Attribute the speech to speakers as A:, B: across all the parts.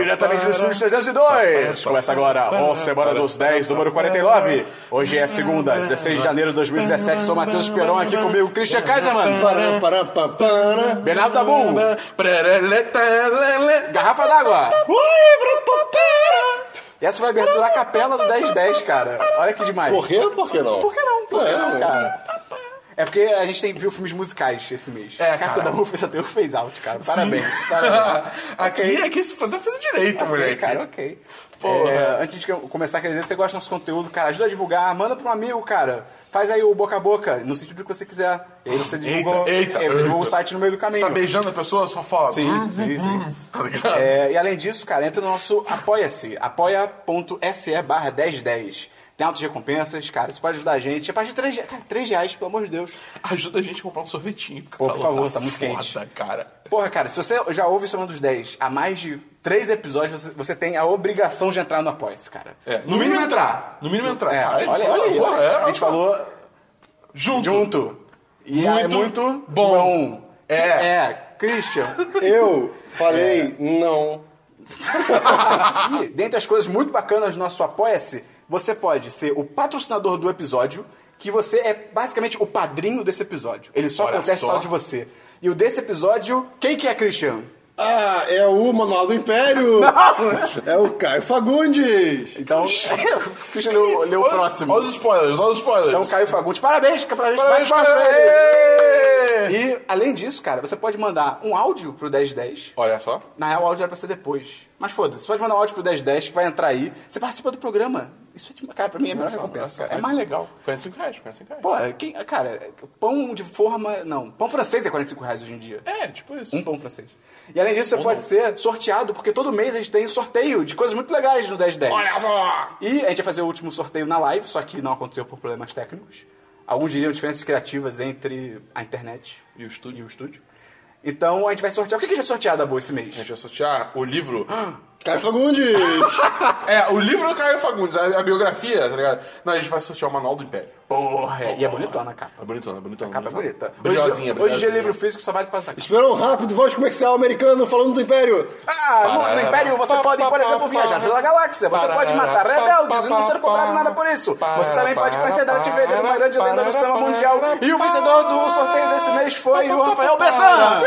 A: Diretamente do Estúdio 302! Começa agora, ó, Semana dos 10, número 49. Hoje é segunda, 16 de janeiro de 2017. Sou Matheus Peron aqui comigo, Christian Kaiserman, Bernardo Dabu, Garrafa d'Água. E essa vai abertura a capela do 1010, cara. Olha que demais.
B: Correr, por que não?
A: Por que não? Por que
B: É,
A: não,
B: é.
A: cara? É porque a gente tem, viu filmes musicais esse mês.
C: É,
A: Caraca,
C: cara.
A: da Rufus fez até o fade out, cara. Parabens, parabéns.
C: Aqui é que se fazer fazer direito,
A: Ok,
C: moleque. Tá
A: cara, ok. É, antes de que eu começar, quer dizer, se você gosta do nosso conteúdo, cara, ajuda a divulgar, manda pra um amigo, cara. Faz aí o boca a boca, no sentido que você quiser. E aí você divulga,
C: eita,
A: aí você um- divulga o
C: eita.
A: site no meio do caminho.
C: Você tá beijando a pessoa, só fala.
A: Sim, sim, sim.
C: Tá ligado?
A: É, e além disso, cara, entra no nosso apoia-se, apoia.se barra 1010. Tem altas recompensas, cara, você pode ajudar a gente. A partir de 3, cara, 3 reais, pelo amor de Deus.
C: Ajuda a gente a comprar um sorvetinho. porque
A: Pô,
C: o
A: por
C: calor
A: favor, tá muito
C: foda,
A: quente.
C: cara.
A: Porra, cara, se você já ouve Semana dos 10 há mais de 3 episódios, você, você tem a obrigação de entrar no apoia-se, cara.
C: É, no mínimo entrar. No mínimo entrar.
A: É,
C: Cara,
A: olha, olha aí,
C: porra, é,
A: a gente
C: porra.
A: falou
C: junto.
A: junto. E é
C: Muito
A: muito
C: bom. É.
A: É, Christian.
B: Eu falei não.
A: E, dentre as coisas muito bacanas do nosso Apoia-se, você pode ser o patrocinador do episódio, que você é basicamente o padrinho desse episódio. Ele só
C: Olha
A: acontece
C: só.
A: por causa de você. E o desse episódio, quem que é, Christian?
B: Ah, é o Manual do Império! É o Caio Fagundes!
A: Então, o Christian leu, leu o
C: Olha-
A: próximo.
C: Olha os spoilers, olha os spoilers.
A: Então, Caio Fagundes, parabéns, que parabéns,
C: Parabéns,
A: bate palmas pra ele.
C: cara.
A: E, além disso, cara, você pode mandar um áudio pro 1010.
C: Olha só.
A: Na real, o áudio era pra ser depois. Mas foda-se, você pode mandar um áudio pro 1010 que vai entrar aí. Você participa do programa. Isso é demais. Cara, pra mim é a melhor recompensa, cara. É mais legal.
C: 45 reais, 45 reais.
A: Pô, quem, cara, pão de forma. Não, pão francês é 45 reais hoje em dia.
C: É, tipo isso.
A: Um pão francês. E além disso, você pode ser sorteado, porque todo mês a gente tem um sorteio de coisas muito legais no 1010.
C: Olha só.
A: E a gente vai fazer o último sorteio na live, só que não aconteceu por problemas técnicos. Alguns diriam diferenças criativas entre a internet
C: E o estúdio? E o estúdio?
A: Então a gente vai sortear. O que que a gente vai sortear da boa esse mês?
C: A gente vai sortear o livro.
B: Caio Fagundes!
C: É, o livro do Caio Fagundes, a, a biografia, tá ligado? Não, a gente vai sortear o Manual do Império.
A: Porra, é- e é bonitona a capa.
C: É bonitona, é bonitona.
A: A capa é
C: bonitona.
A: bonita.
C: Brilhosinha,
A: hoje, hoje em dia,
C: brilhosinha.
A: livro físico só vale pra essa capa.
B: Esperou um rápido voz comercial americano falando do Império!
A: Ah, no, no Império você pode, por exemplo, viajar pela galáxia, você pode matar rebeldes e não ser cobrado nada por isso. Você também pode conhecer Darth Vader, uma grande lenda do sistema mundial. E o vencedor do sorteio desse mês foi o Rafael Bressan!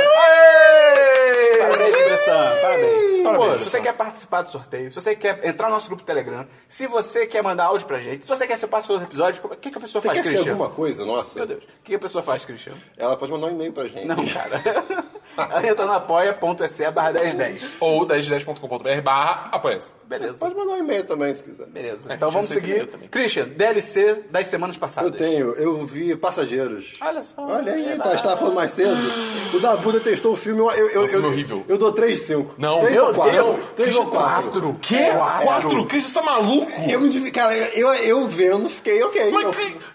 A: Parabéns, Bressan, parabéns. Pô,
C: Parabéns,
A: se você
C: Bressan.
A: quer participar do sorteio, se você quer entrar no nosso grupo Telegram, se você quer mandar áudio pra gente, se você quer ser parceiro do episódio, como- é, o que, que a pessoa
B: Você
A: faz,
B: quer ser
A: Cristian?
B: alguma coisa? Nossa.
A: Meu Deus, o que, que a pessoa faz, Cristian?
B: Ela pode mandar um e-mail pra gente.
A: Não, cara. Ela entra no apoia.se barra 1010.
C: Ou 1010.com.br barra apoia-se.
A: Beleza.
B: Pode mandar um e-mail também, se quiser.
A: Beleza.
C: É,
A: então
C: já
A: vamos
C: sei que
A: seguir.
C: eu também.
A: Christian, DLC das semanas
B: Eu
A: passadas.
B: tenho, eu vi Passageiros.
A: Olha só. É
B: Olha aí, tá, estava falando mais cedo. O Dabu detestou o filme. Eu, eu, eu,
C: um filme
B: eu-
C: horrível.
B: Eu dou 3 de 5.
C: Não,
B: 3
C: meu
B: ou 4.
C: Deus,
B: 3 ou 4.
A: Quatro.
C: Quê?
A: Quatro?
C: Quatro? Cristo, você tá maluco?
B: Eu me divi- Cara, eu, eu vendo, fiquei ok. Eu-
C: Mas que-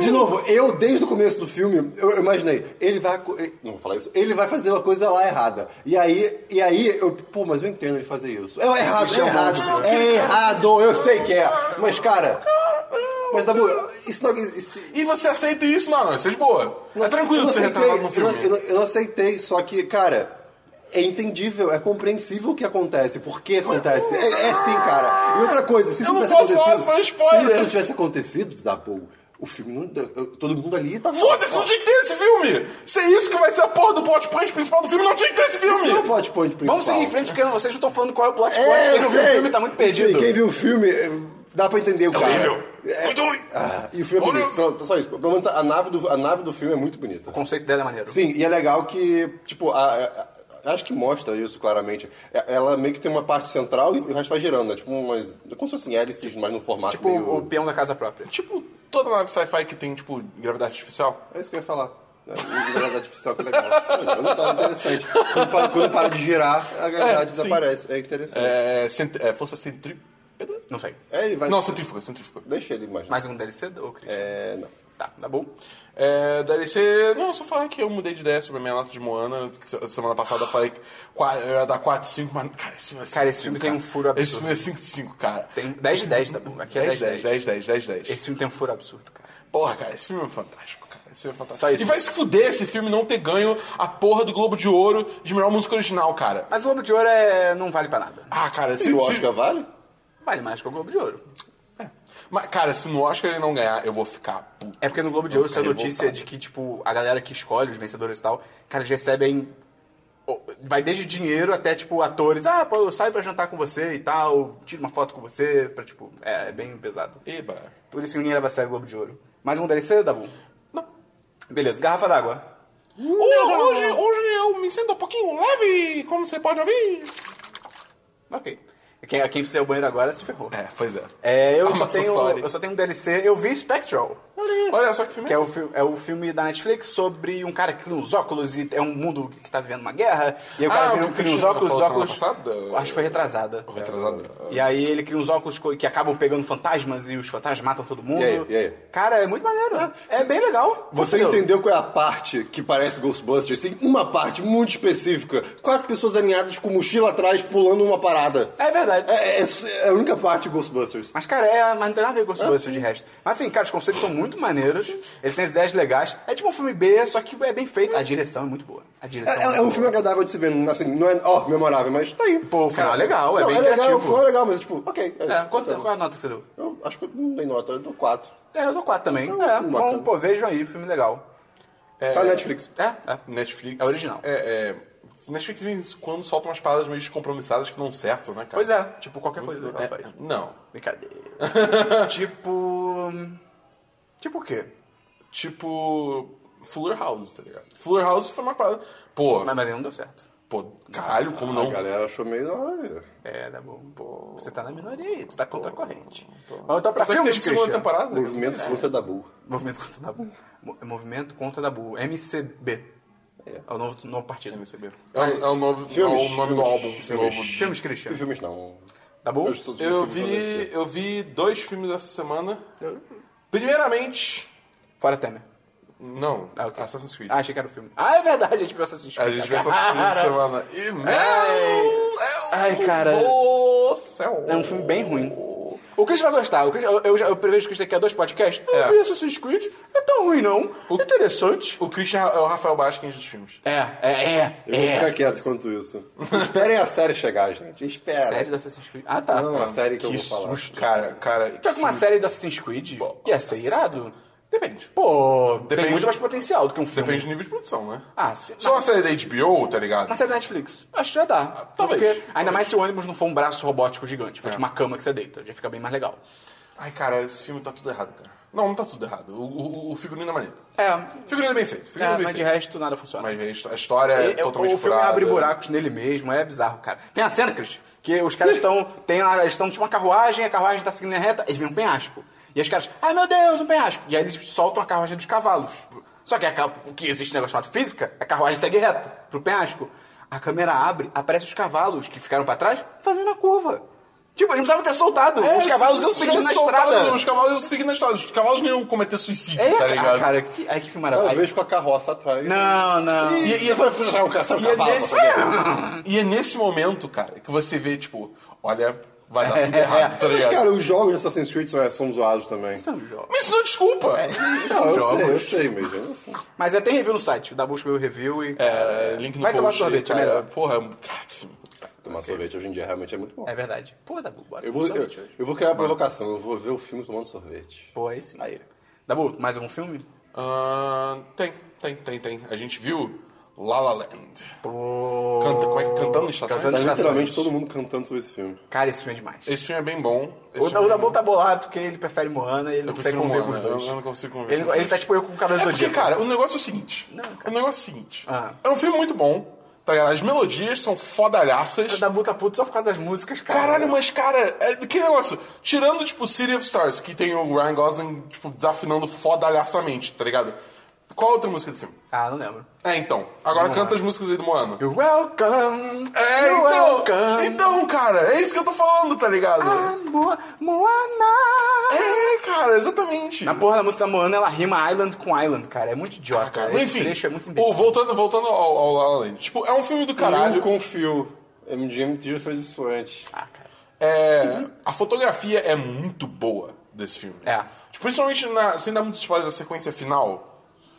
B: De novo, eu desde o começo do filme, eu eu imaginei, ele vai. co- eh, Não vou falar isso. Ele vai fazer uma coisa lá errada. E aí, e aí eu. Pô, mas eu entendo ele fazer isso. É errado, é errado. É errado, eu sei que é. Mas, cara. Mas, Dabu, isso não. Isso,
C: E você aceita isso? Não, não, isso é de boa. É tranquilo
B: eu não
C: ser
B: aceitei,
C: retratado no
B: eu não-
C: filme.
B: Eu não, eu não aceitei, só que, cara, é entendível, é compreensível o que acontece, por que acontece. É, é sim, cara. E outra coisa, se isso
C: Eu não
B: tivesse
C: posso falar,
B: acontecido.
C: senão é spoiler.
B: Se isso não tivesse acontecido, Dabu, o filme não. eu- Todo mundo ali tava.
C: Foda-se, não tinha que ter esse filme! Se é isso que vai ser a porra do plot point principal do filme, não tinha que ter esse
B: Isso não é o
C: filme!
B: plot point principal.
A: Vamos seguir em frente, porque vocês não estão falando qual é o plot point.
B: É,
A: quem não viu o
B: sei.
A: filme tá muito
B: Sim,
A: perdido.
B: Quem viu o filme, eh, dá pra entender o cara.
C: horrível.
A: É.
C: Muito ruim.
B: Ah, e o filme é
C: Olha-
B: bonito. Só, só isso. Pelo menos a nave, do, a nave do filme é muito bonita.
A: O conceito dela é maneiro.
B: Sim, e é legal que, tipo, a- a- a- acho que mostra isso claramente. É- Ela meio que tem uma parte central e o resto vai girando, né? Tipo, umas. Como se fossem hélices, mas num formato
A: Tipo
B: meio...
A: o, o peão da casa própria.
C: Tipo, toda nave sci-fi que tem, tipo, gravidade artificial.
B: É isso que eu ia falar. É, a gravidade artificial que é legal. Não tá interessante. Quando para, quando para de girar, a gravidade
C: É, sim.
B: desaparece. É interessante. É.
C: É, cent- é, força centrípeta?
A: Não sei.
B: ele vai.
C: Não, centrífuga, centrífuga.
B: Deixa ele imaginar.
A: Mais um DLC, ô Christian?
B: É, não.
A: Tá, tá bom.
C: É, DLC. Não, só falar que eu mudei de ideia sobre a minha nota de Moana. que se- Semana passada eu falei que qua- eu ia dar 4, 5, mas. Cara, esse filme é 5.
A: Cara, esse filme tem um furo absurdo.
C: Esse filme é 5, 5, cara.
A: Tem 10 de 10, tá bom? Aqui é 10
C: 10,
A: 10.
C: 10, 10, 10, 10, 10.
A: Esse filme tem um furo absurdo, cara.
C: Porra, cara, esse filme é fantástico, cara. Esse filme é fantástico.
A: Só isso.
C: E vai se fuder esse filme não ter ganho a porra do Globo de Ouro de melhor música original, cara.
A: Mas o Globo de Ouro é... não vale pra nada.
C: Ah, cara,
B: E
C: se
B: o Oscar vale?
A: Vale mais que o Globo de Ouro.
C: Mas, cara, se no Oscar ele não ganhar, eu vou ficar puto.
A: É porque no Globo de Ouro
C: Vou ficar
A: saiu notícia
C: revoltado.
A: de que, tipo, a galera que escolhe os vencedores e tal, cara, eles recebem. o- Vai desde dinheiro até, tipo, atores. Ah, pô, eu saio pra jantar com você e tal, tiro uma foto com você, pra, tipo, é, é bem pesado.
C: Eba.
A: Por isso que ninguém leva a sério o Globo de Ouro. Mais um DLC, Dabu?
C: Não.
A: Beleza, garrafa d'água.
C: Oh, hoje, hoje eu me sinto um pouquinho leve, como você pode ouvir.
A: Ok. Quem, quem precisa ir ao banheiro agora se ferrou.
C: É, pois é.
A: É, eu,
C: I'm
A: só
C: so
A: tenho,
C: sorry.
A: eu só tenho um DLC. Eu vi Spectral.
C: Olha só que filme
A: Que é o, fi- é o filme da Netflix sobre um cara que cria uns óculos e é um mundo que tá vivendo uma guerra. E aí o
C: Ah,
A: cara um,
C: o que
A: cria,
C: o
A: cria uns
C: Cristina
A: óculos,
C: falou
A: óculos.
C: semana passada?
A: Acho que foi retrasada.
C: Retrasado.
A: E aí ele cria uns óculos co- que acabam pegando fantasmas e os fantasmas matam todo mundo.
B: E aí, e aí?
A: Cara, é muito maneiro. É, bem legal.
B: Você entendeu qual é a parte que parece Ghostbusters? Tem uma parte muito específica. Quatro pessoas alinhadas com mochila atrás pulando uma parada.
A: É verdade.
B: É, é- é a única parte de Ghostbusters.
A: Mas, cara, é, mas não tem nada a ver com Ghostbusters de resto. Mas, assim, cara, os conceitos são muito maneiros. Ele tem as ideias legais. É tipo um filme B, só que é bem feito. A direção é muito boa. A direção
B: É, é
A: muito
B: um
A: boa.
B: filme agradável de se ver. não- Assim, não é, ó, memorável, mas tá aí.
A: Pô, o final é legal, é
B: não,
A: bem
B: é legal,
A: criativo.
B: o final é legal, mas tipo, ok. é,
A: É, quanto,
B: tá.
A: qual é a nota que você deu?
B: Eu acho que eu não dei nota, eu dou quatro.
A: É, eu dou 4 também.
B: Então,
A: É,
B: filme
A: bom,
B: bacana.
A: pô, vejam aí, filme legal.
B: Tá na Netflix.
A: É, é.
C: Netflix.
A: É original.
C: É, é. Netflix, de vez em quando, solta umas paradas meio descompromissadas que não certo, né, cara?
A: Pois é, tipo, qualquer coisa que ela
C: É,
A: faz.
C: não.
A: Brincadeira. tipo. Tipo o quê?
C: Tipo. Fuller House, tá ligado? Fuller House foi uma parada. Pô,
A: Mas, mas aí não deu certo.
C: pô, caralho, como
B: A
C: não?
B: galera achou meio. olha.
A: É, tá bom. Pô, você tá na minoria aí, tu tá contra a corrente. Vamos então pra
C: Será que
A: filmes,
C: teve segunda
A: Christian.
C: temporada?
B: Movimento contra da Bull.
A: Movimento contra a Dabu. Mo- Movimento contra a Dabu. MCB. É, o novo, novo partido.
C: MCB. É, o- é o novo,
B: Filmes,
C: é o nome do
B: filmes,
C: álbum.
B: filmes.
C: novo.
A: Filmes, Christian.
B: Filmes não.
A: Dabu?
B: Eu sou-
C: Eu
B: filmes pra
C: vi,
B: descer.
C: eu vi dois filmes essa semana. Primeiramente.
A: Fora Temer.
C: Não,
A: Ah, ok.
C: Assassin's Creed.
A: Ah, achei que era o filme. Ah, é verdade, a gente viu Assassin's
C: A
A: Creed.
C: gente vai Assassin's Creed essa semana. E, meu
A: Ai,
C: Deus
A: cara.
C: do céu.
A: É um filme bem ruim. O Christian vai gostar. O Christian, eu, eu, já- eu prevejo que o Christian aqui há dois podcasts. Eu
C: É.
A: vi Assassin's Creed. É tão ruim, não. Interessante.
C: O Christian é o Rafael Basquins dos filmes.
A: É, é,
B: Eu vou
A: é.
B: ficar
A: é.
B: quieto quanto isso. Esperem a série chegar, gente. Espera.
A: Série do Assassin's Creed. Ah, tá.
B: Não, a série que, eu
C: Que
B: vou falar.
C: susto. Cara, cara. que
A: Tá com uma
C: filme.
A: série do Assassin's Creed? Ia ser irado.
C: Depende.
A: Pô, tem
C: Depende-
A: muito mais potencial do que um filme.
C: Depende do nível de produção, né?
A: Ah, sim.
C: Só uma série da HBO, tá ligado?
A: Uma série da Netflix. Acho que já dá.
C: talvez.
A: Porque, ainda
C: Talvez.
A: mais se o ônibus não for um braço robótico gigante. For
C: É.
A: tipo uma cama que você deita. Já fica bem mais legal.
C: Ai, cara, esse filme tá tudo errado, cara. Não, não tá tudo errado. O, o- o figurino é maneiro.
A: É,
C: Figurino é bem feito.
A: é,
C: Figurino é, bem
A: mas de
C: feito.
A: resto nada funciona.
C: Mas a histó- a história é,
A: É,
C: totalmente
A: o filme
C: furada.
A: abre buracos nele mesmo, é bizarro, cara. Tem a cena, Cris, que os caras estão. tem a- Eles estão tipo uma carruagem, a carruagem tá seguindo a reta, eles vêm um penhasco. E aí os caras, ai meu Deus, um penhasco! E aí eles soltam a carruagem dos cavalos. Só que a ca- o que existe um negócio chamado física, a carruagem segue reta pro penhasco. A câmera abre, aparece os cavalos que ficaram pra trás fazendo a curva. Tipo, eles não precisavam ter soltado.
C: É,
A: os cavalos iam
C: os
A: seguindo na
C: soldados-
A: estrada.
C: Os cavalos iam seguindo na estrada. Os cavalos não iam cometer suicídio,
A: É,
C: tá
A: ah,
C: ligado?
A: cara, que, ai, que filme
B: Eu
A: maravilhoso.
B: vejo com a carroça atrás.
A: Não, não.
B: E, e, e vai fechar o caça
C: E é,
B: cavalo.
C: nesse, e é nesse momento, cara, que você vê, tipo, olha, vai dar tudo
A: É.
C: errado, tá
B: Mas,
C: ligado?
B: cara, os jogos de Assassin's Creed são, são zoados também.
A: Isso é um jogo.
C: Mas isso não é desculpa.
A: Isso é um
B: eu
A: jogo.
B: sei, eu sei mesmo. eu sei.
A: Mas é, tem review no site. O Dabu escreveu review e.
C: É, link no
A: Vai
C: post,
A: tomar sorvete,
C: cara.
A: é melhor.
C: Porra, cara, que filme.
B: Tomar sorvete hoje em dia realmente é muito bom.
A: É verdade. Pô, Dabu, bora.
B: Eu vou, eu,
A: sorvete hoje.
B: eu vou criar uma provocação, eu vou ver o filme tomando sorvete.
A: Pô, aí sim. Aí. Dabu, mais algum filme?
C: Ah, tem, tem, tem, tem. A gente viu La La Land.
A: Pô.
C: Canta, como é que cantando em estações?
A: Cantando.
B: Tá
A: Estações.
B: literalmente todo mundo cantando sobre esse filme.
A: Cara, esse filme é demais.
C: Esse filme é bem bom. Esse
A: O,
C: filme
A: o
C: é
A: Dabu
C: bom.
A: tá bolado porque ele prefere Moana e ele não
C: Eu
A: consegue
C: prefiro
A: conviver com
C: Moana,
A: os dois.
C: eu não consigo conviver
A: Ele,
C: com os
A: ele tá tipo eu com o cabelo
C: É porque,
A: zodíaco.
C: cara, o negócio é o seguinte.
A: cara.
C: O negócio é o seguinte.
A: Ah.
C: É um filme muito bom, tá ligado? As melodias são
A: O
C: fodalhaças.
A: Dabu tá puto só por causa das músicas, cara.
C: Caralho, mas, cara, é, que negócio? Tirando, tipo, City of Stars, que tem o Ryan Gosling, tipo, desafinando fodalhaçamente, tá ligado? Qual a outra música do filme?
A: Ah, não lembro.
C: É, então. Agora canta as músicas aí do Moana.
A: You're welcome.
C: É,
A: you're
C: então.
A: Welcome. Ah,
C: Então, cara, é isso que eu tô falando, tá ligado?
A: Mo- Moana.
C: É, cara, cara, exatamente.
A: Na porra da música da Moana, ela rima Island com Island, cara. É muito idiota.
C: Ah, cara,
A: Esse
C: Enfim,
A: trecho é muito imbecil.
C: o, voltando, voltando ao, ao La La Land. Tipo, é um filme do
B: Caralho.
C: caralho.
B: Eu confio. MGM já fez isso antes.
A: Ah, cara.
C: É, a fotografia é muito boa desse filme.
A: É.
C: Tipo, principalmente na, sem dar muitos spoilers da sequência final.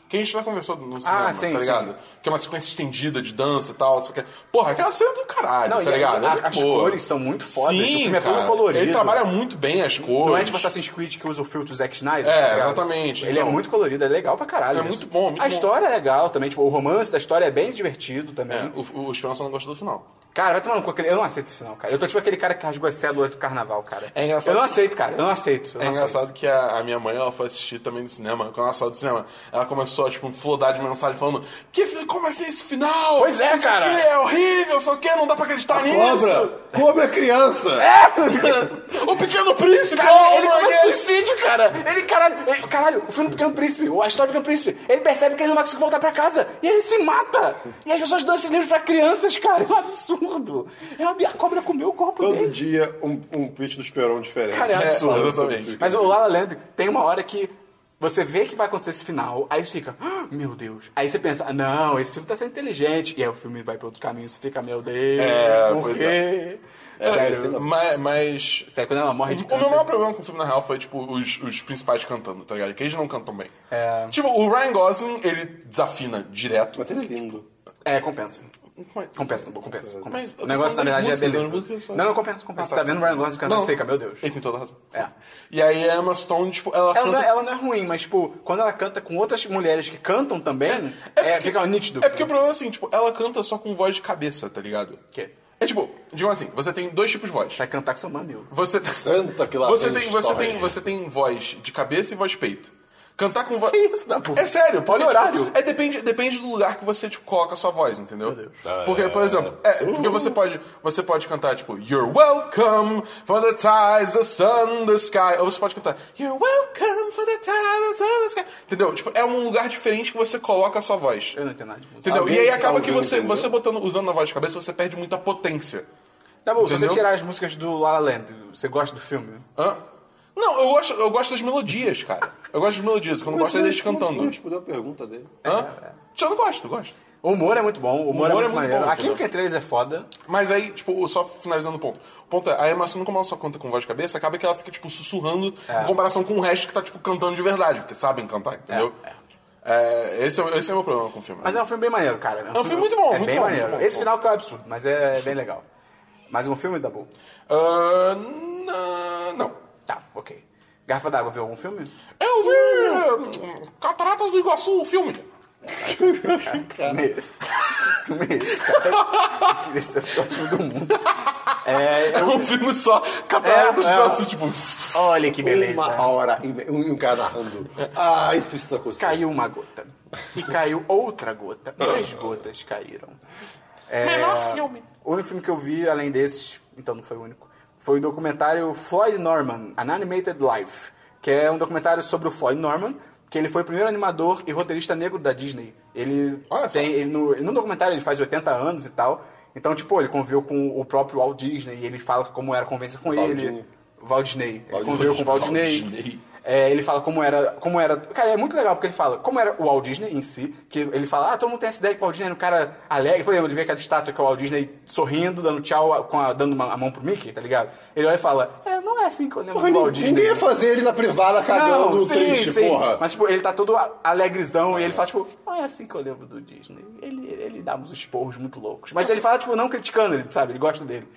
C: Que a gente já conversou no cinema,
A: Ah, sim,
C: tá ligado?
A: sim.
C: Que é uma sequência estendida de dança e tal. só Que... Porra, aquela cena do caralho,
A: Não, e
C: tá
A: a-
C: ligado? É
A: a-
C: muito
A: as
C: boa.
A: cores são muito fodas,
C: Sim,
A: o filme é todo
C: cara.
A: colorido.
C: Ele trabalha muito bem as cores.
A: Não é tipo Assassin's Creed que usa o filtro Zack Snyder.
C: É,
A: tá ligado?
C: exatamente.
A: Ele
C: Então-
A: é muito colorido, é legal pra caralho.
C: É
A: isso.
C: muito bom, muito
A: A
C: bom.
A: história é legal também, tipo, o romance da história é bem divertido também.
C: É, o, o Esperança não gosta do final.
A: Cara, vai tomar no cu aquele. Eu não aceito esse final, cara. Eu tô tipo aquele cara que rasgou as células do carnaval, cara.
C: É engraçado.
A: Eu não aceito, cara. Eu não aceito. eu
C: É
A: não
C: engraçado que a, a minha mãe, ela foi assistir também no cinema. Quando ela saiu do cinema, ela começou a, tipo, flodar de mensagem falando que, como é ser esse final?
A: Pois é,
C: Não sei o
A: cara.
C: quê, é horrível, só que não dá pra acreditar nisso.
B: Cobra! É! Come a criança!
C: O Pequeno Príncipe!
A: Cara, ele
C: oh,
A: comete
C: Marguerite!
A: suicídio, cara! Ele, caralho, ele- caralho, o filme do Pequeno Príncipe, a história do Pequeno Príncipe, ele percebe que ele não vai conseguir voltar pra casa e ele se mata! E as pessoas dão esse livro pra crianças, cara, é um absurdo! É uma, a cobra comeu o corpo
B: Todo
A: dele.
B: dia um, um pitch do Esperon diferente.
A: Cara, é absurdo.
C: É, exatamente.
A: Mas o La La Land tem uma hora que você vê que vai acontecer esse final, aí você fica, "Ah, meu Deus. Aí você pensa, não, esse filme tá sendo inteligente. E aí o filme vai pra outro caminho, você fica, meu Deus,
C: É,
A: por
C: pois
A: quê? É,
B: sei
A: Sério,
B: lá.
C: Mas, mas
A: sério, quando ela morre de
C: o meu
A: câncer...
C: maior problema com o filme, na real, foi, tipo, os, os principais cantando, tá ligado? Que eles não cantam bem. Tipo, o Ryan Gosling, ele desafina direto.
B: Mas ele é lindo.
A: É, compensa.
C: Mas-
A: Compensa, compensa,
C: Mas
A: compensa.
C: eu tô
A: O negócio, na
C: falando das
A: verdade, é
C: músicas,
A: beleza.
C: das músicas só.
A: Não, não, compensa, compensa.
C: Ah,
A: Você
C: tá.
A: tá vendo o Ryan Gosling cantando,
C: Não. Então,
A: você fica, meu Deus.
C: Ele tem toda a razão.
A: É.
C: E aí a Emma Stone, tipo, ela,
A: Ela não,
C: canta...
A: é- ela não é ruim, mas, tipo, quando ela canta com outras mulheres que cantam também,
C: É
A: é,
C: porque-
A: fica nítido.
C: É porque o problema é assim, tipo, ela canta só com voz de cabeça, tá ligado?
A: Quê?
C: É tipo, digamos assim, você tem dois tipos de voz.
A: Vai cantar com seu mamilo.
C: Você,
B: Santa que lá
C: você
B: vem
C: tem, você
B: história.
C: tem, você tem voz de cabeça e voz de peito. Cantar com voz.
A: Que isso, Dabu?
C: É sério, pode.
A: Olha o horário.
C: Tipo, é, depende, depende do lugar que você tipo, coloca a sua voz, entendeu? Porque, por exemplo, é, porque
B: Uh.
C: você pode, você pode cantar, tipo, You're welcome for the tides, the sun, the sky. Ou você pode cantar, You're welcome for the tides, the sun, the sky. Entendeu? Tipo, é um lugar diferente que você coloca a sua voz.
A: Eu não entendo nada de música.
C: Entendeu?
B: Alguém-
C: e aí acaba
B: alguém
C: que você,
B: entendeu?
C: você botando, usando a voz de cabeça, você perde muita potência.
A: Tá bom, se
C: Entendeu?
A: você tirar as músicas do La La Land, você gosta do filme?
C: Hã? Não, eu gosto, eu gosto das melodias, cara. Eu gosto das melodias, quando eu gosto é deles cantando.
B: respondeu a tipo, pergunta dele.
C: Hã? Tipo, Eu não gosto, eu gosto.
A: O humor é muito bom, o humor,
C: humor
A: é muito
C: é muito
A: maneiro.
C: bom,
A: a química entre eles é foda.
C: Mas aí, tipo, só finalizando o ponto. O ponto é, a Emma Stone, como ela só canta com voz de cabeça, acaba que ela fica, tipo, sussurrando
A: É.
C: em comparação com o resto que tá, tipo, cantando de verdade, porque sabem cantar, entendeu?
A: É, é.
C: É, esse, é, o- esse é o meu problema com o filme.
A: Mas é um filme bem maneiro, cara.
C: É um filme muito bom,
A: é
C: muito
A: bem
C: bom,
A: maneiro.
C: muito bom.
A: Esse final que é um absurdo, mas é bem legal. Mais um filme, Dabu?
C: Ah, não- não.
A: Tá, ok. Garfa d'água, viu algum filme?
C: Eu vi eh, Cataratas do Iguaçu, o filme.
A: Filme esse. Filme esse, cara. Esse é o pior filme do mundo. É,
C: É um filme só, Cataratas
A: É,
C: do
A: é.
C: Iguaçu, tipo...
A: olha que beleza.
B: Uma hora e meia. Um cara narrando. Ah, isso precisa acontecer.
A: Caiu uma gota. E caiu outra gota. Mais gotas caíram. É,
D: Menor filme.
A: O único filme que eu vi, além desses, então não foi o único, foi o documentário Floyd Norman, An Animated Life, que é um documentário sobre o Floyd Norman, que ele foi o primeiro animador e roteirista negro da Disney. Ele
C: Olha só.
A: tem, ele no, no documentário ele faz 80 anos e tal, então, tipo, ele conviveu com o próprio Walt Disney, e ele fala como era a convenção com
B: Walt
A: ele.
B: Disney.
A: Walt Disney. Ele
B: Walt
A: conviveu com o Walt
C: Walt
A: Disney.
C: Disney.
A: É, ele fala como era, como era. Cara, é muito legal porque ele fala como era o Walt Disney em si, que ele fala, ah, todo mundo tem essa ideia que o Walt Disney era um cara alegre. Por exemplo, ele vê aquela estátua que é o Walt Disney sorrindo, dando tchau, com a- dando uma- a mão pro Mickey, tá ligado? Ele olha e fala, é, não é assim que eu lembro
B: Porra,
A: do Walt
B: ninguém
A: Disney.
B: ia fazer ele na privada cagando
A: Não, sim,
B: triste,
A: sim.
B: porra.
A: Mas, tipo, ele tá todo a- alegrezão e ele fala, tipo, não é assim que eu lembro do Disney. Ele, ele dá uns esporros muito loucos. Mas ele fala, tipo, não criticando ele, sabe? Ele gosta dele.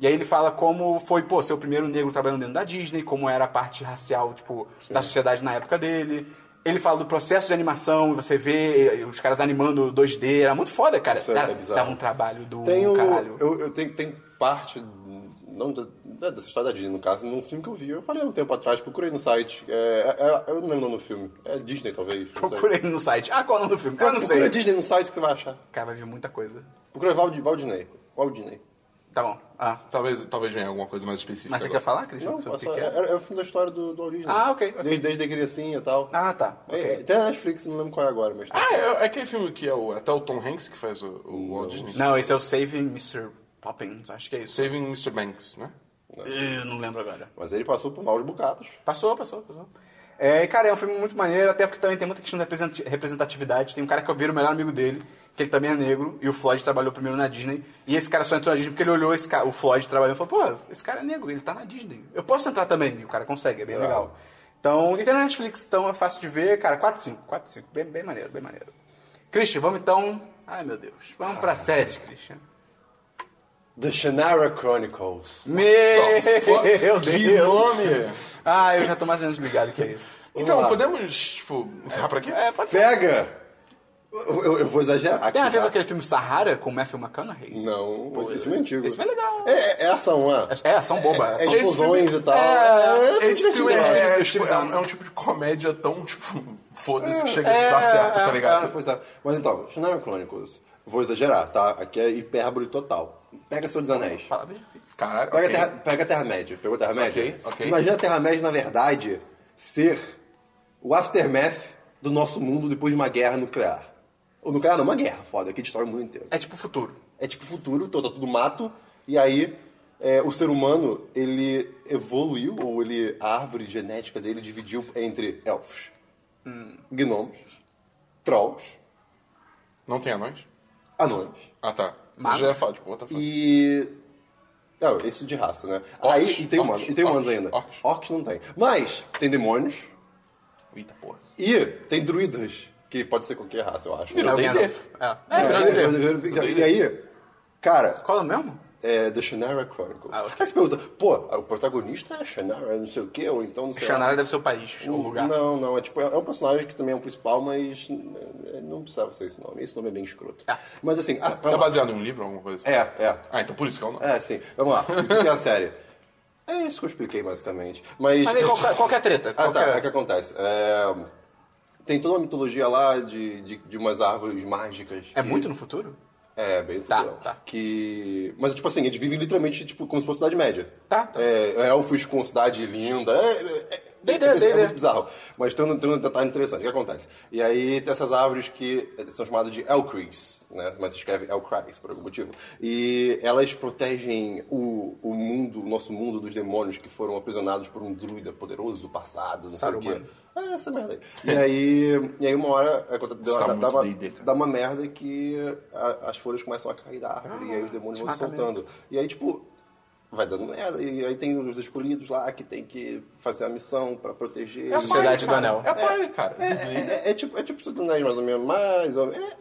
A: E aí ele fala como foi, pô, ser o primeiro negro trabalhando dentro da Disney, como era a parte racial, tipo, da sociedade na época dele. Ele fala do processo de animação, você vê eh, os caras animando 2D, era muito foda, cara.
B: Isso é
A: Era-
B: bizarro.
A: dava um trabalho do
B: Tem o,
A: caralho.
B: eu, eu tenho, tem parte, não da- da- dessa história da Disney, no caso, num filme que eu vi. Eu falei há um tempo atrás, procurei no site. é, é- é- eu não lembro o nome do filme. É Disney, talvez. não sei.
A: Procurei no site. Ah, qual é o nome do filme? Eu não
B: Procura
A: sei.
B: Disney no site que você vai achar.
A: Cara, vai vir muita coisa.
B: Procura Vald, Valdinei. Valdinei.
A: Tá bom. Ah.
C: Talvez, talvez venha alguma coisa mais específica.
A: Mas você
C: agora.
A: quer falar, Cristian?
B: Não,
A: sobre o
B: é,
A: que
B: só-
A: que é?
B: é- é o filme da história do, do Walt Disney.
A: Ah, ok, ok.
B: Desde, desde a criancinha e tal.
A: Ah, tá.
B: É, é, tem na Netflix, não lembro qual é agora, mas...
C: Ah, é, é aquele filme que é o, até o Tom Hanks que faz o, o Walt Disney.
A: Não, esse é o Saving Mr. Poppins, acho que é isso.
C: Saving Mr. Banks, né?
A: Eu não lembro agora.
B: Mas ele passou por maus bocados.
A: Passou, passou, passou. É, e, cara, é um filme muito maneiro, até porque também tem muita questão de represent- representatividade. Tem um cara que eu viro o melhor amigo dele, que ele também é negro, e o Floyd trabalhou primeiro na Disney. E esse cara só entrou na Disney porque ele olhou esse cara, o Floyd trabalhando e falou: pô, esse cara é negro, ele tá na Disney. Eu posso entrar também, e o cara consegue, é bem legal. Então, e tem na Netflix, então é fácil de ver, cara, 4 5 4 5 bem, bem maneiro, bem maneiro. Christian, vamos então. Ai meu Deus, vamos pra séries, Christian.
B: The Shannara Chronicles.
A: Meu
C: Que
A: Deus!
C: nome!
A: Ah, eu já tô mais ou menos ligado que é isso.
C: Então,
B: lá.
C: podemos, tipo, encerrar por aqui?
A: É, pode ser.
B: Pega! Eu, eu- eu vou exagerar. aqui
A: Tem a ver
B: já.
A: com aquele filme Sahara com Matthew McConaughey?
B: Não, esse filme é antigo.
A: Esse filme é legal.
B: É, é ação, né?
A: É, são bomba.
B: É,
A: ação
B: de explosões e tal. É,
C: Esse filme é,
A: né?
C: é,
A: Steve
C: tipo, é,
A: Zahn.
C: um, é um tipo de comédia tão, tipo, foda-se que chega a se dar certo, tá
B: Ah,
C: ligado?
B: pois é. Mas então, Shannara Chronicles. Vou exagerar, tá? Aqui é hipérbole total. Pega Senhor dos Anéis.
A: Palavra difícil.
C: Caralho,
B: Pega,
C: ok.
B: a Terra- pega a Terra-média. Pegou a Terra-média?
C: Ok, ok.
B: Imagina a Terra-média, na verdade, ser o aftermath do nosso mundo depois de uma guerra nuclear. Ou nuclear não, uma guerra, foda, que destrói o mundo inteiro.
A: É tipo o futuro.
B: É tipo futuro, então tá tudo mato, e aí é, o ser humano, ele evoluiu, ou ele, a árvore genética dele dividiu entre elfos, gnomos, trolls,
C: Não tem anões?
B: anões
C: Ah, tá.
A: Magos?
C: Eu já ia falar, tipo, outra coisa.
B: e... Não, isso de raça, né?
C: Orcs,
B: aí, e tem
C: orcs,
B: humanos, e tem humanos
C: orcs,
B: ainda.
C: orcs.
B: orcs não tem. Mas tem demônios
C: Eita porra.
B: e tem druidas, que pode ser qualquer raça, eu acho.
C: Virou
A: é o
C: D&D.
A: Gandalf. É.
B: É,
A: É, virou D&D.
B: e aí, cara,
A: Qual é o mesmo?
B: É, The Shannara Chronicles.
A: Ah, ok.
B: Aí você pergunta, pô, o protagonista é a Shannara, não sei o quê, ou então não sei lá.
A: Shannara deve ser o país, ou o lugar.
B: Não, não, é tipo, é é um personagem que também é um principal, mas é, não precisava ser esse nome. Esse nome é bem escroto.
A: Ah.
B: Mas assim, ah,
C: É
B: vamos lá.
C: baseado em um livro ou alguma coisa assim?
B: é, é,
C: Ah, então por isso que eu não.
B: é, sim. Vamos lá, o que é a série? É isso que eu expliquei, basicamente. Mas...
A: Mas aí, qual, qual que é a treta?
B: Ah,
A: Qual que
B: tá. É o que
A: é?
B: acontece. É, Tem toda uma mitologia lá de, de, de umas árvores mágicas.
A: É
B: que-
A: muito no futuro?
B: é, bem
A: Tá,
B: futurão.
A: tá.
B: Que... Mas, tipo assim, eles vivem literalmente tipo, como se fosse Cidade Média.
A: Tá, tá.
B: É, elfos com cidade linda. É, é, é,
A: Dei
B: é,
A: ideia, dei
B: é
A: ideia.
B: muito bizarro. Mas tem um, tem um detalhe interessante. O que acontece? E aí tem essas árvores que são chamadas de Elcris, né? Mas se escreve Elcris por algum motivo. E elas protegem o, o mundo, o nosso mundo dos demônios que foram aprisionados por um druida poderoso do passado, não sei o
A: Saruman.
B: quê. Ah, essa merda aí. E aí, e aí uma hora acontece- deu-
C: tá
B: dá, dá
C: muito
B: uma,
C: D&D, cara.
B: dá uma merda que a- as folhas começam a cair da árvore e aí os demônios vão se
A: desmatamento.
B: soltando. E aí, tipo, vai dando merda. E aí tem os escolhidos lá que tem que fazer a missão pra proteger.
A: a Sociedade né? do
C: Cara,
A: Anel.
C: É Poli, cara.
B: É, é- é- é tipo, é tipo Senhor dos Anéis, mais ou menos. Mais ou menos. É,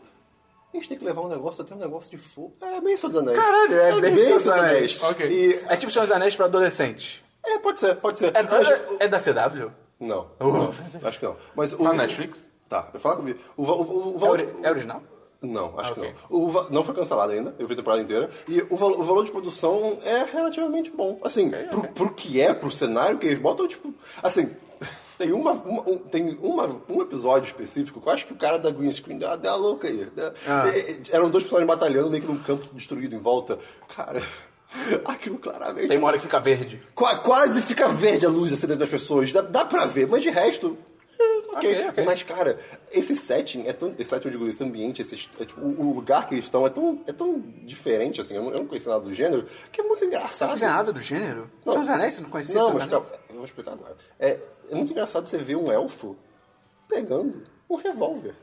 B: a gente tem que levar um negócio até um negócio de fogo. É bem Senhor dos Anéis.
A: Caralho, é bem Senhor dos
B: Senhor dos
A: Anéis.
C: Ok.
B: E,
A: É tipo Senhor dos Anéis pra adolescente.
B: é, pode ser, pode ser.
A: É,
B: Mas-
A: é- é da CW?
B: Não,
A: Uh.
B: não, acho que não. Mas o,
C: Tá na Netflix?
B: Tá, eu falo comigo. O, va- o, o, o,
A: É,
B: valor-
A: ori- é original?
B: Não, acho
A: Ah, ok.
B: que não. O va- não foi cancelado ainda, eu vi a temporada inteira. E o, valo- o valor de produção é relativamente bom. Assim, pro, pro que é, pro cenário que eles botam, tipo. Assim, tem, uma, uma- um, tem uma, um episódio específico que eu acho que o cara da green screen deu uma- deu uma louca aí. né?
A: Ah.
B: E- e- Eram dois personagens batalhando meio que num campo destruído em volta. Cara, aquilo claramente.
A: Tem uma hora que fica verde.
B: Qua- quase fica verde a luz acendendo das pessoas. Dá, dá pra ver, mas de resto. é, ok.
A: Ok, ok.
B: Mas, cara, esse setting é tão. Esse setting, eu digo, esse ambiente, esse, est- é, tipo, o o lugar que eles estão é tão, é tão diferente, assim. Eu não, eu não conheci nada do gênero, que é muito
A: Você não
B: engraçado.
A: conhecia nada Tá do gênero? Senhor dos Anéis, você não conhecia
B: Não,
A: Senhor
B: mas
A: dos Anéis?
B: calma, eu vou explicar agora. É, é muito engraçado você ver um elfo pegando um revólver.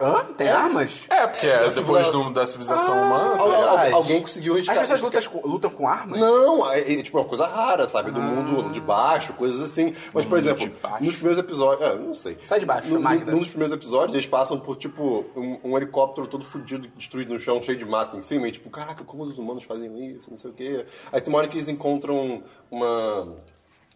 A: Hã? Tem armas?
C: É, porque é,
B: esse
C: depois
B: lugar-
C: do- da civilização humana.
B: Al- al-
A: Caralho.
B: alguém conseguiu
A: As pessoas lutas com- lutam com armas?
B: É. Não, é, é, tipo, é uma coisa rara, sabe? Do mundo
A: Ah.
B: de baixo, coisas assim. Mas, por exemplo,
C: baixo.
B: nos primeiros episódios. É, não sei.
A: Sai de baixo,
B: No,
A: Magda.
B: Num dos primeiros episódios, eles passam por, tipo, um, um helicóptero todo fudido, destruído no chão, cheio de mato em cima. E, tipo, caraca, como os humanos fazem isso? Não sei o quê. Aí tem uma hora que eles encontram uma.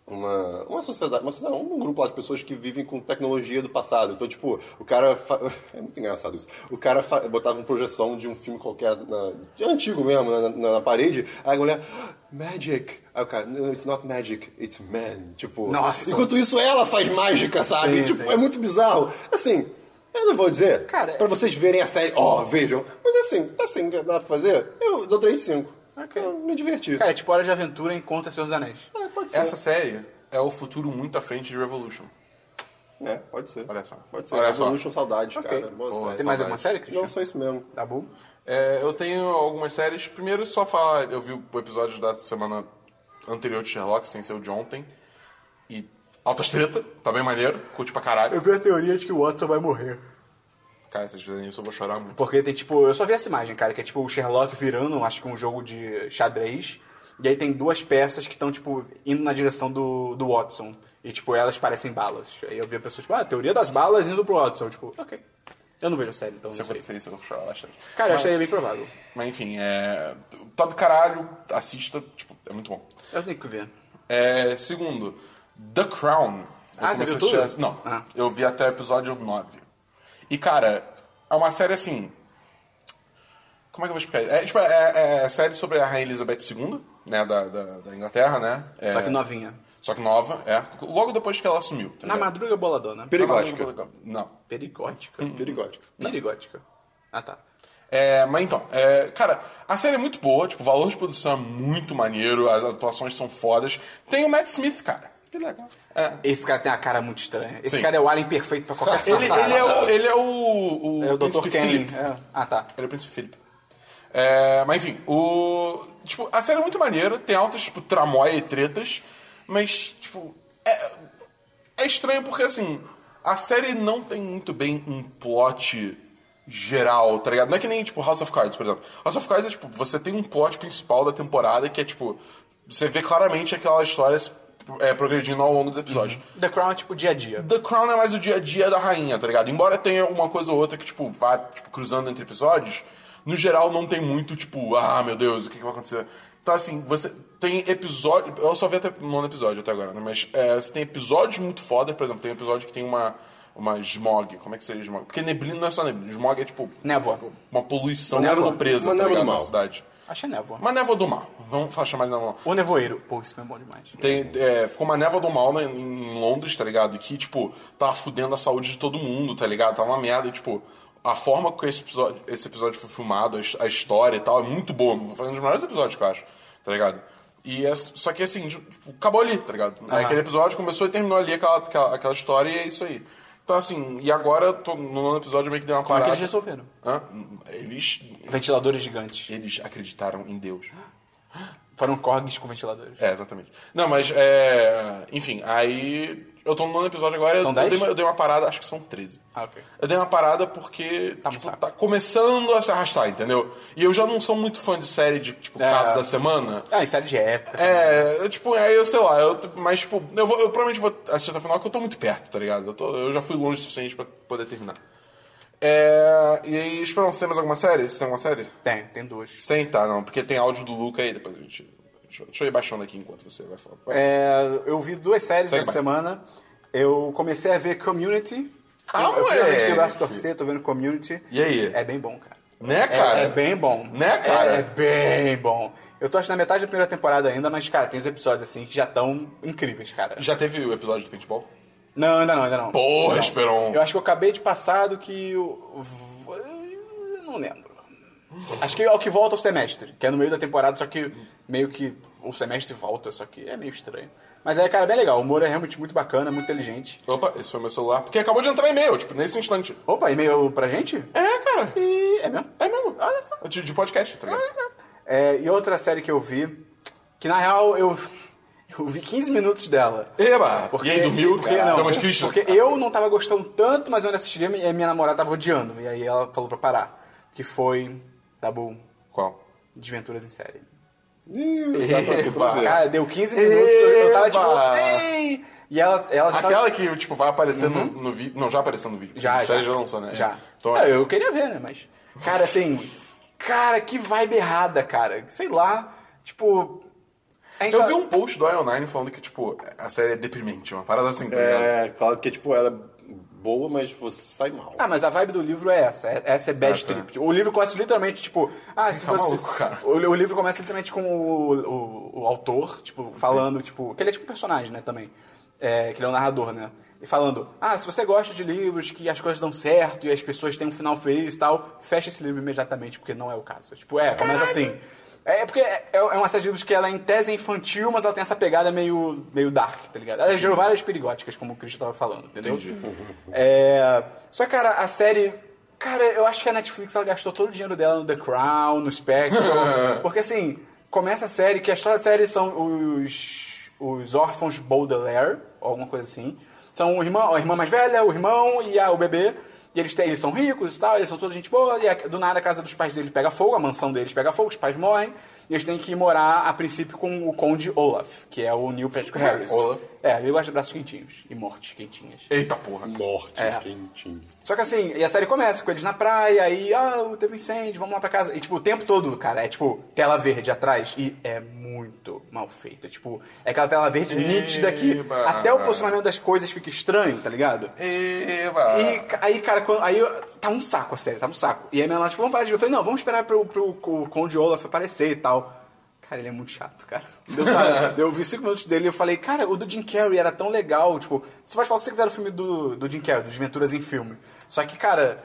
B: Uma, uma sociedade, uma sociedade, um grupo lá de pessoas que vivem com tecnologia do passado. Então, tipo, o cara. fa- É muito engraçado isso. O cara fa- botava uma projeção de um filme qualquer, na- de antigo mesmo, na, na- na parede. Aí a mulher. "Ah, Magic! Aí o cara, no, it's not magic, it's man. Tipo,
A: Nossa.
B: enquanto isso ela faz mágica, sabe?
A: Sim,
B: tipo,
A: sim.
B: é muito bizarro. Assim, eu não vou dizer,
A: Cara, é-
B: pra vocês verem a série, ó, vejam. Mas assim, assim, dá pra fazer? Eu dou 3 de 5.
A: Ok.
B: Eu me diverti.
A: Cara, é tipo Hora de Aventura encontra Senhor dos Anéis.
B: É, pode ser.
C: Essa série é o futuro muito à frente de Revolution.
B: É, pode ser.
C: Olha só.
B: Pode ser.
C: Olha só.
B: Revolution Saudade,
A: Ok.
B: cara. Boa
C: Boa.
B: série.
A: Tem mais
C: saudade.
A: alguma série, Christian?
B: Não, só isso mesmo.
A: Tá bom.
C: É, eu tenho algumas séries. Primeiro, só falar. Eu vi o episódio da semana anterior de Sherlock, sem ser o de ontem. E altas treta, tá bem maneiro, curte pra caralho.
A: Eu vi a teoria de que o Watson vai morrer.
C: Cara, se vocês fizerem isso, eu vou chorar muito.
A: Porque tem tipo, eu só vi essa imagem, cara, que é tipo o Sherlock virando, acho que um jogo de xadrez. E aí tem duas peças que estão, tipo, indo na direção do, do Watson. E, tipo, elas parecem balas. Aí eu vi a pessoa, tipo, ah, teoria das balas indo pro Watson. Tipo, ok. Eu não vejo a série, então
C: Se
A: não sei.
C: acontecer isso, é eu vou chorar bastante.
A: Cara, eu
C: Mas-
A: achei bem provável.
C: Mas enfim, é. Tá do caralho, assista, tipo, é muito bom.
A: Eu tenho que ver.
C: É, segundo, The Crown. Eu
A: Ah, você
C: comecei a
A: viu
C: assistir
A: tudo?
C: essa- Não,
A: Ah.
C: eu vi até o episódio 9. E, cara, é uma série assim. Como é que eu vou explicar isso? É, tipo, é, é série sobre a Rainha Elizabeth II, né, da, da, da Inglaterra, né? É,
A: Só que novinha.
C: Só que nova, é. Logo depois que ela assumiu. tá
A: Na
C: ligado?
A: madruga boladona.
B: Peri-
C: Na madruga
B: Perigótica.
C: legal. Não.
A: Perigótica.
C: Hum.
B: Perigótica.
A: Perigótica. Ah, tá.
C: É, mas então, é, cara, a série é muito boa, tipo, o valor de produção é muito maneiro, as atuações são fodas. Tem o Matt Smith, cara.
B: Que legal.
C: É.
A: Esse cara tem uma cara muito estranha. Esse
C: Sim.
A: cara é o alien perfeito pra qualquer
C: Ele,
A: fantasma.
C: ele é o. Ele é o.
A: É o Dr.
C: Príncipe
A: Ken.
C: Philip.
A: É. Ah, tá.
C: Ele é o Príncipe Philip. É, mas enfim, o. Tipo, a série é muito maneira, tem altas, tipo, tramóia e tretas, mas, tipo. É, é estranho porque, assim, a série não tem muito bem um plot geral, tá ligado? Não é que nem, tipo, House of Cards, por exemplo. House of Cards é, tipo, você tem um plot principal da temporada que é, tipo. Você vê claramente aquela história é, progredindo ao longo do episódio.
A: The Crown é tipo dia a dia.
C: The Crown é mais o dia a dia da rainha, tá ligado? Embora tenha uma coisa ou outra que, tipo, vá tipo, cruzando entre episódios, no geral não tem muito, tipo, ah, meu Deus, o que, que vai acontecer? Então, assim, você tem episódio. Eu só vi até o nono episódio até agora, né? Mas é, você tem episódios muito foda, por exemplo, tem um episódio que tem uma. Uma smog, como é que seria smog? Porque neblina não é só neblina, smog é tipo.
A: Névoa.
C: Uma poluição
B: Uma
C: que
B: névoa-
C: ficou presa,
B: uma
C: tá
B: névoa
C: ligado?
B: do
C: Na
B: mal.
C: cidade.
A: Achei névoa.
C: Uma névoa do mar, vamos falar- chamar de névoa do mar.
A: O nevoeiro. Pô, esse filme é bom demais.
C: Tem, é, ficou uma névoa do mal né, em em Londres, tá ligado? Que, tipo, tava fudendo a saúde de todo mundo, tá ligado? Tava uma merda, e, tipo, a forma que esse episódio, esse episódio foi filmado, a his- a história e tal, é muito boa. Foi um dos melhores episódios que eu acho, tá ligado? E é, só que assim, tipo, acabou ali, tá ligado? É, aquele episódio começou e terminou ali aquela, aquela, aquela história e é isso aí. Então, assim, e agora eu tô no nono episódio eu meio que deu uma
A: Como é
C: parada.
A: que eles resolveram?
C: Hã? Eles,
A: Ventiladores gigantes.
C: eles acreditaram em Deus.
A: Foram corgis com ventiladores.
C: É, exatamente. Não, mas é. Enfim, aí. Eu tô no nono episódio agora.
A: São
C: eu,
A: dez?
C: dei uma, eu dei uma parada, acho que são 13.
A: Ah, ok.
C: Eu dei uma parada porque
A: Tá
C: tipo,
A: muito
C: tá começando a se arrastar, entendeu? E eu já não sou muito fã de série de, tipo,
A: É.
C: caso da semana.
A: Ah, em série de época.
C: É, eu, tipo, aí eu sei lá, eu, tipo, mas tipo, eu, vou, eu provavelmente vou assistir até o final, que eu tô muito perto, tá ligado? Eu, tô- eu já fui longe o suficiente pra poder terminar. É, e aí, Esperão, você tem mais alguma série? Você tem alguma série?
A: Tem, tem duas.
C: Você tem? Tá, não, porque tem áudio do Luca aí, depois a gente. Deixa, eu- deixa eu ir baixando aqui enquanto você vai falando. Vai.
A: É, eu vi duas séries
C: Segue
A: essa
C: bem.
A: semana. Eu comecei a ver Community.
C: Ah,
A: eu, eu finalmente
C: moleque.
A: tenho braço torcer, tô vendo Community.
C: E aí?
A: É bem bom, cara.
C: Né,
A: É-
C: cara?
A: É, bem bom.
C: Né, cara?
A: É, é bem bom. Eu tô acho na metade da primeira temporada ainda, mas, cara, tem os episódios assim que já estão incríveis, cara.
C: Já teve o episódio do paintball?
A: Não, ainda não, ainda não.
C: Porra,
A: Não.
C: Esperon.
A: Eu acho que eu acabei de passar do que. Eu... v- Não lembro. Acho que é o que volta ao semestre, que é no meio da temporada, só que meio que o semestre volta, só que é meio estranho. Mas é, cara, bem legal. O humor é realmente muito bacana, muito inteligente.
C: Opa, esse foi meu celular. Porque acabou de entrar e-mail, tipo, nesse instante.
A: Opa, e-mail pra gente?
C: É, cara.
A: E é mesmo?
C: É mesmo.
A: Olha só.
C: De, de podcast, tá ligado?
A: É, e outra série que eu vi, que na real eu, eu vi 15 minutos dela.
C: Eba!
A: Porque,
C: e aí, dormiu?
A: porque, não,
C: Dama de Cristo?
A: porque eu não tava gostando tanto, mas eu ainda assistia e minha namorada tava odiando. E aí ela falou pra parar. Que foi, tá bom,
C: Qual?
A: Desventuras em série.
B: Ih, dá pra- dá
C: É.
B: pra ver.
A: Cara, deu 15 minutos, eu- eu tava tipo...
C: Eba!
A: Ei! E ela, ela já tava...
C: Aquela que, tipo, vai aparecer no, no vídeo. Não, já apareceu no vídeo.
A: tá- Uhum. Já,
C: A série
A: já.
C: já lançou, né?
A: Já.
C: Então,
A: Não, eu queria ver, né? Mas. Cara, assim. Cara, que vibe errada, cara. Sei lá. Tipo. a gente
C: eu
A: tá-
C: vi um post do IO9 falando que, tipo, a série é deprimente, uma parada assim, tá ligado?
B: É, claro que, tipo, era boa, mas você sai mal.
A: Ah, mas a vibe do livro é essa. é- Essa é bad
C: Ah, tá.
A: trip. O livro começa literalmente, tipo. Ah, se
C: Tá
A: você.
C: maluco, cara.
A: O, li- o livro começa literalmente com o, o, o autor, tipo, falando, tipo. Que ele é tipo um personagem, né, também. É, que ele é um narrador, né? E falando, ah, se você gosta de livros que as coisas dão certo e as pessoas têm um final feliz e tal, fecha esse livro imediatamente, porque não é o caso. Tipo, é, começa assim. É é porque é é uma série de livros que ela é em tese infantil, mas ela tem essa pegada meio, meio dark, tá ligado? Ela gerou várias perigóticas, como o Cristo tava falando, entendeu?
C: Entendi.
A: É... Só que, cara, a série. Cara, eu acho que a Netflix ela gastou todo o dinheiro dela no The Crown, no Spectrum. porque assim. começa a série, que a história da série são os, os órfãos Baudelaire, ou alguma coisa assim. São o irmão, a irmã mais velha, o irmão e a, o bebê. E eles, têm, eles são ricos e tal, eles são toda gente boa. E a- do nada a casa dos pais deles pega fogo, a mansão deles pega fogo, os pais morrem. E eles têm que ir morar, a princípio, com o conde Olaf, que é o Neil Patrick Harris.
C: Olaf.
A: É, ele gosta de braços quentinhos e mortes quentinhas.
C: Eita porra.
B: Mortes
A: É.
B: quentinhas.
A: Só que assim, e a série começa com eles na praia, aí, ah, teve um incêndio, vamos lá pra casa. E tipo, o tempo todo, cara, é tipo, tela verde atrás e é muito mal feita. Tipo, é aquela tela verde nítida que
C: Eba.
A: até o posicionamento das coisas fica estranho, tá ligado?
C: Eba.
A: E ca- aí, cara, quando, aí eu- tá um saco a série, tá um saco. E aí minha mãe, tipo, vamos parar de ver. Eu falei, não, vamos esperar pro, pro, pro Conde Olaf aparecer e tal. Cara, ele é muito chato, cara. Deu, sabe? eu vi cinco minutos dele e eu falei, cara, o do Jim Carrey era tão legal. Tipo, você pode falar o que você quiser do filme do, do Jim Carrey, dos Venturas em Filme. Só que, cara,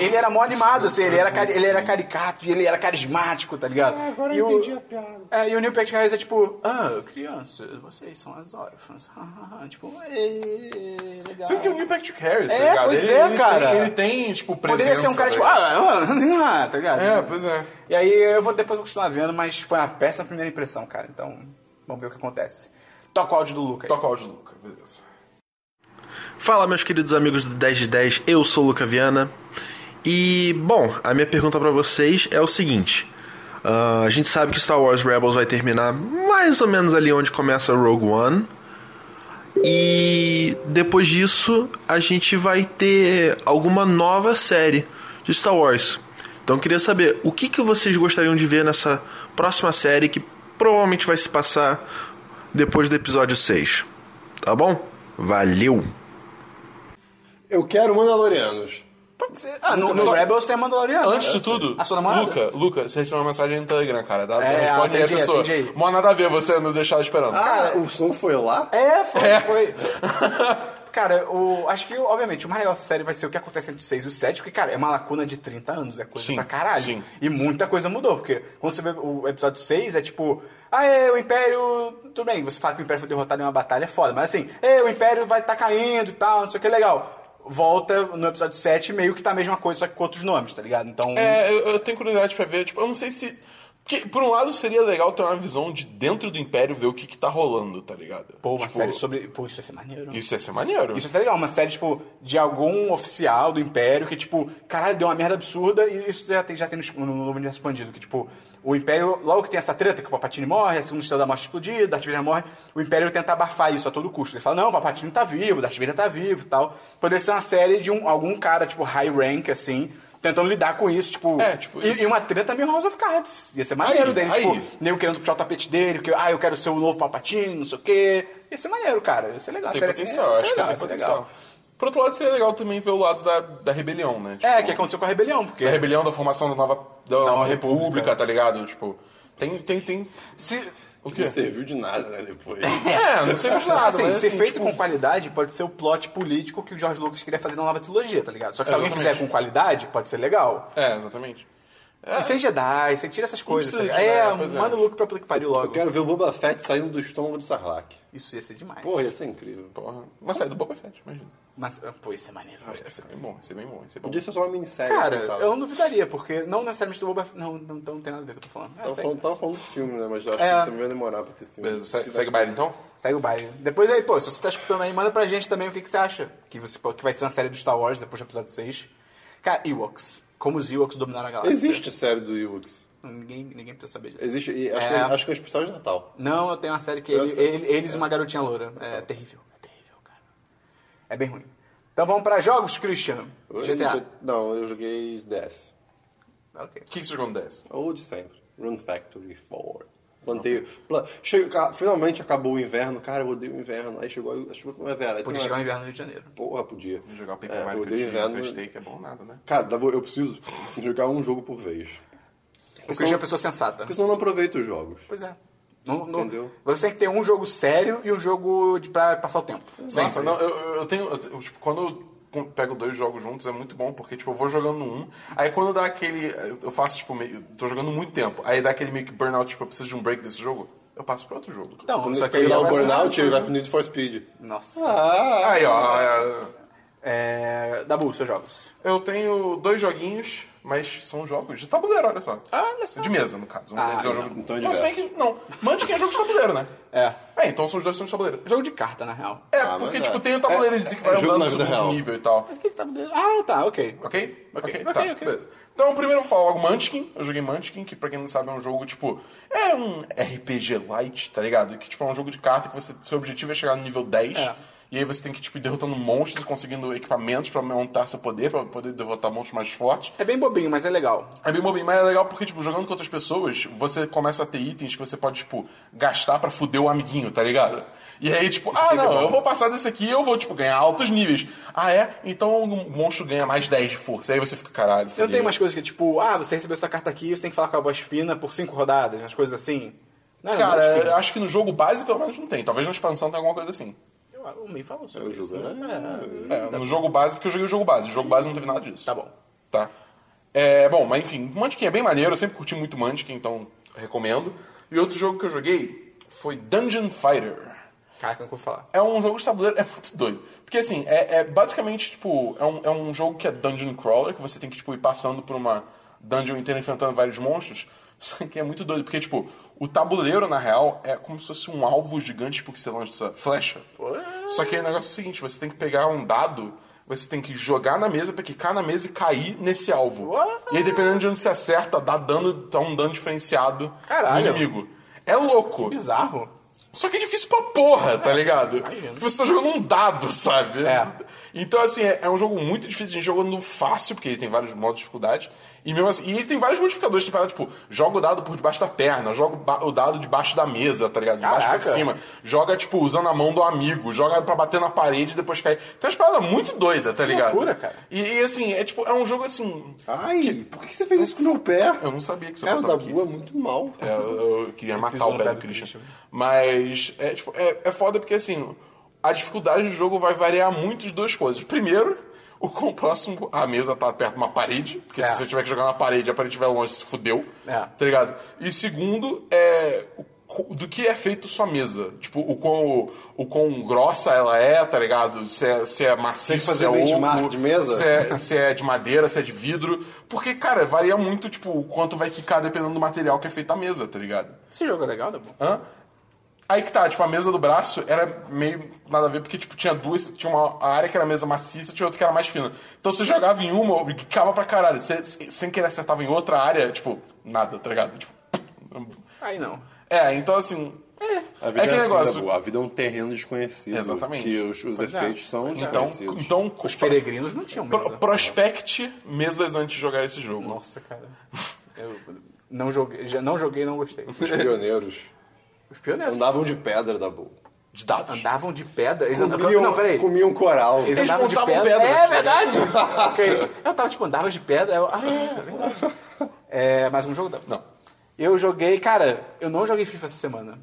A: ele era mó animado, assim, ele era, cari- ele era caricato e ele era carismático, tá ligado? agora eu entendi a piada. É, e o Neil Patrick Harris é tipo, ah, crianças, vocês são as órfãs. tipo, "Ê, legal.
C: Sendo que o Neil Patrick Harris,
A: É,
C: tá ligado?
A: pois
C: ele,
A: é,
C: ele
A: cara.
C: Tem, ele tem, tipo, presença.
A: Poderia ser um cara tipo,
C: né?
A: ah, ah, ah, tá ligado?
C: É, pois é.
A: E aí eu vou depois continuar vendo, mas foi uma péssima primeira impressão, cara. Então, vamos ver o que acontece. Toca o áudio do Luca. aí.
C: Toca o áudio do Luca, beleza.
D: Fala, meus queridos amigos do 10 de 10, eu sou o Luca Viana. E, bom, a minha pergunta pra vocês é o seguinte: Ah, a gente sabe que Star Wars Rebels vai terminar mais ou menos ali onde começa Rogue One. E depois disso, a gente vai ter alguma nova série de Star Wars. Então, eu queria saber o que, que vocês gostariam de ver nessa próxima série que provavelmente vai se passar depois do episódio 6. Tá bom? Valeu!
B: Eu quero Mandalorianos.
A: Pode ser. Ah, no, no Rebels tem a Mandaloriana. né?
C: Antes de tudo,
A: A sua namorada?
C: Luca, Luca, você recebeu uma mensagem no Telegram, cara. Dá,
A: É,
C: responde aí a
A: atende aí,
C: pessoa.
A: atende aí.
C: Mó nada a ver você não deixar ela esperando.
B: Ah, o som foi lá?
A: É, foi.
C: É.
A: foi. cara, o, acho que, obviamente, o mais legal dessa série vai ser o que acontece entre os 6 e os 7, porque, cara, é uma lacuna de 30 anos, é coisa
C: Sim,
A: pra caralho.
C: sim.
A: E muita coisa mudou, porque quando você vê o episódio 6, é tipo, ah, é, o Império. Tudo bem, você fala que o Império foi derrotado em uma batalha, é foda, mas assim, é, o Império vai tá caindo e tal, não sei o que, legal. Volta no episódio 7, meio que tá a mesma coisa, só que com outros nomes, tá ligado? Então.
C: É, eu, eu tenho curiosidade pra ver, tipo, eu não sei se. Porque, por um lado, seria legal ter uma visão de dentro do Império ver o que, que tá rolando, tá ligado?
A: Pô, uma
C: Tipo,
A: série sobre. Pô, isso ia ser maneiro. né?
C: Isso ia ser maneiro.
A: Isso é legal, uma série, tipo, de algum oficial do Império que, tipo, caralho, deu uma merda absurda e isso já tem, já tem no, no universo expandido, que, tipo, o Império, logo que tem essa treta, que o Papatini morre, a segunda estrela da morte é explodida, Darth Vader morre, o Império tenta abafar isso a todo custo. Ele fala, não, o Papatini tá vivo, o Darth Vader tá vivo e tal. Poderia ser uma série de um, algum cara, tipo, high rank, assim, tentando lidar com isso, tipo...
C: É, tipo
A: e,
C: isso.
A: e uma treta meio House of Cards. Ia ser maneiro
C: Aí,
A: dele,
C: aí.
A: tipo, nego querendo puxar o tapete dele, porque, ah, eu quero ser o novo Papatini, não sei o quê. Ia ser maneiro, cara. Ia ser legal.
C: tem
A: A série, assim,
C: potencial,
A: ia ser
C: acho
A: legal,
C: que
A: ia
C: tem
A: ser
C: potencial.
A: legal.
C: Por outro lado, seria legal também ver o lado da, da rebelião, né? Tipo,
A: É, que aconteceu com a rebelião, porque.
C: Da rebelião, da formação da nova, da nova república,
A: É. república,
C: tá ligado? Tipo, tem, tem, tem...
A: Se,
C: O
A: é
C: quê?
B: Não serviu de nada, né, depois.
C: É, não sei de nada,
A: assim,
C: mas,
A: ser
C: assim,
A: feito
C: tipo,
A: com qualidade pode ser o plot político que o George Lucas queria fazer na nova trilogia, tá ligado? Só que se alguém
C: Exatamente.
A: fizer com qualidade, pode ser legal.
C: É, exatamente. É,
A: E sem Jedi, você tira essas coisas.
C: precisa
A: tá
C: de
A: ligado?
C: Jedi,
A: é,
C: pois é.
A: manda o Luke pra puta que pariu
B: Eu
A: logo.
B: quero ver o Boba Fett saindo do estômago do Sarlacc.
A: Isso ia ser demais.
B: Porra, ia ser incrível.
C: porra. Uma série do Boba Fett, imagina.
A: Mas, pô, isso é maneiro.
C: Ah, ia ser bem bom, ia ser bem bom, ia ser bom.
B: Podia ser é só uma minissérie.
A: Cara,
B: assim, tal.
A: eu não duvidaria, porque não necessariamente do Boba Fett. Não, não, não tem nada a ver com o que eu tô falando. É,
B: Tava
A: segue,
B: falando, tava falando do filme, né? Mas eu acho
A: É.
B: que também vai demorar pra ter filme.
C: Beleza,
B: Se
C: segue,
B: vai-
C: segue o baile então?
A: segue o baile. Depois aí, pô, se você tá escutando aí, manda pra gente também o que, que você acha. Que, você, que vai ser uma série do Star Wars depois do episódio 6. Cara, Ewoks. Como os Ewoks dominaram a galáxia.
B: Existe série do Ewoks.
A: Ninguém, ninguém precisa saber disso.
B: Existe. e Acho,
A: É.
B: que, acho que é um especial de Natal.
A: Não, eu tenho uma série que
B: Eu
A: ele-
B: sei. Então.
A: ele- eles e uma garotinha loura. É terrível. É terrível, cara. É bem ruim. Então vamos pra jogos, Christian. GTA.
B: Eu- Não, eu joguei DS.
A: Ok.
C: O que, que vocês vão dessa?
B: Ou de sempre. Run Factory 4. Plantei. Pla... Chego- ca- Finalmente acabou o inverno. Cara, eu odeio o inverno. Aí chegou, chegou a primavera. Aí
A: Podia
B: primavera-
A: chegar o inverno no Rio de Janeiro.
B: Porra, podia.
C: Jogar o Paper
B: É,
C: Mario
B: eu
C: que eu tinha,
B: odeio
C: que eu
B: inverno.
C: testei, que é bom nada, né?
B: Cara, tá bom, eu preciso jogar um jogo por vez.
A: O Christian é uma pessoa sensata.
B: Porque senão eu não aproveito os jogos.
A: Pois é. Não- não-
B: Então. Entendeu?
A: você tem que ter um jogo sério e um jogo de, pra passar o tempo.
C: Nossa, não, eu, eu- eu tenho. eu te- eu, tipo, quando eu com- pego dois jogos juntos é muito bom, porque tipo, eu vou jogando um, aí quando dá aquele. eu- Eu faço, tipo, meio. eu Tô jogando muito tempo, aí dá aquele meio que burnout, tipo, eu preciso de um break desse jogo, eu passo pra outro jogo.
A: Então,
B: Quando
A: só que
B: ele
A: aí
B: dá
A: é
B: o
A: mais-
B: Ah. burnout, ele vai pro Need for Speed.
A: Nossa.
B: Ah,
C: Aí, ó. é-
A: É... Dabu, seus jogos.
C: Eu tenho dois joguinhos, mas são jogos de tabuleiro, olha só.
A: Ah, olha só.
C: De mesa, no caso. Um
A: Ah,
C: deles é um
A: não,
C: jogo...
B: então é
C: não, se bem que... Não. Munchkin é jogo de tabuleiro, né?
A: É.
C: É, então são os dois são de tabuleiro.
A: Jogo de carta, na real.
C: É,
B: Ah,
C: porque,
B: mas
C: tipo,
B: é.
C: tem o tabuleirozinho que
B: é
C: vai
B: jogo
C: andando
B: na vida
C: segundo
B: real.
C: nível e tal.
A: Mas que ele tá mudando? Ah, tá, ok.
C: Ok?
A: Ok, ok,
C: tá,
A: ok.
C: beleza. Então, primeiro eu falo logo Munchkin. Eu joguei Munchkin, que pra quem não sabe é um jogo, tipo... É um RPG light, tá ligado? Que, tipo, é um jogo de carta que você... Seu objetivo é chegar no nível 10.
A: É.
C: E aí você tem que, tipo, ir derrotando monstros e conseguindo equipamentos pra aumentar seu poder, pra poder derrotar monstros mais fortes.
A: É bem bobinho, mas é legal.
C: É bem bobinho, mas é legal porque, tipo, jogando com outras pessoas, você começa a ter itens que você pode, tipo, gastar pra fuder o amiguinho, tá ligado? E aí, tipo, ah,
A: sempre é
C: não,
A: bom.
C: eu vou passar desse aqui e eu vou, tipo, ganhar altos níveis. Ah, é? Então o monstro ganha mais 10 de força. Aí você fica, caralho,
A: Eu
C: fudeu.
A: tenho umas coisas que, tipo, ah, você recebeu essa carta aqui, você tem que falar com a voz fina por cinco rodadas, umas coisas assim. Não, é
C: Cara,
A: muito
C: eu acho que no jogo base, pelo menos, não tem. Talvez na expansão tenha alguma coisa assim.
A: Eu, o Mei falou sobre
B: Eu
A: isso.
B: julgo,
A: né?
C: É, no jogo base, porque eu joguei o jogo base. O jogo base não teve nada disso.
A: Tá bom.
C: Tá. É, bom, mas enfim, Munchkin é bem maneiro, eu sempre curti muito Munchkin, então recomendo. E outro jogo que eu joguei foi Dungeon Fighter.
A: Caraca, não vou falar.
C: É um jogo de tabuleiro, é muito doido. Porque assim, é, é basicamente, tipo, é um, é um jogo que é dungeon crawler, que você tem que, tipo, ir passando por uma dungeon inteira enfrentando vários monstros. Isso aqui é muito doido, porque, tipo, o tabuleiro, na real, é como se fosse um alvo gigante, porque você lança flecha. Só que aí o negócio é o seguinte, você tem que pegar um dado, você tem que jogar na mesa pra quicar na mesa e cair nesse alvo. E aí, dependendo de onde você acerta, dá dano, dá um dano diferenciado
A: Caralho.
C: no inimigo. É louco.
A: Bizarro.
C: Só que é difícil pra porra, tá ligado?
A: imagino.
C: Porque você tá jogando um dado, sabe?
A: É.
C: Então, assim, é, é um jogo muito difícil. A gente jogou no fácil, porque ele tem vários modos de dificuldade. E mesmo assim, e ele tem vários modificadores. Tem parada, tipo, joga o dado por debaixo da perna, joga o ba- o dado debaixo da mesa, tá ligado? De baixo pra
A: Caraca.
C: cima. Joga, tipo, usando a mão do amigo, joga pra bater na parede e depois cai. Então é uma parada muito doida, tá ligado?
A: loucura, cara.
C: E, e, assim, é tipo, é um jogo assim.
B: Ai, por que você fez isso com o meu pé?
C: Eu não sabia que você
B: Cara, o
C: botava aqui.
B: Dabu é muito mal.
C: É, eu, eu queria matar
A: pisou
C: o
A: no
C: pé
A: pé
C: do
A: do
C: Christian.
A: Christian.
C: Mas é, tipo, é, é foda porque assim, a dificuldade do jogo vai variar muito de duas coisas. Primeiro, o quão próximo a mesa tá perto de uma parede, porque
A: É.
C: se você tiver que jogar na parede e a parede estiver longe, você se fudeu.
A: É.
C: Tá ligado? E segundo, é. o co- Do que é feito sua mesa. Tipo, o quão, o quão grossa ela é, tá ligado? Se é, se é maciça,
B: Tem que fazer
C: se é
B: benchmark
C: oco,
B: de mesa?
C: Se é é- se é de madeira, se é de vidro. Porque, cara, varia muito, tipo, o quanto vai quicar dependendo do material que é feito a mesa, tá ligado?
A: Esse jogo é legal, Dabu?
C: Hã? Aí que tá, tipo, a mesa do braço era meio nada a ver, porque, tipo, tinha duas, tinha uma área que era mesa maciça, tinha outra que era mais fina. Então você jogava em uma, quicava pra caralho. Você, se- sem querer acertava em outra área, tipo, nada, tá ligado? Tipo,
A: Aí não.
C: é, então assim.
B: A
C: é aquele
B: assim,
C: negócio.
B: Dabu, a vida é um terreno desconhecido.
C: Exatamente.
B: Que os, os
A: Pois é.
B: efeitos são
C: então,
B: desconhecidos.
C: então
A: Os peregrinos não tinham
C: pro-
A: mesa.
C: prospecte mesas antes de jogar esse jogo.
A: Nossa, cara. Eu não joguei, já não joguei, não gostei.
B: Os pioneiros
A: Os pioneiros
B: andavam de pedra, Dabu.
C: De dados.
A: andavam de pedra. Eles andavam...
B: Comiam,
A: Não, peraí.
B: comiam um coral.
A: Eles,
C: Eles
A: andavam de
C: montavam
A: pedra.
C: pedra.
A: É verdade. ok. Eu tava tipo, andava de pedra. Eu, ah, é verdade. É, mais um jogo, Dabu?
C: Não.
A: Eu joguei, cara, eu não joguei FIFA essa semana.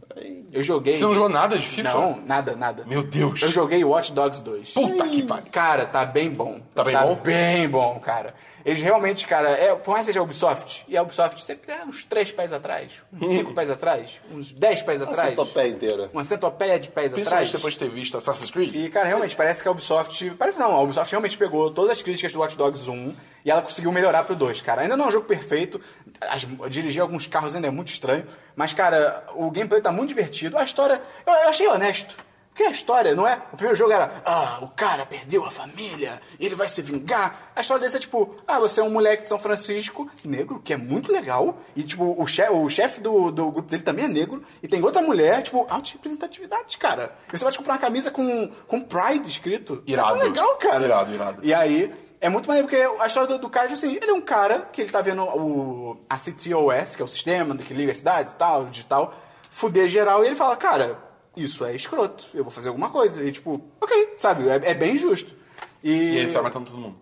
A: Eu joguei.
C: Você não jogou nada de FIFA?
A: Não, nada, nada.
C: Meu Deus.
A: Eu joguei Watch Dogs 2.
C: Puta que pariu.
A: Cara, tá bem bom.
C: Tá bem bom?
A: bem bom, cara. Eles realmente, cara, é, por mais que seja a Ubisoft, e a Ubisoft sempre tem uns três pés atrás, uns cinco pés atrás, uns dez pés
B: Essa
A: atrás.
B: topé inteira.
A: Uma centopeia de pés atrás.
C: Principalmente depois de ter visto Assassin's Creed.
A: E, cara, realmente, parece que a Ubisoft... Parece não, a Ubisoft realmente pegou todas as críticas do Watch Dogs 1 e ela conseguiu melhorar pro 2, cara. Ainda não é um jogo perfeito, as- dirigir alguns carros ainda é muito estranho, mas, cara, o gameplay tá muito divertido. A história, eu, eu achei honesto. Porque a história, não é? O primeiro jogo era, ah, o cara perdeu a família, ele vai se vingar. A história desse é tipo, ah, você é um moleque de São Francisco, negro, que é muito legal. E, tipo, o chefe o chefe do, do grupo dele também é negro. E tem outra mulher, tipo, alta representatividade, cara. E você vai te comprar uma camisa com, com Pride escrito.
C: Irado.
A: É tão legal, cara.
C: Irado, irado.
A: E aí, é muito maneiro, porque a história do, do cara, tipo assim, ele é um cara que ele tá vendo o, a CTOS, que é o sistema que liga as cidades e tal, digital, fuder geral, e ele fala, cara, isso é escroto, eu vou fazer alguma coisa. E tipo, ok, sabe, é, é bem justo.
C: E
A: E,
C: ele sai matando todo mundo.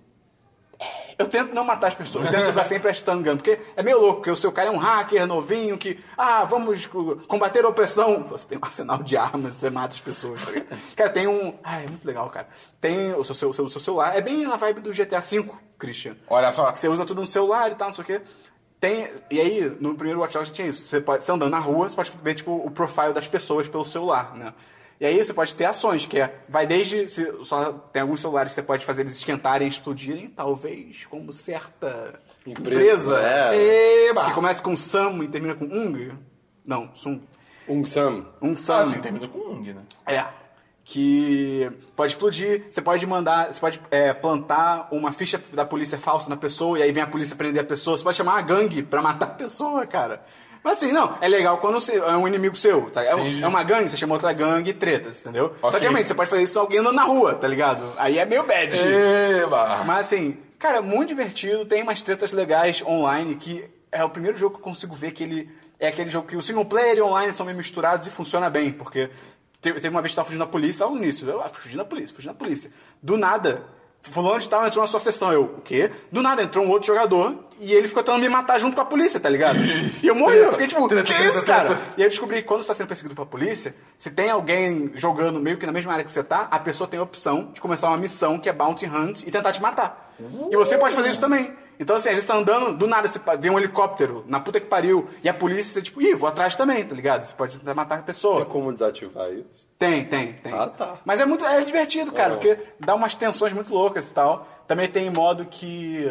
A: eu tento não matar as pessoas, eu tento usar sempre a stun gun, porque é meio louco, porque o seu cara é um hacker novinho que, ah, vamos co- combater a opressão. Você tem um arsenal de armas, você mata as pessoas. tá ligado? cara, tem um. Ah, é muito legal, cara. Tem o seu, seu, seu, seu celular, é bem na vibe do GTA V, Christian.
C: Olha só.
A: Que você usa tudo no celular e tal, não sei o quê. Tem, e aí, no primeiro Watch Dogs tinha isso. Você, pode, você andando na rua, você pode ver, tipo, o profile das pessoas pelo celular, né? E aí você pode ter ações, que é, vai desde. se- só tem alguns celulares que você pode fazer eles esquentarem, explodirem, talvez, como certa empresa.
B: É.
C: Eba!
A: Que começa com Sam e termina com Ung. Não, Sung.
B: Um Sam.
A: Um Sam.
C: Ah, sim, termina com Ung, né?
A: É. Que pode explodir, você pode mandar, você pode é, plantar uma ficha da polícia falsa na pessoa e aí vem a polícia prender a pessoa. Você pode chamar uma gangue pra matar a pessoa, cara. Mas assim, não, é legal quando você- é um inimigo seu, tá? É, um-
C: Entendi.
A: é uma gangue, você chama outra gangue e tretas, entendeu? Só
C: Ok.
A: que realmente, você pode fazer isso alguém andando na rua, tá ligado? Aí é meio bad.
C: Eba!
A: Mas assim, cara, é muito divertido, tem umas tretas legais online que é o primeiro jogo que eu consigo ver que ele é aquele jogo que o single player e online são meio misturados e funciona bem, porque te- teve uma vez que eu tava fugindo da polícia, ao início, eu ah, fugindo da polícia, fugindo da polícia. Do nada, fulano de tal entrou na sua sessão, eu, o quê? Do nada entrou um outro jogador e ele ficou tentando me matar junto com a polícia, tá ligado? E eu morri, eu fiquei tipo,
C: Treta,
A: que
C: treta,
A: isso, cara?
C: treta.
A: E aí eu descobri que quando você tá sendo perseguido pela polícia, se tem alguém jogando meio que na mesma área que você tá, a pessoa tem a opção de começar uma missão que é Bounty Hunt e tentar te matar. E você pode fazer isso também. Então, assim, às vezes você tá andando, do nada você pa- vê um helicóptero na puta que pariu, e a polícia, você tipo, ih, vou atrás também, tá ligado? Você pode tentar matar a pessoa.
B: Tem como desativar isso?
A: Tem, tem, tem.
B: Ah, tá.
A: Mas é muito é divertido, cara,
B: Ah.
A: porque dá umas tensões muito loucas e tal. Também tem modo que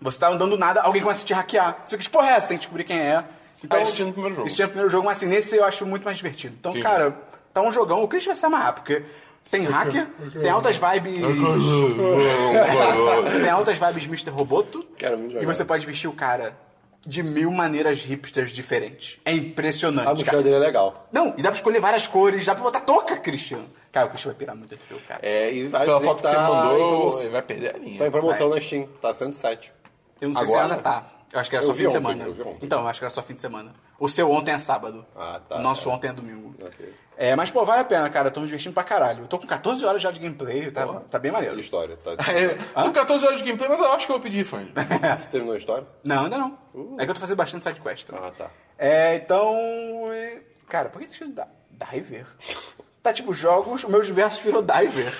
A: você tá andando do nada, alguém começa a te hackear. Você fica, tipo, porra, é essa? tem que descobrir quem é.
C: Ah, isso tinha no primeiro jogo.
A: Isso tinha no primeiro jogo, mas assim, nesse eu acho muito mais divertido. Então,
C: Entendi.
A: cara, tá um jogão. O Chris vai se amarrar, porque tem hacker, tem altas vibes... tem altas vibes Mr. Roboto.
B: Cara, muito
A: e
B: legal.
A: você pode vestir o cara de mil maneiras hipsters diferentes. É impressionante,
B: A
A: cara.
B: mochila dele é legal.
A: Não, e dá pra escolher várias cores, dá pra botar touca, Cristiano. Cara, o Cristiano vai pirar muito esse jogo, cara.
B: É, e vai
C: Pela
B: dizer
C: foto que você
B: tá em
C: mandou,
B: promoção.
C: ele vai perder a linha.
B: Tá em promoção na Steam, tá 107.
A: Eu não sei
C: Agora?
A: se ainda tá. Eu acho que era
B: Eu
A: só
B: vi
A: fim de
B: ontem,
A: semana.
B: eu vi ontem.
A: Então, eu acho que era só fim de semana. O seu ontem é sábado.
B: Ah, tá,
A: O nosso
B: tá.
A: ontem é domingo.
B: Ok.
A: É, mas, pô, vale a pena, cara. Eu tô me divertindo pra caralho. Eu tô com 14 horas já de gameplay, tá, tá bem maneiro.
B: História, tá?
C: É, tô com 14 horas de gameplay, mas eu acho que eu vou pedir refund.
B: Você terminou a história?
A: Não, ainda não. É que eu tô fazendo bastante sidequest. também.
B: Ah, tá.
A: É, então. e- Cara, por que que da Diver? Tá tipo jogos, meus diversos virou Diver.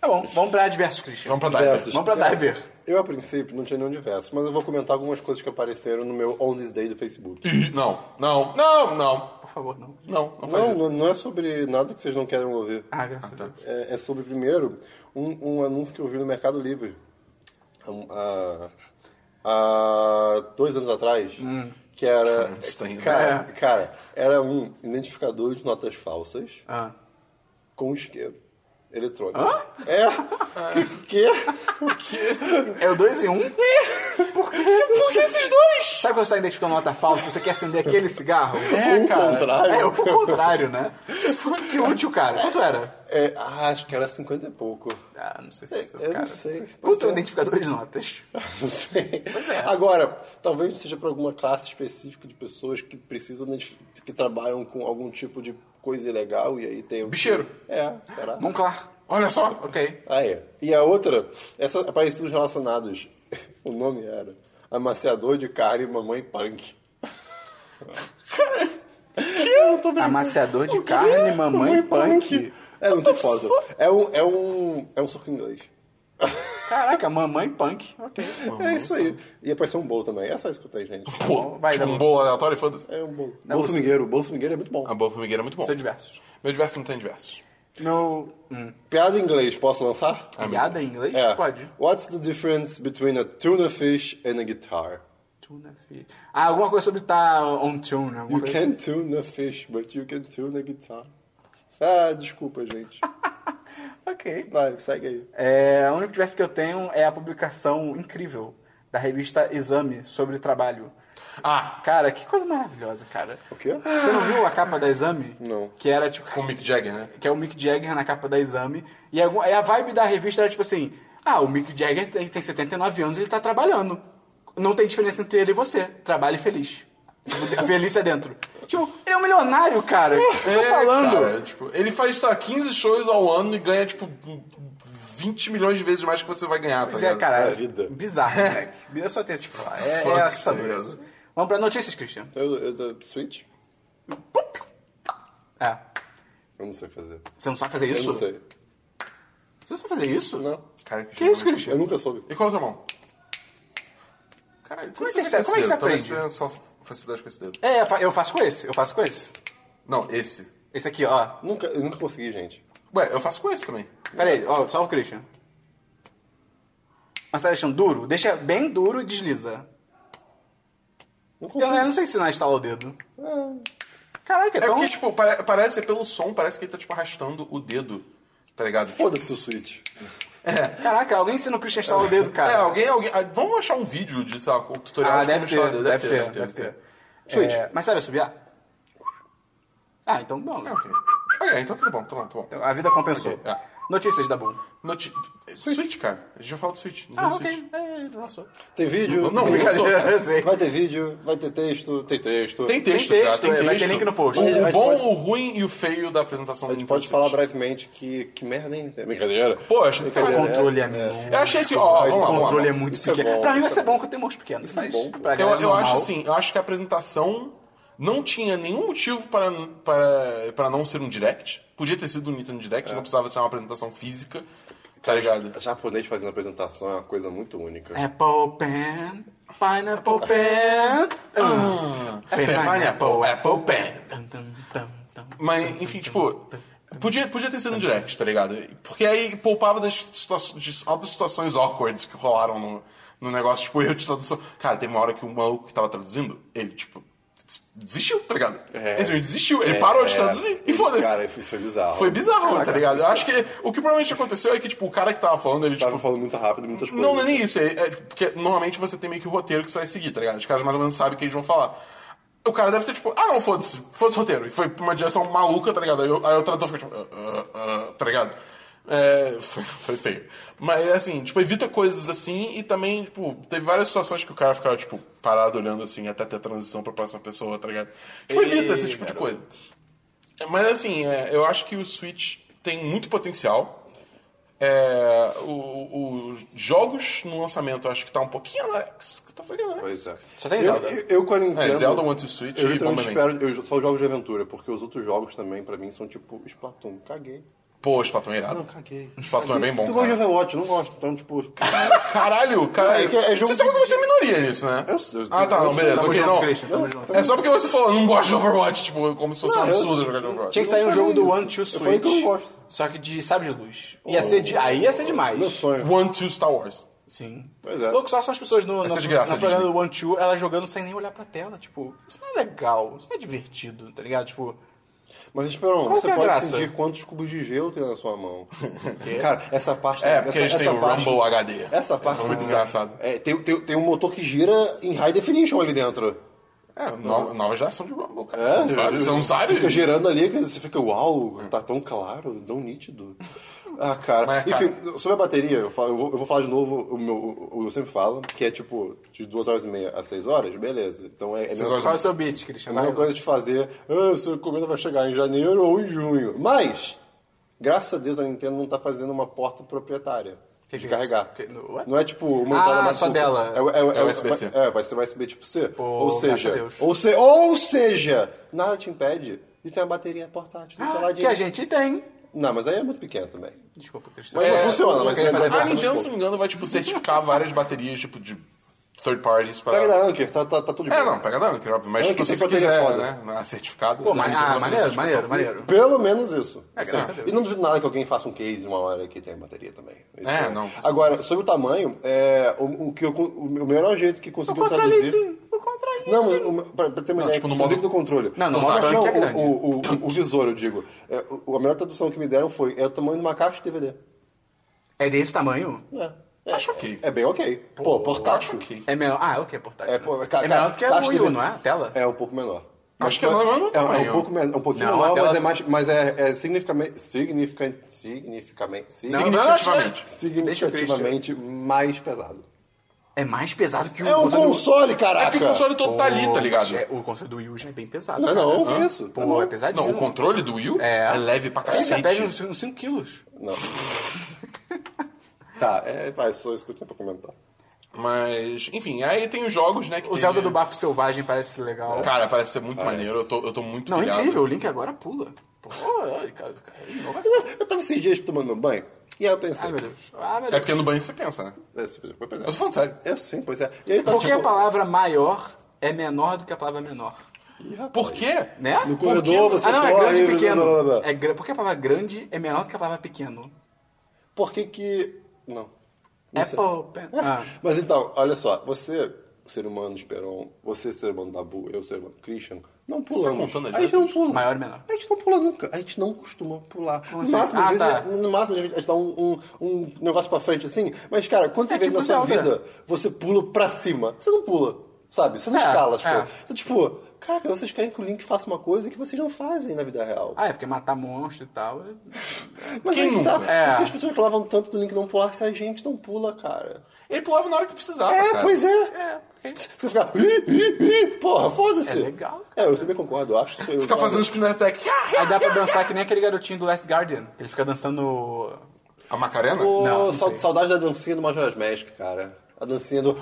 A: Tá bom, vamos pra diversos, Cristiano.
C: Vamos pra Diver.
B: Diversos.
A: Vamos pra
B: É,
A: Diver.
B: Eu, a princípio, não tinha nenhum diversos, mas eu vou comentar algumas coisas que apareceram no meu On This Day do Facebook.
C: Não, não, não, não,
A: Por favor, não.
C: não, não faz
B: Não,
C: isso.
B: não, não é sobre nada que vocês não querem ouvir.
A: Ah, graças a Deus.
B: É, é sobre, primeiro, um, um anúncio que eu vi no Mercado Livre. hum, Há, há dois anos atrás. Que era.
C: Estranho.
B: Cara, cara, era um identificador de notas falsas
A: Ah.
B: com um isqueiro eletrônico. É. Que, que- o quê?
A: É o 2 e 1? Um? Por que esses dois? Sabe quando você tá identificando nota falsa? Você quer acender aquele cigarro? É,
B: O contrário.
A: É, o contrário, né? Que útil, cara. Quanto era?
B: É, ah, acho que era 50 e pouco.
A: Ah, não sei se é seu,
B: Eu não
A: cara.
B: sei.
A: Quanto é o identificador de notas?
B: Não sei. Agora, talvez seja para alguma classe específica de pessoas que precisam de- que trabalham com algum tipo de coisa ilegal e aí tem o
C: Bicheiro.
B: É, será?
A: Monclar.
C: Olha só.
A: Ok.
B: Aí. E a outra, essa apareceu os relacionados. O nome era Amaciador de Carne Mamãe Punk.
A: Amaciador de carne, mamãe, punk.
B: É, não tem foto. É um, é um, é um soco inglês.
A: Caraca, mamãe punk. Ok.
B: é isso aí. E apareceu um bolo também. É só isso que eu tenho, gente.
C: Pô,
A: Vai,
C: tipo
A: dá
C: um
A: bom.
C: bolo aleatório e foda-se.
B: É um bolo. Bolo formigueiro. Bolo formigueiro é muito bom.
C: A boa formigueira é muito bom.
A: Seu diversos.
C: Meu diverso não tem diversos.
A: Meu. Hum.
B: Piada em inglês, posso lançar? É.
A: Piada em inglês? Pode.
B: What's the difference between a tuna fish and a guitar?
A: Tuna fish. Ah, alguma coisa sobre tá on tune. Alguma
B: You
A: coisa assim.
B: can tune a fish, but you can tune a guitar. Ah, desculpa, gente.
A: assim. Ok.
B: Vai, segue aí.
A: É, o único diverso que eu tenho é a publicação incrível da revista Exame sobre trabalho.
C: Ah,
A: Cara, que coisa maravilhosa, cara.
B: O quê?
A: Você não viu a capa da Exame?
B: Não.
A: Que era tipo.
C: com o Mick Jagger, né?
A: Que é o Mick Jagger na capa da Exame. E é algum- e a vibe da revista era tipo assim: ah, o Mick Jagger tem, tem 79 anos e ele tá trabalhando. Não tem diferença entre ele e você. Trabalhe feliz. Tipo, a velhice é dentro. Tipo, ele é um milionário, cara. O que você tá
C: É,
A: falando?
C: cara, tipo, ele faz, sei lá, 15 shows ao ano e ganha, tipo, 20 milhões de vezes mais que você vai ganhar, tá
A: Pois é,
C: ligado?
A: cara.
B: É a vida.
A: Bizarro, moleque. Eu só tenho que te falar. É,
C: Fuck,
A: é assustador
C: tá ligado?
A: isso. Vamos pra notícias, Cristiano.
B: Eu, eu, da Switch?
A: É.
B: Eu não sei fazer.
A: Você não sabe fazer
B: Eu
A: isso?
B: não sei.
A: Você não sabe fazer isso?
B: Não.
C: Cara,
A: Que isso,
C: jogo.
B: Eu
A: Cristiano?
B: nunca soube.
C: E é com a outra mão? Caralho,
A: Como é que você- como é que você aprende?
C: Talvez você só facilidade com esse dedo.
A: É, eu fa- eu faço com esse. Eu faço com esse.
C: Não, esse.
A: Esse aqui, ó.
B: Nunca, eu nunca consegui, gente.
C: Ué, eu faço com esse também.
A: Pera aí, ó, só o Christian. Mas tá deixando duro? Deixa bem duro e desliza. Eu,
B: Não consigo.
A: eu não sei se não instala o dedo. Caraca,
C: Ah. É
A: então...
C: porque, tipo, pare- parece pelo som, parece que ele tá, tipo, arrastando o dedo, tá ligado?
B: Foda-se o Switch.
A: Caraca, alguém ensina o Christian a instalar o dedo,
C: É,
A: cara.
C: alguém, alguém. ah, Vamos achar um vídeo de, sei lá, um tutorial
A: Ah,
C: de como
A: deve
C: instalar
A: ter,
C: o dedo.
A: deve ter, deve ter.
B: Switch.
A: É, mas sabe assobiar? Ah, então bom.
C: Ah, ok. Ok, então tudo bom, tudo bom, tudo bom.
A: Então, A vida compensou.
C: Ok, é.
A: Notícias da Boom.
C: Noti- Switch. cara. A gente já fala do Switch.
A: Ah,
C: do Switch.
A: ok. É, lançou.
B: Tem vídeo?
C: Não, não,
B: tem-
C: não.
A: Brincadeira, eu sei.
B: Vai ter vídeo, vai ter texto, tem texto.
C: Tem
A: Tem
C: texto,
A: texto,
C: cara, tem
A: é,
C: texto.
A: vai ter link no post.
C: O,
B: A gente
C: bom,
B: pode-
C: o ruim e o feio da apresentação
B: A gente pode falar brevemente que, que merda, hein? É brincadeira.
C: Pô, eu achei que
A: O
B: Brincadeira.
A: controle é, minúsculo.
C: Eu achei assim, ó, vamos lá,
A: O
C: vamos lá.
A: controle é muito
B: Isso é
A: pequeno.
B: bom,
A: pra mim vai
B: isso
A: ser
B: é
A: bom que eu tenho mãos pequenos. Mas
B: bom, pô.
A: pra
C: Eu,
A: galera
C: eu
A: normal-
C: acho assim, eu acho que a apresentação não tinha nenhum motivo para, para, para não ser um direct. Podia ter sido um Nintendo
B: É.
C: Direct, não precisava ser uma apresentação física, tá ligado?
B: Japonês fazendo apresentação é uma coisa muito única.
C: É.
A: Apple Pen, Pineapple Pen. Ah,
B: É,
A: é
C: Pineapple, Apple Pen.
A: Tum, tum, tum, tum.
C: Mas, enfim, tipo, podia, podia ter sido um direct, tá ligado? Porque aí poupava das situações, de altas situações awkwards que rolaram no, no negócio, tipo, eu de tradução. Cara, tem uma hora que o maluco que tava traduzindo, ele, tipo, des- desistiu, tá ligado?
B: É.
C: Ele desistiu, ele parou de
B: É,
C: traduzir e
B: é, Cara,
C: foda-se.
B: isso foi bizarro.
C: Foi bizarro, tá ligado? Eu acho que o que provavelmente aconteceu é que, tipo, o cara que tava falando, ele,
B: Tava
C: tipo,
B: falando muito rápido, muitas coisas.
C: não, não é nem isso. É, é, tipo, porque normalmente você tem meio que o roteiro que você vai seguir, tá ligado? Os caras mais ou menos sabem o que eles vão falar. O cara deve ter tipo, ah não, foda-se, foda-se o roteiro. E foi pra uma direção maluca, tá ligado? Aí, eu- aí o tradutor fica tipo, ah, ah, ah, tá ligado? É, foi, foi feio. Mas assim, tipo, evita coisas assim e também, tipo, teve várias situações que o cara ficava, tipo, parado olhando assim até ter a transição pra próxima pessoa, tá ligado? Tipo, evita esse tipo de coisa. É, Mas assim, é, eu acho que o Switch tem muito potencial. É, o- os jogos no lançamento eu acho que tá um pouquinho Alex. Tá um pouquinho Alex.
B: Pois é.
A: Só tem
B: Eu,
A: Zelda.
B: eu, eu com a Nintendo...
C: É, Zelda, One to Switch
B: Eu
C: e
B: literalmente
C: Bomberman.
B: espero... Eu só jogo de aventura, porque os outros jogos também, pra mim, são tipo Splatoon. Caguei.
C: Pô, Splatoon é irado.
B: Não, caguei.
C: Splatoon é bem bom.
B: Tu gosta de
C: cara.
B: Overwatch? Eu não gosto. Então, tipo...
C: Caralho,
B: É,
C: caralho.
B: é que é jogo
C: você sabe
B: de-
C: que você é minoria nisso, né?
B: Eu sei.
C: Ah, tá, não,
B: Eu sei.
C: beleza.
A: Tamo
C: ok,
A: junto,
C: não.
A: Christian, tamo junto.
C: É só porque você falou, não gosto de Overwatch, tipo, como se fosse um
B: Não, eu-
C: absurdo jogar de Overwatch.
A: Tinha que sair um
B: Eu
A: jogo do
B: falei
A: One Two
B: isso. Eu falei
A: Switch.
B: que eu não gosto. Oh.
A: Só que de sabre de luz. Ia ser de, aí ia ser demais.
B: Meu sonho.
C: One to Star Wars.
A: Sim.
B: Pois é.
A: Louco só são as pessoas no, no,
C: Essa é de graça,
A: no programa
C: Disney.
A: do One Two, elas jogando sem nem olhar pra tela. Tipo, isso não é legal, isso não é divertido, tá ligado? Tipo,
B: Mas, Esperão,
A: Qual
B: você
A: que é a
B: pode
A: graça?
B: sentir quantos cubos de gelo tem na sua mão. Cara, essa parte...
C: É, porque
B: essa,
C: eles têm
B: essa
C: o
B: parte-
C: Rumble HD.
B: Essa parte
C: É
B: foi
C: muito
B: bizarra.
C: engraçado.
B: É, tem, tem, tem um motor que gira em high definition ali dentro.
C: É, no- nova geração de Rumble, cara.
B: É,
C: você não sabe? Você não sabe?
B: Fica girando ali que você fica, uau, tá tão claro, tão nítido. Ah, cara.
C: Mas, cara-
B: Enfim, sobre a bateria, eu, falo- eu vou, eu vou falar de novo o meu, o, o- eu sempre falo, que é tipo, de duas horas e meia a seis horas, beleza. Então é, é a mesma,
C: horas
A: qual é o seu beat,
B: é a
A: Christian?
B: mesma
A: Vai,
B: coisa de fazer, ah, sua encomenda vai chegar em janeiro ou em junho. Mas, graças a Deus, a Nintendo não tá fazendo uma porta proprietária.
A: Que
B: de
A: que é
B: carregar.
A: isso? Que- no- what?
B: não é tipo uma
A: Ah,
B: entrada mais
A: só
B: curta.
A: dela.
B: É,
C: É
B: é, é
C: USB-C.
B: Vai, é, vai ser USB tipo C. ou
A: graças a
B: seja,
A: Deus.
B: ou, se, ou seja, nada te impede de ter uma bateria portátil do seu ladinho.
A: Ah, Que a gente tem.
B: Não, mas aí é muito pequeno também.
A: Desculpa, Christian.
B: Mas
C: É,
B: não funciona.
A: só
B: Mas
A: queria
B: é
A: fazer
B: dessa
C: A
A: Graças
C: Nintendo,
B: forma.
C: se não me engano, vai tipo, certificar várias baterias tipo, de third parties para.
B: Pega da Anker, tá, tá, tá tudo bem.
C: É, não, pega da Anker, óbvio. Mas
B: Anker
C: tipo, se
B: tem
C: você
B: bateria
C: quiser,
B: foda.
C: né? A certificado.
A: Pô,
C: da
A: mas,
C: Nintendo
A: ah,
C: vai fazer
A: maneiro,
C: certificação.
A: maneiro, maneiro.
B: Pelo menos isso.
A: É,
B: Assim,
A: graças a Deus.
B: E não duvido nada que alguém faça um case uma hora que tenha bateria também. Isso
C: É, não.
B: Agora, sobre o tamanho, é, o, o que eu, con- o melhor jeito que
A: O
B: conseguiu traduzir...
A: controlezinho, o controlezinho.
B: Não, mas o- pra, pra ter uma
C: Não,
B: ideia,
C: tipo, no
B: inclusive
C: modo-
B: do controle.
A: Não, no
B: O-
A: modo tanque é
B: o-
A: grande.
B: o, o, o visor, eu digo. É, o- a melhor tradução que me deram foi, é o tamanho de uma caixa de DVD.
A: É desse tamanho?
B: É.
C: Acho ok.
B: É bem ok. Pô,
C: Acho
B: portátil.
C: que.
A: É menor. Ah, é o que é portátil?
B: É,
A: né?
B: pô, ca-
A: é menor
B: ca-
A: do que a
B: caixa
A: Wii
B: de
A: U,
B: vi-
A: não é? A tela?
B: É um pouco menor.
C: Acho que é menor, não
B: é, é
C: tamanho.
B: um pouco menor, é um pouquinho
A: Não,
B: menor,
A: a tela-
B: mas é mais, mas é, é significamente, significamente, significamente,
A: Não,
B: significativamente,
A: não, acho-
B: significativamente mais pesado.
A: É mais pesado que o
B: É um
A: controle do-
B: console,
C: É
B: caraca.
C: porque o console todo tá ali, tá ligado?
A: É, o controle do Wii U já é bem pesado.
B: Não, não,
A: cara.
B: que isso?
A: Pô,
B: Tá bom.
A: é pesadinho.
C: Não, o controle do Wii U é,
A: É.
C: leve pra
A: Ele já pede
C: cacete.
A: uns 5 quilos.
B: Não. tá, é, vai, só isso que eu tinha pra comentar.
C: Mas, enfim, aí tem os jogos, né? Que
A: O
C: tem-
A: Zelda do Bafo Selvagem parece legal.
C: Cara, parece ser muito maneiro. Eu tô, eu tô muito
A: Não, é
C: pilhado.
A: incrível. O Link agora pula. Pô, olha, cara, cara, é inovação.
B: Eu tava esses dias tomando um banho, e aí eu pensei...
A: Ai,
B: é,
A: meu Deus. Ah, meu
C: É
A: Deus.
C: porque no banho você pensa, né?
B: Esse- tipo foi
C: Eu
B: pesado.
C: tô falando sério.
A: tipo,
B: Eu sim, pois é. E aí eu tava,
A: Porque a
B: tipo,
A: palavra maior é menor do que a palavra menor.
C: Por quê?
A: Né?
B: No
A: Por
B: corredor
A: quê?
B: você
A: Ah, não, é
B: corre,
A: grande e
B: blá, blá, blá,
A: pequeno.
B: blá.
A: É gra- Por que a palavra grande é menor do que a palavra pequeno?
B: Por que que... Não.
A: É
B: Não sei.
A: Apple. pen- Ah.
B: Mas então, olha só. Você, ser humano de Peron, você, ser humano Dabu, eu, ser humano Christian, não pulamos.
C: contando as
B: a gente não pula.
A: tá Maior e menor.
B: A gente não pula nunca. A gente não costuma pular. No
A: assim?
B: máximo, às
A: Ah,
B: vezes,
A: tá.
B: no máximo, a gente, a gente dá um, um, um negócio pra frente assim. Mas, cara, quantas
A: É
B: vezes
A: tipo
B: na sua
A: Zelda.
B: vida você pula pra cima? Você não pula, sabe? Você não
A: É,
B: escala as
A: é.
B: coisas. Você, tipo, caraca, vocês querem que o Link faça uma coisa que vocês não fazem na vida real.
A: Ah, é porque matar monstro e tal. é-
B: Mas
C: Quem
B: aí que tá.
C: nunca?
A: É.
B: Por que as pessoas reclamavam tanto do Link não pular se a gente não pula, cara?
C: Ele pulava na hora que precisava,
B: É,
C: cara.
B: pois é.
A: É, ok.
B: Você fica, "Ih, ih, ih", porra, foda-se.
A: É legal,
B: É, eu também concordo, eu acho. que eu-
C: Ficar fazendo spinner tech. Ah,
A: Aí dá pra dançar que nem aquele garotinho do Last Guardian. que Ele fica dançando.
C: A Macarena?
B: Pô,
A: Não, não
B: sau-
A: sei.
B: saudade da dancinha do Majora's Mask, cara. A dancinha do...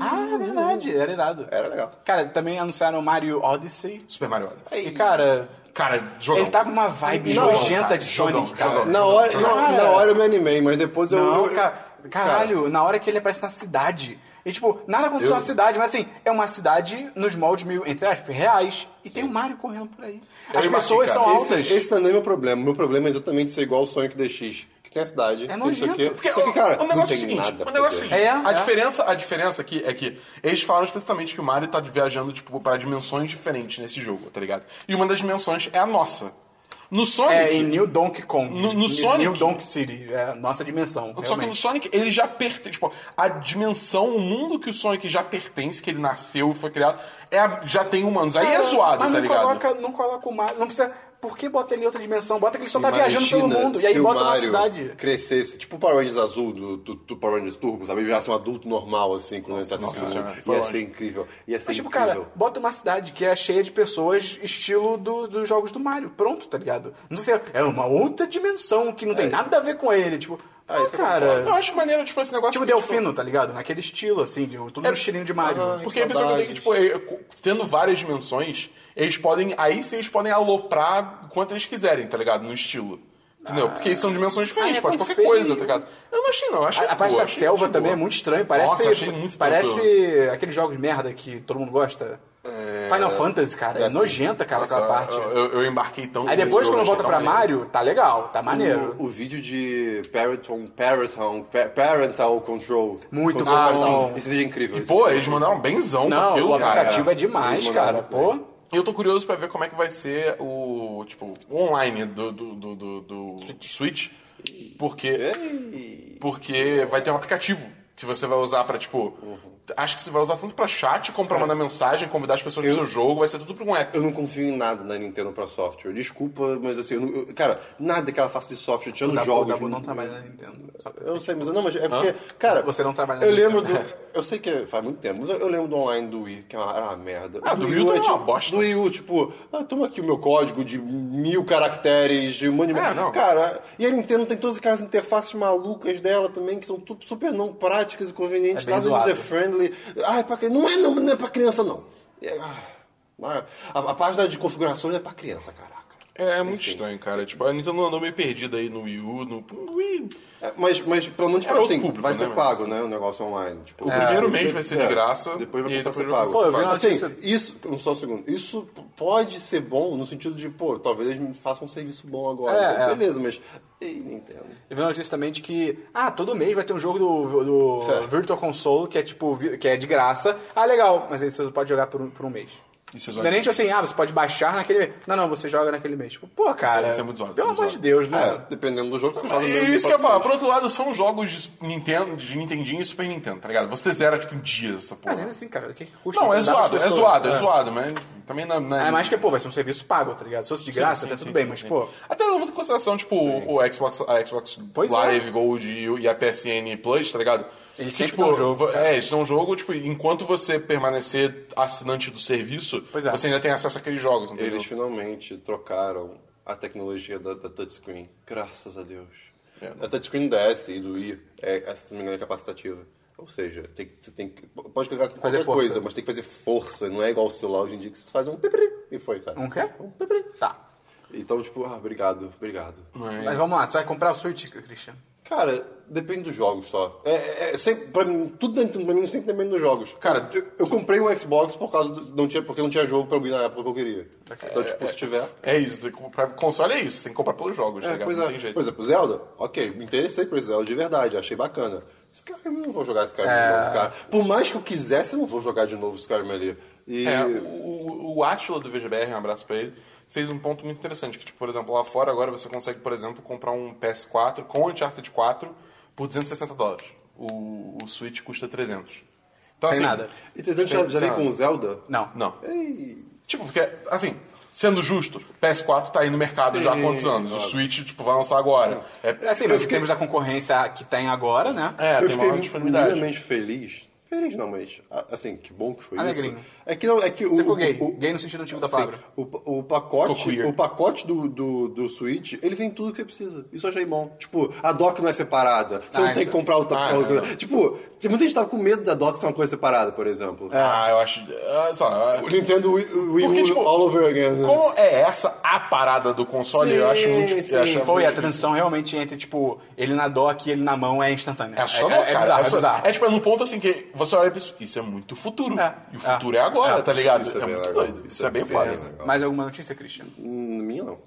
A: Ah,
C: né?
A: verdade. Era irado.
B: Era legal.
A: Cara, também anunciaram Mario Odyssey.
C: Super Mario Odyssey.
A: E, cara,
C: Cara, jogão.
A: ele tá com uma vibe
B: Não,
A: nojenta
C: cara,
A: de
C: jogão,
A: Sonic, cara.
C: jogão.
B: Na hora, na,
A: Cara.
B: na hora eu me animei, mas depois eu...
A: Não,
B: eu-
A: cara, caralho, na hora que ele aparece na cidade. E, tipo, nada aconteceu na cidade, mas assim, é uma cidade nos moldes meio, entre aspas, reais. E tem o Mario correndo por aí. As
C: imagino,
A: pessoas
C: cara.
A: são
B: Esse,
A: altas.
B: esse não é nem meu problema. Meu problema é exatamente ser igual o Sonic DX, que tem a cidade. tem isso
A: nojento.
B: aqui.
C: Porque
B: Só que, cara,
C: o, o
B: não
C: negócio é
B: tem
C: o seguinte,
B: nada
C: o
B: pra
C: negócio é o
B: ver.
C: seguinte,
A: É,
C: a
A: é.
C: diferença, a diferença aqui é que eles falam explicitamente que o Mario tá viajando tipo para dimensões diferentes nesse jogo, tá ligado? E uma das dimensões é a nossa. No Sonic,
A: É, em New Donkey Kong.
C: No- no
A: New-
C: Sonic?
A: New Donkey City. É a nossa dimensão.
C: Só que no
A: realmente.
C: Sonic ele já pertence. Tipo, a dimensão, o mundo que o Sonic já pertence, que ele nasceu e foi criado, é a- já tem humanos. Aí é zoado,
A: mas
C: tá
A: não
C: ligado?
A: Coloca, não coloca o Mario. Não precisa. Por que bota ele em outra dimensão? Bota que ele só tá
B: Imagina
A: viajando pelo mundo. E aí
B: se o
A: bota uma
B: Mario
A: cidade.
B: Crescesse, tipo o Power Rangers azul do, do, do Power Rangers Turbo, sabe? Ele virasse um adulto normal, assim, quando ele tá
C: nossa
A: é
B: assistindo.
C: senhora, foi
B: Ia
C: longe.
B: ser incrível. Ia
C: é
B: ser
A: Mas, tipo,
B: incrível.
A: cara, bota uma cidade que é cheia de pessoas, estilo do- dos jogos do Mario. Pronto, tá ligado? Não sei, é uma outra dimensão que não tem nada a ver com ele. Tipo, ah,
B: isso eu
A: cara.
C: É. Eu acho maneiro, tipo, esse negócio.
A: Tipo
C: que,
A: Delfino, tá ligado? Naquele estilo, assim, de, tudo no estilinho de Mario.
C: Porque a pessoa que tem que, tipo, eh, co- tendo várias dimensões, eles podem. Aí sim eles podem aloprar quanto eles quiserem, tá ligado? No estilo. Entendeu? Porque são dimensões diferentes,
A: Ah, é
C: pode
A: tão
C: qualquer
A: feio.
C: coisa, tá ligado? Eu não achei, não. Eu achei
A: A, a
C: de
A: parte
C: boa,
A: da
C: achei
A: selva
C: de
A: também
C: boa.
A: é muito estranho. Parece,
C: Nossa, achei muito tranquilo.
A: parece aqueles jogos merda que todo mundo gosta. Final Fantasy, cara. É
B: assim.
A: nojenta, cara,
C: Nossa,
A: aquela parte.
C: Eu, eu- eu embarquei tão.
A: Aí
C: nesse
A: depois,
C: jogo,
A: quando
C: achei
A: volta
C: tão
A: pra
C: maneiro.
A: Mario, tá legal, tá maneiro.
B: O, o vídeo de Parental, Parental, Pa- Parental Control.
A: Muito
B: Control
A: bom. assim.
B: Parental. Esse vídeo é incrível.
C: E,
B: Esse
C: pô,
B: vídeo é
C: eles
B: incrível.
C: mandaram um benzão com
A: Não, o
C: aquilo, cara.
A: aplicativo é demais,
B: Eles
A: cara.
B: mandaram
A: Pô.
C: E eu tô curioso pra ver como é que vai ser o, tipo, o online do, do, do, do- do Switch. Porque, porque vai ter um aplicativo que você vai usar pra, tipo...
A: Uhum.
C: Acho que você vai usar tanto pra chat, como
A: É.
C: pra mandar mensagem, convidar as pessoas pro seu jogo. Vai ser tudo pra um app.
B: Eu não confio em nada na Nintendo pra software. Desculpa, mas assim, eu não- eu- cara, nada que ela faça de software, tirando
A: O Dabu, o
B: jogos.
A: Dabu não tá trabalha na Nintendo. só pra-
B: Eu não sei, mas eu- não, mas é porque, cara.
A: Você não trabalha na
B: Eu
A: Nintendo.
B: lembro do. Eu sei que é, faz muito tempo, mas eu, eu lembro do online do Wii, que era uma, era uma merda.
C: Ah,
B: O
C: do
B: Wii
C: Wii
B: U
C: também é
B: tipo,
C: uma bosta.
B: Do Wii U, tipo, ah, toma aqui o meu código de mil caracteres, de um monte de.
C: É, não.
B: Cara, e a Nintendo tem todas aquelas interfaces malucas dela também, que são tu- super não práticas e convenientes,
A: É bem
B: nada
A: zoado.
B: user-friendly. Ah, é pra, cri- não, é, não, não é pra criança, não. É, ah, a, a página de configurações não é pra criança, caraca.
C: É, é muito estranho, cara. Tipo, a Nintendo andou meio perdida aí no Wii U, no, no Wii.
B: É, Mas, mas pelo menos tipo,
C: outro
B: assim,
C: público,
B: vai
C: né,
B: ser
C: mas-
B: pago, né? O negócio online. Tipo,
C: O primeiro mês vai ser de
B: é,
C: graça,
B: Depois
C: e
B: vai começar a
C: depois
B: ser
C: vai
B: pago.
C: começar
A: a ser pago.
B: assim, isso, um só um segundo. Isso p- pode ser bom no sentido de, pô, talvez eles me façam um serviço bom agora.
A: É,
B: Então,
A: é.
B: beleza, mas. Ei, Nintendo.
A: Eu vi uma notícia também de que, ah, todo mês vai ter um jogo do, do
B: Certo.
A: Virtual Console que é tipo, vi- que é de graça. Ah, legal, mas aí você pode jogar por um, por um mês.
C: E vocês
A: Não é nem tipo assim, ah, você pode baixar naquele mês. Não, não, você joga naquele mês. Tipo, pô, cara.
C: isso é muito zoado, isso
A: Pelo
C: é
A: amor de
C: muito
A: Deus, né?
B: É, dependendo do jogo, você joga
C: E isso que eu ia falar. Por outro lado, são jogos de Nintendo, de Nintendinho e Super Nintendo, tá ligado? Você zera, tipo, em dias essa porra.
A: Mas ainda assim, cara, o que que custa?
C: Não, é
A: Dá pra
C: zoado, é
A: pessoas,
C: zoado, é
A: né?
C: zoado, mas também na. na...
A: É mais que, pô, vai ser um serviço pago, tá ligado? Se fosse de graça,
C: Sim,
A: até
C: sim,
A: tudo
C: sim,
A: bem,
C: sim,
A: mas,
C: sim.
A: pô.
C: Até levando em consideração, tipo, o, o Xbox, a Xbox
A: Pois é.
C: Live Gold e, o- e a PSN Plus, tá ligado?
A: Eles
C: Que,
A: sempre
C: tipo,
A: dão jogo,
C: vo- É, eles dão jogo, tipo, enquanto você permanecer assinante do serviço,
A: Pois é.
C: você ainda tem acesso àqueles jogos, entendeu?
B: Eles finalmente trocaram a tecnologia da, da touchscreen. Graças a Deus.
C: É.
B: A touchscreen da S e do I é, é, se não me engano, é capacitativa. Ou seja, tem, que- você tem que. Pode clicar com qualquer
A: força.
B: coisa, mas tem que fazer força. Não é igual o celular hoje em dia que você faz um pipiri e foi, cara.
A: Um quê?
B: Um pipiri.
A: Tá.
B: Então, tipo, ah, obrigado, obrigado.
A: É. Mas vamos lá, você vai comprar o Switch, Christian?
B: Cara, depende dos jogos só. É, é sempre, pra mim, tudo dentro, pra mim sempre depende dos jogos.
C: Cara,
B: eu, eu comprei um Xbox por causa do, não tinha, porque não tinha jogo pra mim na época que eu queria. Então, tipo, se tiver.
C: É isso, tem que comprar- console é isso, tem que comprar pelos jogos, tá
B: É,
C: ligado?
B: pois
C: Não
B: é.
C: tem jeito.
B: Por exemplo, Zelda, ok, me interessei por Zelda de verdade, achei bacana. Skyrim, eu não vou jogar Skyrim de novo, cara. Por mais que eu quisesse, eu não vou jogar de novo Skyrim ali. E.
C: É, o, o Atila do VGBR, um abraço pra ele, fez um ponto muito interessante, que, tipo, por exemplo, lá fora agora você consegue, por exemplo, comprar um PS4 com Uncharted 4 por 260 dólares. O, o Switch custa 300. Então,
A: Sem
C: assim,
A: nada.
B: E 300 já,
C: Sem-
B: já
C: sem
B: vem com
C: nada.
B: Zelda?
A: Não.
C: Não. Tipo, porque, assim, sendo justo, o PS4 tá aí no mercado já há quantos anos? O Switch, tipo, vai lançar agora. É,
A: Assim,
C: eu
A: mas em
C: fiquei-
A: termos da concorrência que tem agora, né?
C: É,
B: eu
C: tem
B: fiquei
C: uma disponibilidade.
B: minimamente feliz. Feliz não, mas ah, assim, que bom que foi
A: Alegrinho.
B: isso. É que não, é que o,
A: Você ficou
B: o-
A: gay.
B: o-
A: Gay no sentido antigo da
B: assim,
A: palavra.
B: o, pa- o pacote,
C: Ficou queer.
B: o pacote do, do, do Switch, ele vem tudo que você precisa. Isso eu achei bom. Tipo, a dock não é separada. Você
A: Ah,
B: não tem
A: isso-
B: que comprar outra
C: Ah,
B: outra-
C: é, não.
B: Tipo, tem muita gente tava com medo da dock ser uma coisa separada, por exemplo.
C: Ah, eu acho. ah, sei lá,
B: O Nintendo Wii, Wii
C: Porque,
B: U
C: tipo,
B: all over again. né?
C: Como é essa a parada do console, eu acho muito
B: Sim,
C: difícil. eu
B: sim.
C: acho
A: Foi,
C: muito
A: a
C: difícil.
A: transição realmente entre, tipo, ele na dock e ele na mão é instantânea.
C: É assustador,
A: é, é,
C: cara.
A: é bizarro,
C: é,
A: é
C: assustador.
A: bizarro.
C: É, tipo, é num ponto assim que você olha e pensa, isso é muito futuro.
A: É.
C: E o futuro é, agora,
A: É.
C: tá ligado?
B: Isso é
C: é
B: bem
C: muito
B: legal.
C: doido. Isso é bem foda.
B: Beleza.
C: né?
A: Mais alguma notícia, Christian?
B: Hum, Minha não.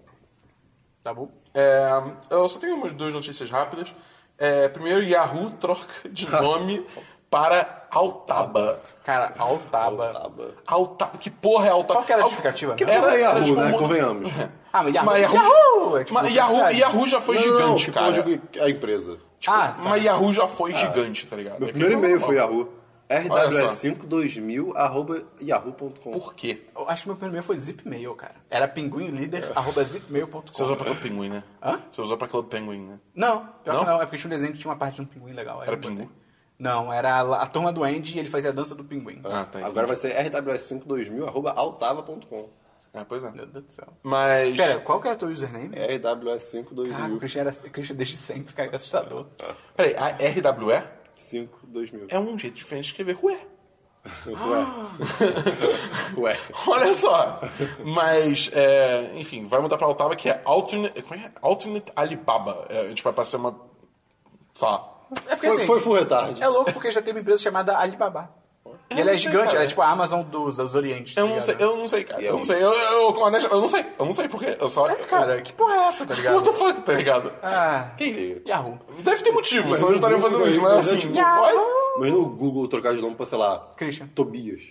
A: Tá bom?
C: É, eu só tenho umas duas notícias rápidas. É, primeiro, Yahoo troca de nome para Altaba.
A: Cara, Altaba.
C: Altaba. Que porra é Altaba?
A: Qual que era a
C: Al-
A: justificativa?
C: Que
A: Era
C: porra
B: Era Yahoo,
C: tipo, um
B: né?
C: mundo-
B: Convenhamos.
A: Ah, mas Yahoo.
C: Mas Yahoo,
A: Yahoo! É, tipo,
C: mas Yahoo,
A: publicidade.
C: Yahoo já foi
B: Não, não, não,
C: gigante,
B: tipo,
C: cara.
B: eu digo a empresa.
A: Ah, tá.
C: Tipo, Mas Yahoo já foi gigante, tá ligado?
B: Meu
C: É que-
B: primeiro e-mail foi
C: Ó,
B: Yahoo.
C: Olha
B: RWS52000 arroba yahoo.com.
C: Por quê?
A: Eu acho que meu primeiro e-mail foi zipmail, cara. Era
C: É. Você
A: pinguinleader.zipmail.com.
C: usou pra Club Penguin, né?
A: Hã?
C: Você usou pra Club Penguin, né?
A: Não, pior
C: Não?
A: que não. É porque tinha um desenho que tinha uma parte de um pinguim legal. aí
C: Era
A: eu botei.
C: pinguim?
A: Não, era a, a turma do Andy e ele fazia a dança do pinguim.
C: Ah, tá. entendi.
B: Agora vai ser rws52000 arroba altava.com.
C: É, pois é.
A: Meu Deus do céu.
C: Mas.
A: Pera, qual que era o teu username?
C: É,
A: Caraca, o
B: rws52000
A: Christian, era, o Christian desde sempre, cara, é assustador.
C: Peraí, a RWE
B: 52000.
C: é um jeito diferente de escrever Rué.
B: Ué.
C: Olha só. Mas, é, enfim, vai mudar pra Altaba, que é Alternate. Como é? Alternate Alibaba. É, a gente vai passar uma. Sei lá.
A: É porque,
B: Foi, foi full retard.
A: É louco porque já tem uma empresa chamada Alibaba.
C: Eu
A: E ela é
C: não sei,
A: gigante,
C: cara.
A: ela é tipo a Amazon dos, dos Orientes. tá
C: Eu não
A: ligado?
C: sei, eu não sei, cara. Eu não sei. Eu, eu, eu, honesta- eu não sei. Eu não sei porquê. Eu só.
A: É, cara, que porra é essa, tá
C: What the
A: ligado?
C: fuck, tá ligado?
A: Ah,
C: Quem?
A: Yahoo.
C: Deve ter motivo, senão eles estariam fazendo isso, mas assim. Olha,
B: Mas no Google trocar de nome pra, sei lá,
A: Christian.
B: Tobias.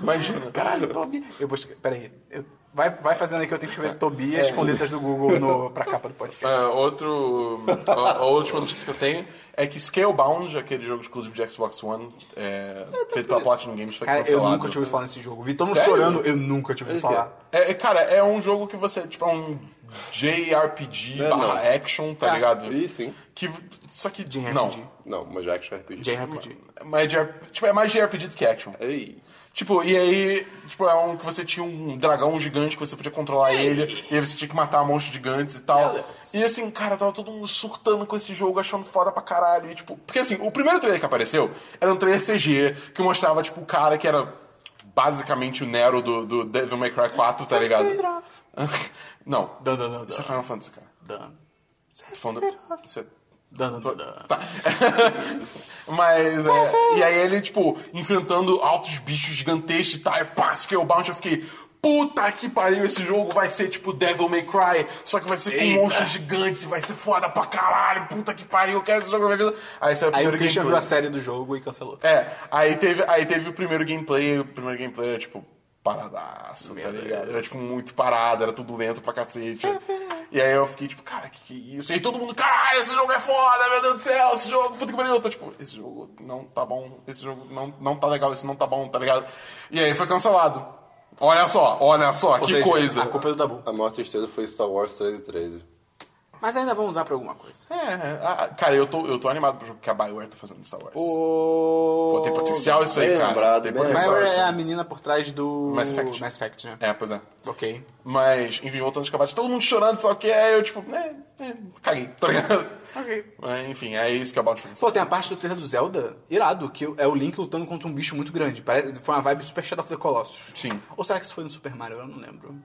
C: imagina.
A: Caralho, Tobias. Eu vou escrever. Peraí. Eu... Vai, vai fazendo aí que eu tenho que escrever Tobias com letras do Google no, pra capa do podcast.
C: É, outro, a, a última notícia que eu tenho é que Scalebound, aquele jogo exclusivo de Xbox One, é, feito pela Platinum Games, foi
A: Cara, eu
C: cancelado.
A: nunca tive ouvido falar nesse jogo. Vi todo mundo
C: Sério?
A: chorando, eu nunca tive ouvido
B: Ele
A: falar.
C: É, é, cara, é um jogo que você. Tipo, é um JRPG
B: É,
C: barra
B: não.
C: action, tá
A: Tá.
C: ligado?
B: Ih, sim.
C: Que, só que.
A: JRPG.
C: Não.
B: Não, mas já é action RPG.
A: JRPG.
C: Mas, JRPG tipo, é mais JRPG do que action.
B: Ei.
C: Tipo, e aí, tipo, é um que você tinha um dragão gigante que você podia controlar ele, e aí você tinha que matar monstros gigantes e tal. E assim, cara, tava todo mundo surtando com esse jogo, achando foda pra caralho. E, tipo, porque assim, o primeiro trailer que apareceu era um trailer CG que mostrava, tipo, o cara que era basicamente o Nero do, do Devil May Cry 4, tá ligado? Não.
A: Dan, dan, dan,
C: Isso é Final Fantasy, cara.
A: Dan.
C: Isso é Final Isso é
A: Dan, dan, dan.
C: Tá. Mas, é, e aí ele, tipo, enfrentando altos bichos gigantescos e tal, e pá, Scalebound, eu fiquei, puta que pariu, esse jogo vai ser tipo Devil May Cry, só que vai ser com monstros gigantes, vai ser foda pra caralho, puta que pariu, eu quero esse jogo na minha vida. Aí, saiu
A: Aí o
C: primeiro
A: Christian
C: gameplay.
A: viu a série do jogo e cancelou.
C: É, aí teve, aí teve o primeiro gameplay, e o primeiro gameplay era tipo paradaço, tá ligado? Era tipo muito parado, era tudo lento pra cacete. E aí eu fiquei tipo, cara, que que é isso? E aí todo mundo, caralho, esse jogo é foda, meu Deus do céu, esse jogo, puta que pariu. Eu tô tipo, esse jogo não tá bom, esse jogo não, não tá legal, isso não tá bom, tá ligado? E aí foi cancelado. Olha só, olha só, que
A: seja,
C: coisa.
A: A culpa é do Dabu.
B: A maior tristeza foi Star Wars 1313.
A: Mas ainda vão usar pra alguma coisa.
C: É, a- a- cara, eu tô, eu tô animado pro jogo que a Bioware tá fazendo de Star Wars. Pô, tem potencial isso aí,
B: bem
C: cara.
B: lembrado,
C: tem
B: bem
A: Mas
C: potencial.
A: é
C: isso
A: a
C: aí.
A: menina por trás do
C: Mass Effect.
A: Mass Effect, né?
C: É, pois é.
A: Ok.
C: Mas, enfim, voltando de cabate, todo mundo chorando, só que aí eu, tipo, né, é, caguei, tá ligado?
A: Ok.
C: Mas, enfim, é isso que eu abato
A: Pô, tem a parte do trailer do Zelda, irado, que é o Link lutando contra um bicho muito grande. Parece, foi uma vibe super Shadow of the Colossus.
C: Sim.
A: Ou será que isso foi no Super Mario? Eu não lembro.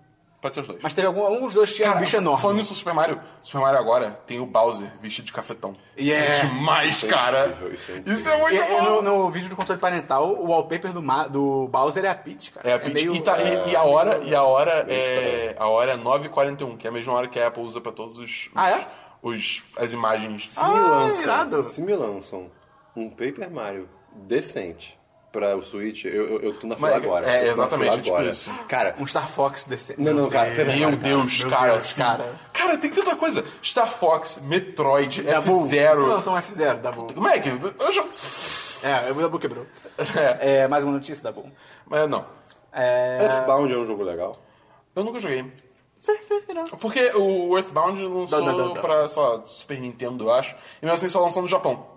C: Pode ser os dois.
A: Mas teve algum, um dos dois tinha um bicho enorme.
C: Falando nisso, o Super Mario, o Super Mario agora tem o Bowser vestido de cafetão.
A: Yeah.
C: Isso é demais, cara.
B: incrível, isso é incrível.
C: isso é
A: E-
C: muito
A: e
C: bom.
A: no, no vídeo do controle parental, o wallpaper do, Ma- do Bowser é a Peach, cara.
C: É, a Peach-
A: meio-
C: e, tá- e- e a hora, e a hora é, a hora é 9h41, que é a mesma hora que a Apple usa pra todos os, os-
A: Ah, é?
C: os- as imagens.
B: Se me lançam,
A: irado.
B: se me lançam um Paper Mario decente pra o Switch, eu, eu, eu tô na fila
C: Mas-
B: agora.
C: é,
B: Eu tô na
C: exatamente,
B: fila
C: tipo
B: agora.
C: isso.
B: Cara,
A: Um Star Fox DC.
B: não, não, cara, Paper
C: Meu
B: Mario, cara.
C: Deus,
A: Meu
C: cara,
A: Deus,
C: assim.
A: cara.
C: Cara, tem tanta coisa. Star Fox, Metroid,
A: Dabu. Você
C: F-Zero.
A: lançou um F0, Dabu.
C: Moleque, eu já.
A: É, o Dabu quebrou.
C: É,
A: É, mais uma notícia, Dabu.
C: mas não.
A: É...
B: Earthbound é um jogo legal.
C: Eu nunca joguei.
A: Surfeira.
C: Porque o Earthbound lançou
A: Dá, dá, dá, dá.
C: pra, sei lá, Super Nintendo, eu acho. E mesmo assim só lançou no Japão.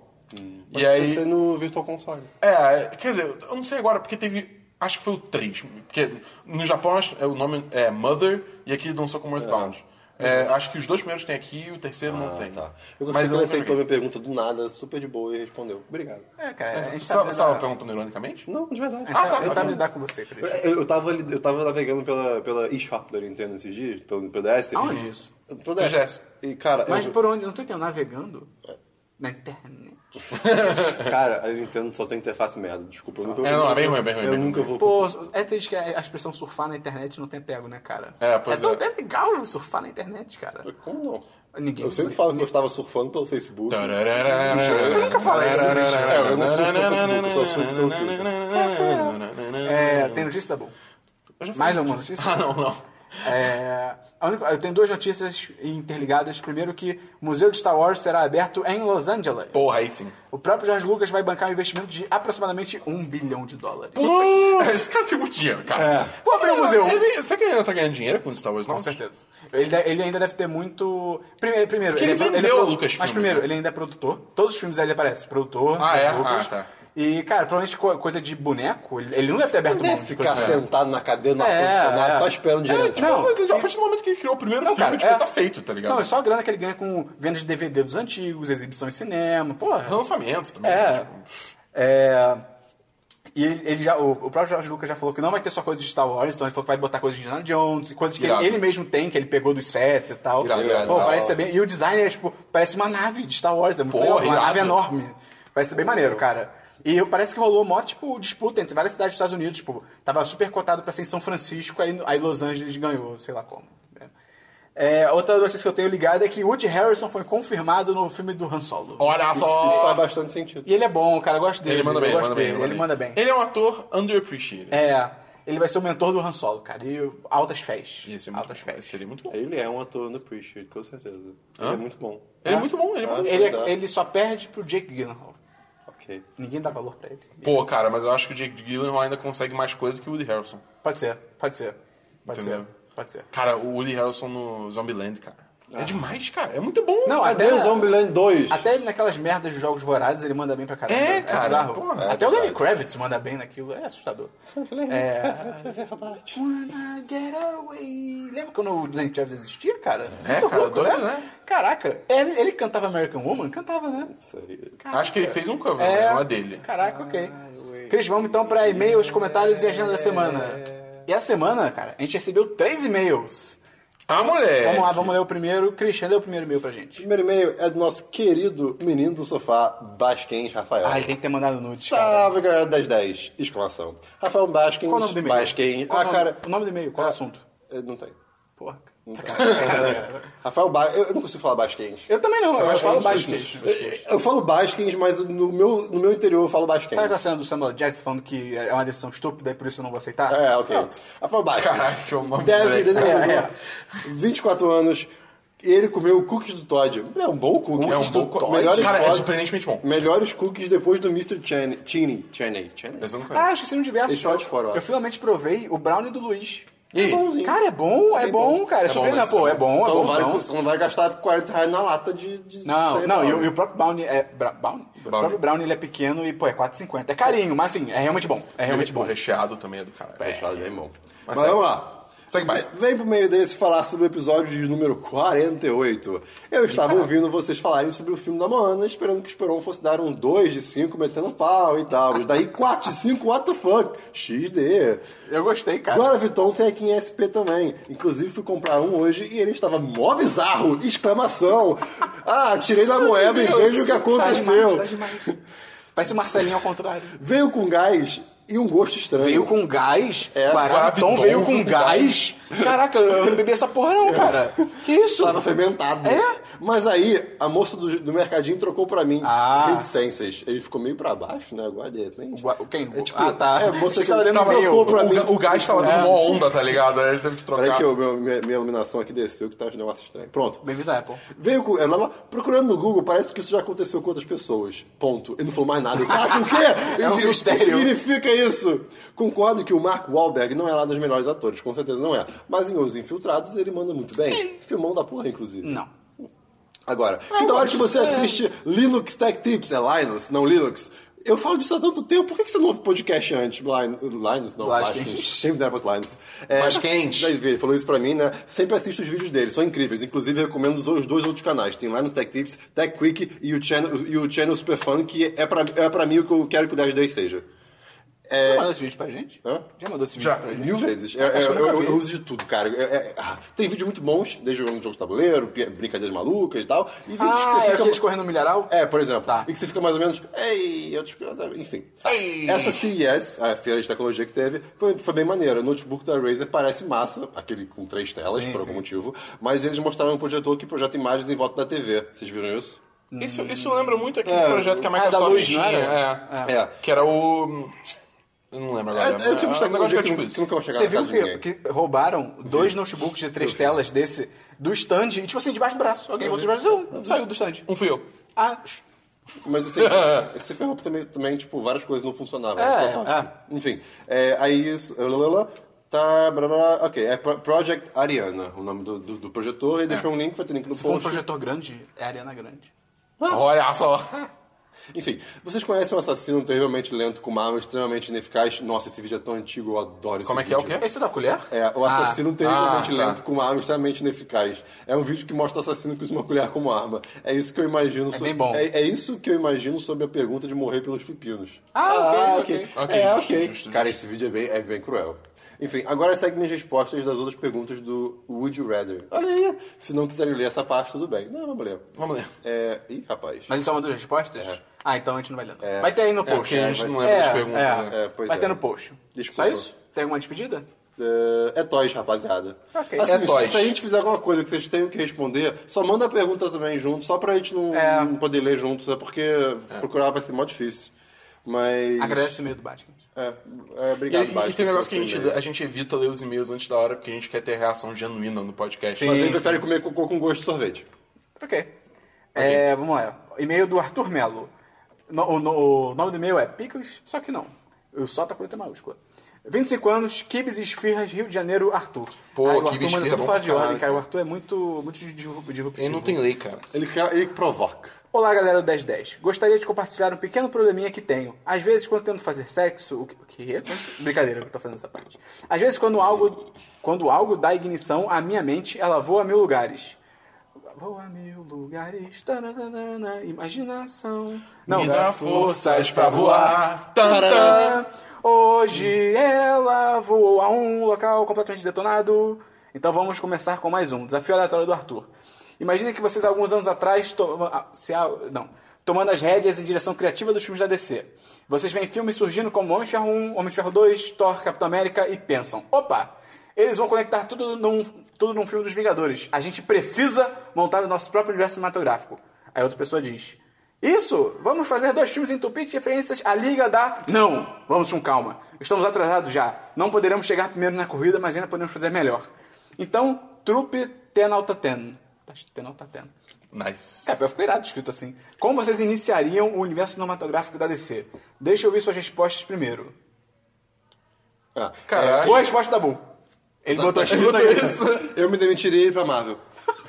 C: E aí.
B: Tem no Virtual Console.
C: É, quer dizer, eu não sei agora, porque teve. Acho que foi o 3. Porque no Japão acho- é, o nome é Mother e aqui lançou como Earthbound. É, acho que os dois primeiros tem aqui e o terceiro não tem.
B: Tá. Eu
C: Mas
B: gostei que
C: eu
B: ele
C: não
B: aceitou
C: sei.
B: minha pergunta do nada, super de boa, e respondeu. Obrigado.
A: É, cara, a gente tá...
C: Sabe
A: lidar-
C: sabe perguntando ironicamente?
B: Não, de verdade.
A: Ah,
C: tá,
A: tá, eu
C: tá
A: tava lidar com você, Cris.
B: Eu, eu, tava, ali- eu tava navegando pela, pela eShop da Nintendo esses dias, pelo PDS.
A: Aonde isso?
B: Pro DS.
C: PGS.
B: E, cara,
A: Mas
B: eu-
A: por onde? Eu Não tô entendendo. Navegando? Na internet.
B: cara, a Nintendo só tem interface merda, desculpa. Eu nunca,
C: É, não, é bem ruim, é bem ruim. é
B: eu
C: bem ruim.
B: nunca vou...
A: Pô, é triste que a expressão surfar na internet não tem pego, né, cara?
C: É, pois
A: tão-
C: é.
A: legal surfar na internet, cara.
B: Como não?
A: Ninguém
B: eu
A: usa.
C: é
B: sempre falo que eu estava surfando pelo Facebook.
C: Então, Você
A: nunca fala isso, bicho.
B: É, eu não surfo pelo Facebook, eu só surfo pelo Twitter.
A: É, tem notícia da Bull. Mais alguma notícia?
C: Ah, não, não.
A: É, a única- eu tenho duas notícias interligadas. Primeiro que o Museu de Star Wars será aberto em Los Angeles.
C: Porra, aí sim.
A: O próprio George Lucas vai bancar um investimento de aproximadamente um bilhão de dólares.
C: Esse cara tem muito dinheiro, cara.
B: É.
A: Vou abrir um museu.
C: Ele, será que ele ainda tá ganhando dinheiro com Star Wars? Não,
A: Com certeza. Ele, de- ele ainda deve ter muito. Prime- Primeiro,
C: ele
A: é pro- é
C: vendeu
A: pro-
C: o Lucasfilm,
A: Mas primeiro,
C: né?
A: ele ainda é produtor. Todos os filmes dele aparece. Produtor,
C: Ah, é?
A: George Lucas.
C: Ah, tá.
A: E, cara, provavelmente co- coisa de boneco. Ele, ele não deve ter aberto mão
B: Deve
A: de
B: ficar
A: coisa.
B: sentado na cadeira, no
A: É,
B: ar-condicionado,
A: é.
B: só esperando direito.
A: tipo, Não,
C: Mas a partir do momento que ele criou o primeiro filme,
A: Cara,
C: tipo,
A: é-
C: tá feito, tá ligado?
A: Não, é só a grana que ele ganha com vendas de DVD dos antigos, exibição em cinema, porra.
C: Lançamento é também. né?
A: É.
C: Tipo,
A: É. E ele, ele já, o, o próprio Jorge Lucas já falou que não vai ter só coisas de Star Wars, então ele falou que vai botar coisas de Indiana Jones, e coisas que ele,
C: Irado.
A: ele mesmo tem, que ele pegou dos sets e tal.
C: Irado,
A: Pô,
C: irado.
A: parece ser bem. E o design é tipo, parece uma nave de Star Wars, é muito
C: Porra,
A: legal, uma
C: irado.
A: nave enorme. Parece ser bem maneiro, cara. E eu- parece que rolou mó, tipo, disputa entre várias cidades dos Estados Unidos, tipo, tava super cotado pra ser em São Francisco, aí, aí Los Angeles ganhou, sei lá como. né. É, outra notícia que eu tenho ligada é que Woody Harrison foi confirmado no filme do Han Solo.
C: Olha só!
B: Isso faz bastante sentido.
A: E ele é bom, cara, eu gosto dele.
C: Ele manda bem,
A: eu
C: ele
A: gosto
C: manda bem.
A: dele, ele manda bem.
C: Ele é um ator underappreciated.
A: É, ele vai ser o mentor do Han Solo, cara, e altas fés.
C: Ia ser é muito
A: altas
C: bom.
A: fés.
C: Seria muito bom.
B: Ele é um ator underappreciated, com certeza. Ele é muito bom.
C: Ele é muito bom, ele é muito bom.
A: Ele,
B: Exato.
A: é- ele só perde pro Jake Gyllenhaal.
B: Ok.
A: Ninguém dá valor pra ele.
C: Pô, é cara, mas eu acho que o Jake Gyllenhaal ainda consegue mais coisa que o Woody Harrelson.
A: Pode ser, pode ser. Pode
C: Entendeu?
A: ser, pode ser.
C: Cara, o Woody Harrelson no Zombieland, cara. É demais, cara. É muito bom.
A: Ah. Não,
C: cara.
A: até-
B: Cadê o Zombieland 2?
A: Até ele naquelas merdas dos jogos vorazes, ele manda bem pra caramba.
C: É, cara,
A: bizarro.
C: porra. É,
A: Até o Lenny
B: verdade.
A: Kravitz manda bem naquilo, é assustador. É...
B: Isso é verdade.
A: Wanna get away. Lembra quando o Lenny Kravitz existia, cara?
C: É,
A: Muito
C: cara, doido, né?
A: Caraca, ele, ele cantava American Woman? Cantava, né?
B: Isso aí.
C: Acho que ele fez um cover,
A: É.
C: mas não é dele.
A: Caraca, ok. Cris, vamos então pra e-mails, comentários e agenda da semana. E a semana, cara, a gente recebeu três e-mails.
C: Ah, moleque!
A: Vamos lá, vamos ler o primeiro. Christian, lê o primeiro e-mail pra gente.
B: Primeiro e-mail é do nosso querido menino do sofá, Basquens Rafael.
A: Ah, ele tem que ter mandado nudes, cara.
B: Salve, galera das 10! Exclamação. Rafael Basquens.
A: Qual o nome do e-mail?
B: Basquens.
A: Qual
B: Ah,
A: o nome-
B: cara.
A: O nome do e-mail, qual o assunto?
B: eh, Não tem.
A: Porra.
B: Rafael Ba... Eu eu não consigo falar Basquens.
A: Eu também
B: Ah,
A: não, eu, falo baixo.
B: Eu- Eu falo Basquens, mas no meu, no meu interior eu falo Basquens.
A: Sabe aquela cena do Samuel Jackson falando que é uma decisão estúpida e por isso eu não vou aceitar?
B: É, ok.
A: Pronto.
B: Rafael Basquens.
C: Caralho, que é um nome
B: Deve,
C: moleque.
B: desenvolvedor,
A: É, é.
B: 24 anos. Ele comeu cookies do Todd. É um bom cookie.
C: É um bom
B: Do-
C: Todd.
B: Melhores
C: Cara, é
B: Todd-
C: surpreendentemente bom.
B: Melhores cookies depois do Mr. Cheney. Cheney. Cheney. Cheney.
C: Mas eu não conheço.
A: Ah, esqueci no diverso.
B: Deixa eu lá de fora, eu
A: eu,
B: acho.
A: finalmente provei o brownie do Luiz.
C: E aí?
B: bonzinho.
A: Cara, é bom, é,
B: É
A: bom,
B: bom.
A: cara. É,
C: É bom,
A: surpreendente,
C: mas
A: pô. É bom, é
B: Só não,
A: bom.
B: vai,
A: são.
B: só não vai gastar 40 reais na lata de... de
A: Não,
B: sei
A: não,
B: lá,
A: e, o-
B: né?
A: e o próprio Brownie é. Bra Brownie? O próprio Brownie ele é pequeno e, pô, é 4,50. É carinho, mas assim, é realmente bom. É realmente
C: O
A: bom.
C: recheado tipo, também é do cara.
B: Fechado, bem bom. Mas,
C: é.
B: vamos lá.
C: Segue mais.
B: Vem pro meio desse falar sobre o episódio de número 48. Eu estava ouvindo vocês falarem sobre o filme da Moana, esperando que o Esperon fosse dar um 2 de 5 metendo um pau e tal. Mas Daí 4 de 5, what the fuck? XD.
A: Eu gostei, cara.
B: Guaraviton tem aqui em SP também. Inclusive fui comprar um hoje e ele estava mó bizarro! Exclamação! Ah, tirei da moeda e vejo o que
A: Tá
B: aconteceu.
A: Parece o Marcelinho ao contrário.
B: Veio com gás e um gosto estranho.
A: Veio com gás?
B: É,
A: Guaraviton
C: Guaraviton
A: veio
C: com
A: com gás? Caraca, eu não bebi essa porra não, cara. Que isso?
B: Tava fermentado.
A: É?
B: Mas aí, a moça do, do mercadinho trocou pra mim.
A: Ah.
B: Reticências. Ele ficou meio pra baixo, né? Agora, de repente.
A: Gua- Quem?
B: É, tipo,
A: ah, tá.
B: é, você
A: Achei
B: que tava-
A: meio.
B: Pô, pra
C: o,
B: mim-
C: ga- o gás
A: É.
C: tava dando uma onda, tá ligado? Aí ele teve que
B: Peraí
C: trocar.
B: É. que o meu- minha, minha iluminação aqui desceu, que tá um negócio estranho. Pronto.
A: Bem-vindo à Apple.
B: Veio com. Ela lá, procurando no Google, parece que isso já aconteceu com outras pessoas. Ponto. Ele não falou mais nada. Eu, Caraca, o quê?
A: É um
B: Eu- eu-
A: mistério.
B: O que significa isso? Concordo que o Mark Wahlberg não é lá dos melhores atores, com certeza não é. Mas em Os Infiltrados ele manda muito bem. Filmão da porra, inclusive.
A: Não.
B: Agora, toda hora que você assiste Linux Tech Tips, é Linus, não Linux. Eu falo disso há tanto tempo, por que que você não ouve podcast antes? Lin- Linus, não,
A: Blaskins.
B: Blaskins. Quem me dera fosse Linus. É,
A: Blaskins.
B: daí Ele falou isso pra mim, né? Sempre assisto os vídeos dele, são incríveis. Inclusive, eu recomendo os os dois outros canais. Tem Linus Tech Tips, Tech Quick e o Channel, e o channel Superfan, que é pra, é pra mim o que eu quero que o 10 10 seja.
A: Você mandou esse vídeo pra gente?
B: Hã?
A: Já mandou esse vídeo
C: Já.
A: pra gente?
B: Mil vezes. É, é,
A: Acho que
B: eu,
A: eu nunca
B: eu-
A: vi.
B: eu uso de tudo, cara. É, é, ah, tem vídeos muito bons, desde jogando jogos de tabuleiro, pi- brincadeiras malucas e tal. E vídeos
A: Ah,
B: que você
A: é
B: fica.
A: aqueles correndo no milharal?
B: É, por exemplo.
A: Tá.
B: E que você fica mais ou menos. Ei, eu te... Enfim.
A: Ei.
B: Essa CES, a feira de tecnologia que teve, foi, foi bem maneira. O notebook da Razer parece massa, aquele com três telas, por algum motivo. Mas eles mostraram um projetor que projeta imagens em volta da TV. Vocês viram isso?
C: Isso, isso lembra muito aquele projeto que a
A: da
C: Microsoft
A: luz, não
C: tinha.
A: era?
C: É,
B: É.
C: Que era o. Eu não lembro agora.
B: É, é o tipo de
C: um negócio que
B: tecnologia
C: era
B: que,
C: tipo
B: nu- que
C: isso.
B: nunca vai chegar
A: Você
B: na casa
A: viu
B: de ninguém.
A: que, que roubaram dois notebooks de três telas desse do stand e, tipo assim, debaixo do braço. Alguém botou debaixo do braço saiu do stand.
C: Um fui eu.
A: Ah, psh,
B: Mas assim, esse ferrou também, também, tipo, várias coisas não funcionavam.
A: É,
B: Então, Enfim, é, aí isso. lalala, Tá, blá, blá, blá, ok. É Pro- Project Ariana, o nome do, do, do projetor, e deixou um link, vai ter link no
A: É. se for um
B: post.
A: projetor grande, é a Arena Grande.
B: Ah.
C: Olha só.
B: Enfim, vocês conhecem um assassino terrivelmente lento com uma arma extremamente ineficaz? Nossa, esse vídeo é tão antigo, eu adoro esse
C: Como é que é
B: vídeo.
C: o quê?
A: Esse da colher?
B: É, o assassino terrivelmente
C: ah, tá.
B: lento com uma arma extremamente ineficaz. É um vídeo que mostra o assassino que usa uma colher como arma. É isso que eu imagino. so-
A: bem bom.
B: É, é isso que eu imagino sobre a pergunta de morrer pelos pepinos.
A: Ah, ok, ok.
C: Ok,
B: é,
C: justo,
B: ok.
C: justo, justo.
B: Cara, esse vídeo é bem, é bem cruel. Enfim, agora segue minhas respostas das outras perguntas do Would You Rather. Olha aí. Se não quiserem ler essa parte, tudo bem. Não, vamos ler.
C: Vamos ler.
B: É... Ih, rapaz.
A: Mas isso é uma das respostas? Ah, então a gente não vai ler. não.
B: É.
A: Vai ter aí no
C: É,
A: post.
C: porque a gente não lembra das perguntas,
B: né? É, pois
A: vai
B: é.
A: ter no post.
B: Desculpa.
A: Só isso? Tem alguma despedida?
B: É, é toys, rapaziada.
A: Ok.
B: Assim,
C: É toys.
B: Se a gente fizer alguma coisa que vocês tenham que responder, só manda a pergunta também junto, só pra gente não,
A: É.
B: não poder ler juntos, é porque procurar vai ser mó difícil. Mas.
A: Agradece o meio do Batman.
B: É, é,
C: E,
B: obrigado,
C: e- e
B: Bastos,
C: tem um negócio que a
B: pelo
C: gente,
B: e-mail.
C: a gente evita ler os e-mails antes da hora porque a gente quer ter reação genuína no podcast.
A: Sim.
B: Mas ele prefere comer cocô com gosto de sorvete.
A: Ok. É, vamos lá. E-mail do Arthur Melo. No- o, no- o nome do e-mail é Picles, só que não. Eu só tá com letra maiúscula. 25 anos, Kibes e Esfirras, Rio de Janeiro, Arthur.
C: Pô,
A: Aí o Arthur
C: Kibes e Esfirra
A: manda
C: é
A: tudo
C: bom
A: fora de
C: pra caralho,
A: ordem,
C: cara.
A: cara. O Arthur é muito, muito disrup- disruptivo.
C: Ele não tem lei, cara.
B: Ele, quer- ele provoca.
A: Olá, galera do 1010. Gostaria de compartilhar um pequeno probleminha que tenho. Às vezes, quando tento fazer sexo... O que? O quê? Brincadeira que eu tô fazendo essa parte. Às vezes, quando algo, quando algo dá ignição à minha mente, ela voa a mil lugares. Voa a mil lugares, taranana, imaginação... Não,
C: Me dá forças pra voar. Tan, tan.
A: Hoje ela voou a um local completamente detonado. Então vamos começar com mais um. Desafio aleatório do Arthur. Imagina que vocês, alguns anos atrás, to- ah, se a- não, tomando as rédeas em direção criativa dos filmes da DC. Vocês veem filmes surgindo como Homem de Ferro 1, Homem de Ferro 2, Thor, Capitão América e pensam: opa, eles vão conectar tudo num, tudo num filme dos Vingadores. A gente precisa montar o nosso próprio universo cinematográfico. Aí outra pessoa diz: isso! Vamos fazer dois filmes entupidos de referências à Liga da. Não! Vamos com calma. Estamos atrasados já. Não poderemos chegar primeiro na corrida, mas ainda podemos fazer melhor. Então, trupe ten alta ten. Tá escrito ten alta ten.
C: Nice.
A: É, ficou irado escrito assim. Como vocês iniciariam o universo cinematográfico da DC? Deixa eu ouvir suas respostas primeiro.
B: Ah,
C: Cara,
B: é,
C: Acho-
A: Boa resposta da Bull. Ele botou escrito
C: Ele botou
A: aí.
C: isso.
B: eu me demitiria e ir pra Marvel.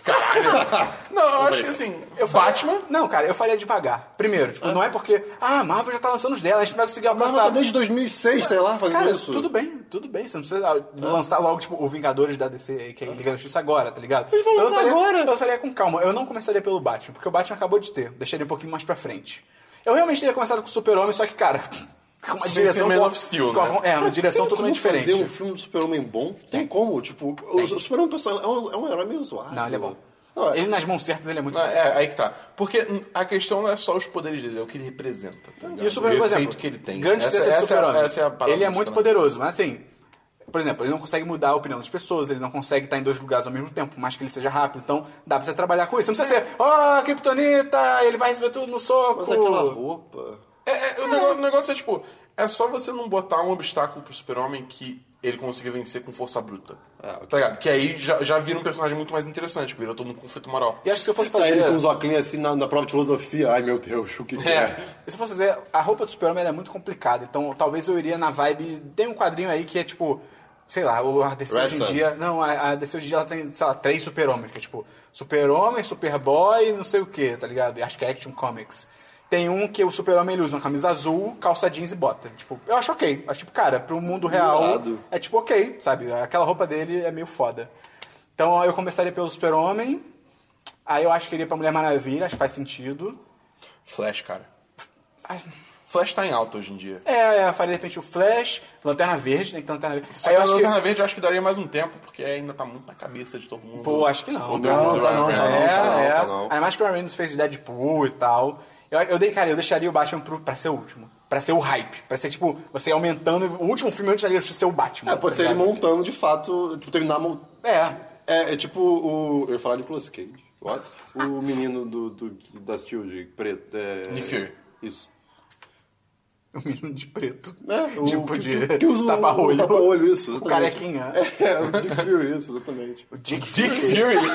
C: Caralho. Não, eu acho que assim, eu Batman.
A: Não, cara, eu faria devagar. Primeiro, tipo, não é porque. Ah, a Marvel já tá lançando os dela, a gente não vai conseguir
B: Mas tá
A: alcançar.
B: desde 2006, sei lá, fazendo
A: Cara,
B: isso. É.
A: tudo bem, tudo bem. Você não precisa ah, lançar logo, tipo, o Vingadores da DC, que é Liga da Justiça agora, tá ligado?
B: vão
A: eu
B: lançar
A: lançaria,
B: agora.
A: Eu lançaria com calma. Eu não começaria pelo Batman, porque o Batman acabou de ter. Deixaria um pouquinho mais pra frente. Eu realmente teria começado com o Super-Homem, só que, cara... Com uma
C: Sem ser
A: direção...
C: Man
A: com-
C: of Steel,
A: com-
C: né?
A: É, uma direção
B: Tem
A: totalmente
B: como
A: diferente.
B: fazer um filme do Super-Homem bom? Tem como? Tipo, o Super-Homem pessoal, é, um, é um herói meio zoado.
A: Não, ele é bom.
B: Não, é-
A: Ele nas mãos certas, ele é muito
C: Ah,
A: bom.
C: É, aí que tá. Porque hum, a questão não é só os poderes dele, é o que ele representa. Tá ligado?
A: E o Superman,
C: o
A: por
C: efeito
A: exemplo,
C: que ele tem.
A: grande
C: essa,
A: treta do
C: essa é a-
A: super-homem.
C: essa é a parada
A: ele é
C: do
A: muito
C: Superman.
A: poderoso, mas assim... Por exemplo, ele não consegue mudar a opinião das pessoas, ele não consegue estar em dois lugares ao mesmo tempo, por mais que ele seja rápido. Então, dá pra você trabalhar com isso. Não
C: É.
A: precisa ser, ó, oh, Kryptonita, ele vai receber tudo no soco.
B: Mas aquela roupa.
C: É, é, o, negócio, o negócio é tipo, é só você não botar um obstáculo pro super-homem que ele consiga vencer com força bruta.
A: Ah,
C: Tá ligado? Que aí já, já vira um personagem muito mais interessante, vira todo um conflito moral.
A: E acho que se eu
C: Então,
A: fosse
B: Tá
A: fazer...
B: ele com os óculos assim na, na prova de filosofia. Ai, meu Deus, o que, que é?
A: Se eu fosse fazer, a roupa do super-homem ela é muito complicada. Então, talvez eu iria na vibe... Tem um quadrinho aí que é, tipo... Sei lá, o a DC
B: Red
A: hoje em
B: Sun.
A: dia... Não, a, a DC hoje em dia ela tem, sei lá, três super-homens. Que é, tipo, super-homem, super-boy e não sei o que, tá ligado? E acho que é Action Comics. Tem um que o super-homem ele usa uma camisa azul, calça jeans e bota. Tipo, eu acho ok. Acho, tipo, cara, pro mundo real...
B: Irado.
A: É, tipo, ok, sabe? Aquela roupa dele é meio foda. Então, ó, eu começaria pelo super-homem. Aí eu acho que iria pra Mulher Maravilha, acho que faz sentido.
C: Flash, cara.
A: Ai,
C: Flash tá em alta hoje em dia.
A: É, eu faria de repente o Flash, Lanterna Verde, né? Que tem Lanterna Verde.
C: Só
A: Aí
C: que
A: eu
C: a
A: acho que.
C: Lanterna Verde eu acho que daria mais um tempo, porque ainda tá muito na cabeça de todo mundo.
A: Pô, acho que não.
B: Não,
A: cara.
B: não, tá não, tá não,
A: é,
B: tá não,
A: é.
B: tá não.
A: Ainda mais que o Ryan Reynolds fez o Deadpool e tal. Eu, eu dei, cara, eu deixaria o Batman pro, pra ser o último. Pra ser o hype. Pra ser, tipo, você aumentando. O último filme antes da Liga da Justiça ser o Batman.
B: É, pode
A: tá
B: ser ele
A: ligado?
B: montando de fato, tipo, terminar mon-
A: É.
B: É, é tipo o. Eu ia falar Nicolas Cage. What? O menino do, do, da Shield, preto. É...
C: Nick Fury.
B: Isso.
A: O menino de preto.
B: É, o-
A: tipo de
B: que- que usa o-
A: tapa-olho.
B: o Tapa-olho, isso.
A: O
B: exatamente.
A: carequinha.
B: É, o Nick Fury, isso, exatamente.
A: O Dick
C: Dick
A: Fury.
C: Fury?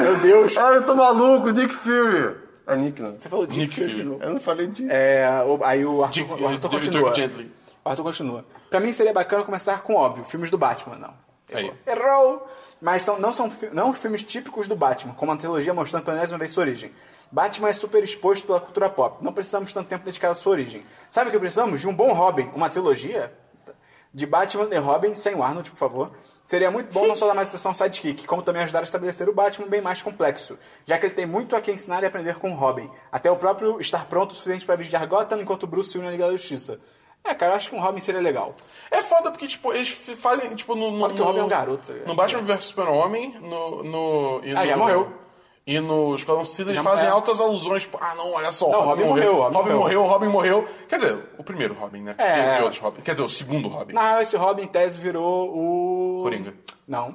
A: Meu Deus.
B: Ah, eu tô maluco, Nick Fury. É Nick, não.
A: Você falou Dick,
C: Nick
A: Fury. de
C: Fury.
A: novo.
B: Eu não falei de.
A: É, o- aí o Arthur,
C: Dick-
A: o Arthur
C: David
A: continua.
C: Dirk Gently.
A: O Arthur continua. Pra mim seria bacana começar com, óbvio, filmes do Batman, não. Errou.
C: Aí.
A: Errou! Mas são, não são fi- não os filmes típicos do Batman, como a trilogia mostrando pela enésima vez é sua origem. Batman é super exposto pela cultura pop. Não precisamos tanto tempo dedicado à sua origem. Sabe o que precisamos? De um bom Robin. Uma trilogia de Batman e Robin, sem o Arnold, por favor. Seria muito bom não só dar mais atenção ao sidekick, como também ajudar a estabelecer o Batman bem mais complexo, já que ele tem muito a que ensinar e aprender com o Robin. Até o próprio estar pronto o suficiente para vigiar Gotham enquanto Bruce se une à Liga da Justiça. É, cara, eu acho que um Robin seria legal.
C: É foda porque, tipo, eles f- fazem, tipo, no... no
A: Foda que o
C: no-
A: Robin é um garoto, tá ligado?
C: No Batman vs Super-Homem, no... no e
A: Ah,
C: no-
A: já morreu.
C: E no Esquadrão Suicida eles
A: Já
C: fazem
A: morreu.
C: altas alusões, tipo, ah, não, olha só,
A: Não, Robin morreu,
C: Robin,
A: Robin
C: morreu, Robin morreu. Quer dizer, o primeiro Robin, né? Porque
A: É.
C: teve outros Robin. Quer dizer, o segundo Robin.
A: Na real, esse Robin, em tese, virou o...
C: Coringa.
A: Não.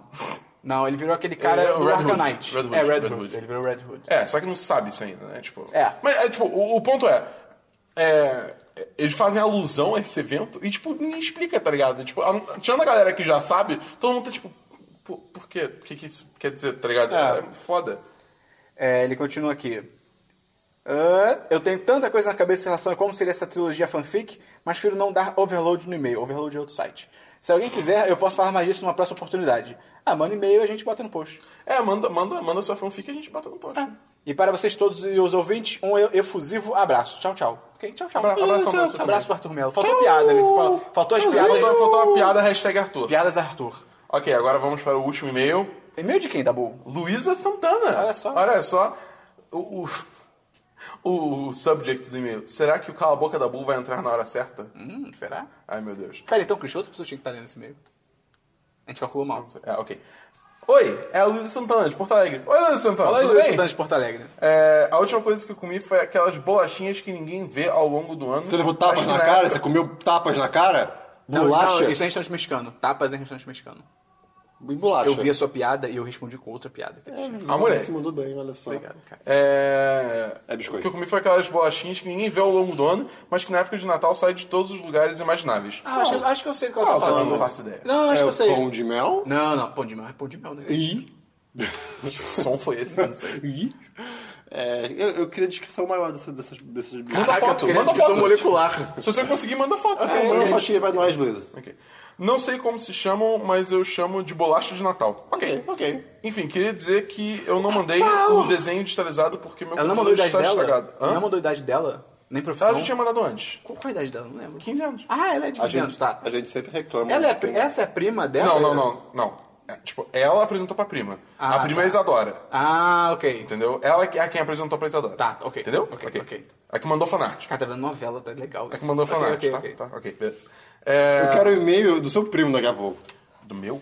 A: Não, ele virou aquele cara
C: Ele é o
A: do
C: Red
A: Arkham
C: Hood.
A: Knight.
C: Red Hood,
A: é, Red,
C: Red
A: Hood.
C: Hood.
A: Ele virou Red Hood.
C: É, só que não sabe isso ainda, né? Tipo.
A: É.
C: Mas é, tipo, o, o ponto é, é, Eles fazem alusão a esse evento e, tipo, ninguém explica, tá ligado? Tipo, a- tirando a galera que já sabe, todo mundo tá tipo. Por, por quê? O que, que isso quer dizer, tá ligado?
A: É.
C: É, foda.
A: É, ele continua aqui. Ah, eu tenho tanta coisa na cabeça em relação a como seria essa trilogia fanfic, mas prefiro não dar overload no e-mail. Overload é outro site. Se alguém quiser, eu posso falar mais disso numa próxima oportunidade. Ah, manda e-mail e a gente bota no post.
C: É, manda, manda, manda sua fanfic e a gente bota no
A: É.
C: post.
A: E para vocês todos e os ouvintes, um eu- efusivo abraço. Tchau, tão. Ok, tchau, tchau.
C: Abra- abração pra você
A: abraço,
C: também.
A: abraço pro Arthur Melo. Faltou piada nesse. fal- Faltou as piadas.
C: Faltou, faltou uma piada, hashtag Arthur.
A: Piadas Arthur.
C: Ok, agora vamos para o último e-mail.
A: E-mail de quem, Dabu?
C: Luísa Santana.
A: Olha só.
C: Olha só. O, o, o- o subject do e-mail. Será que o Cala a Boca da Bull vai entrar na hora certa?
A: Hum, será?
C: Ai, meu Deus.
A: Pera, então, Cristian, outra pessoa tinha que estar lendo esse e-mail. A gente calculou mal.
C: É, ok. Oi, é a Luísa Santana, de Porto Alegre. Oi, Luísa Santana,
A: Fala aí
C: tudo
A: do
C: bem?
A: estudante de Porto Alegre.
C: É, a última coisa que eu comi foi aquelas bolachinhas que ninguém vê ao longo do ano.
B: Você levou tapas
C: Mas
B: na cara? Você comeu tapas na cara?
A: Não,
B: Bolacha?
A: não, isso é em restaurante mexicano. Tapas em restaurante mexicano.
B: E bolacha.
A: Eu vi a sua piada e eu respondi com outra piada.
B: É,
A: Cristian.
C: A mulher.
B: Se mandou bem, olha só.
A: Obrigado, cara.
C: É...
B: É biscoito.
C: O que eu comi foi aquelas bolachinhas que ninguém vê ao longo do ano, mas que na época de Natal sai de todos os lugares imagináveis.
A: Ah, acho, acho que eu sei do que ela tá
B: Ah, não,
C: eu
A: falando.
C: não faço ideia.
A: Não, acho
B: é
A: que eu sei.
B: Pão de mel?
A: Não, não, pão de mel é pão de mel, né?
B: E.
C: Que som foi esse? Não sei.
B: e- É, eu, eu queria descrição maior dessa, dessas, dessas
C: Manda
A: Caraca, é
C: foto,
A: eu queria
C: manda
A: descrição
C: foto.
A: molecular.
C: Se você conseguir, manda foto.
A: Tá
B: Ah, manda uma fatia pra nós, Luísa.
C: Ok. Não sei como se chamam, mas eu chamo de bolacha de Natal. Ok.
B: Ok.
C: Enfim, queria dizer que eu não mandei
A: Natal!
C: o desenho digitalizado porque meu
A: Ah, tá. Ela não mandou a
C: computador
A: idade
C: está
A: dela?
C: estragado. Hã?
A: Não mandou a idade dela? Nem
C: Ela
A: profissão?
C: já tinha mandado antes.
A: Qual qual a idade dela? Não lembro.
C: 15 anos.
A: Ah, ela é de
B: A
A: 15 anos,
B: gente,
A: tá.
B: a gente sempre reclama.
A: Ela é, a
B: de quem-
A: pri- essa é a prima dela?
C: Não, não, não, não. É, tipo, ela apresentou pra prima.
A: Ah,
C: a prima
A: tá.
C: é Isadora.
A: Ah, ok.
C: Entendeu? Ela é que- é quem apresentou pra Isadora.
A: Tá, ok.
C: Entendeu?
A: Ok, ok.
C: A que mandou fanart.
A: Cara, tá vendo novela, tá legal.
C: A que mandou
A: Ok,
C: fanart,
A: ok,
C: tá?
A: ok.
C: Tá, ok, beleza. É,
B: Eu quero o e-mail do seu primo daqui a pouco.
C: Do meu?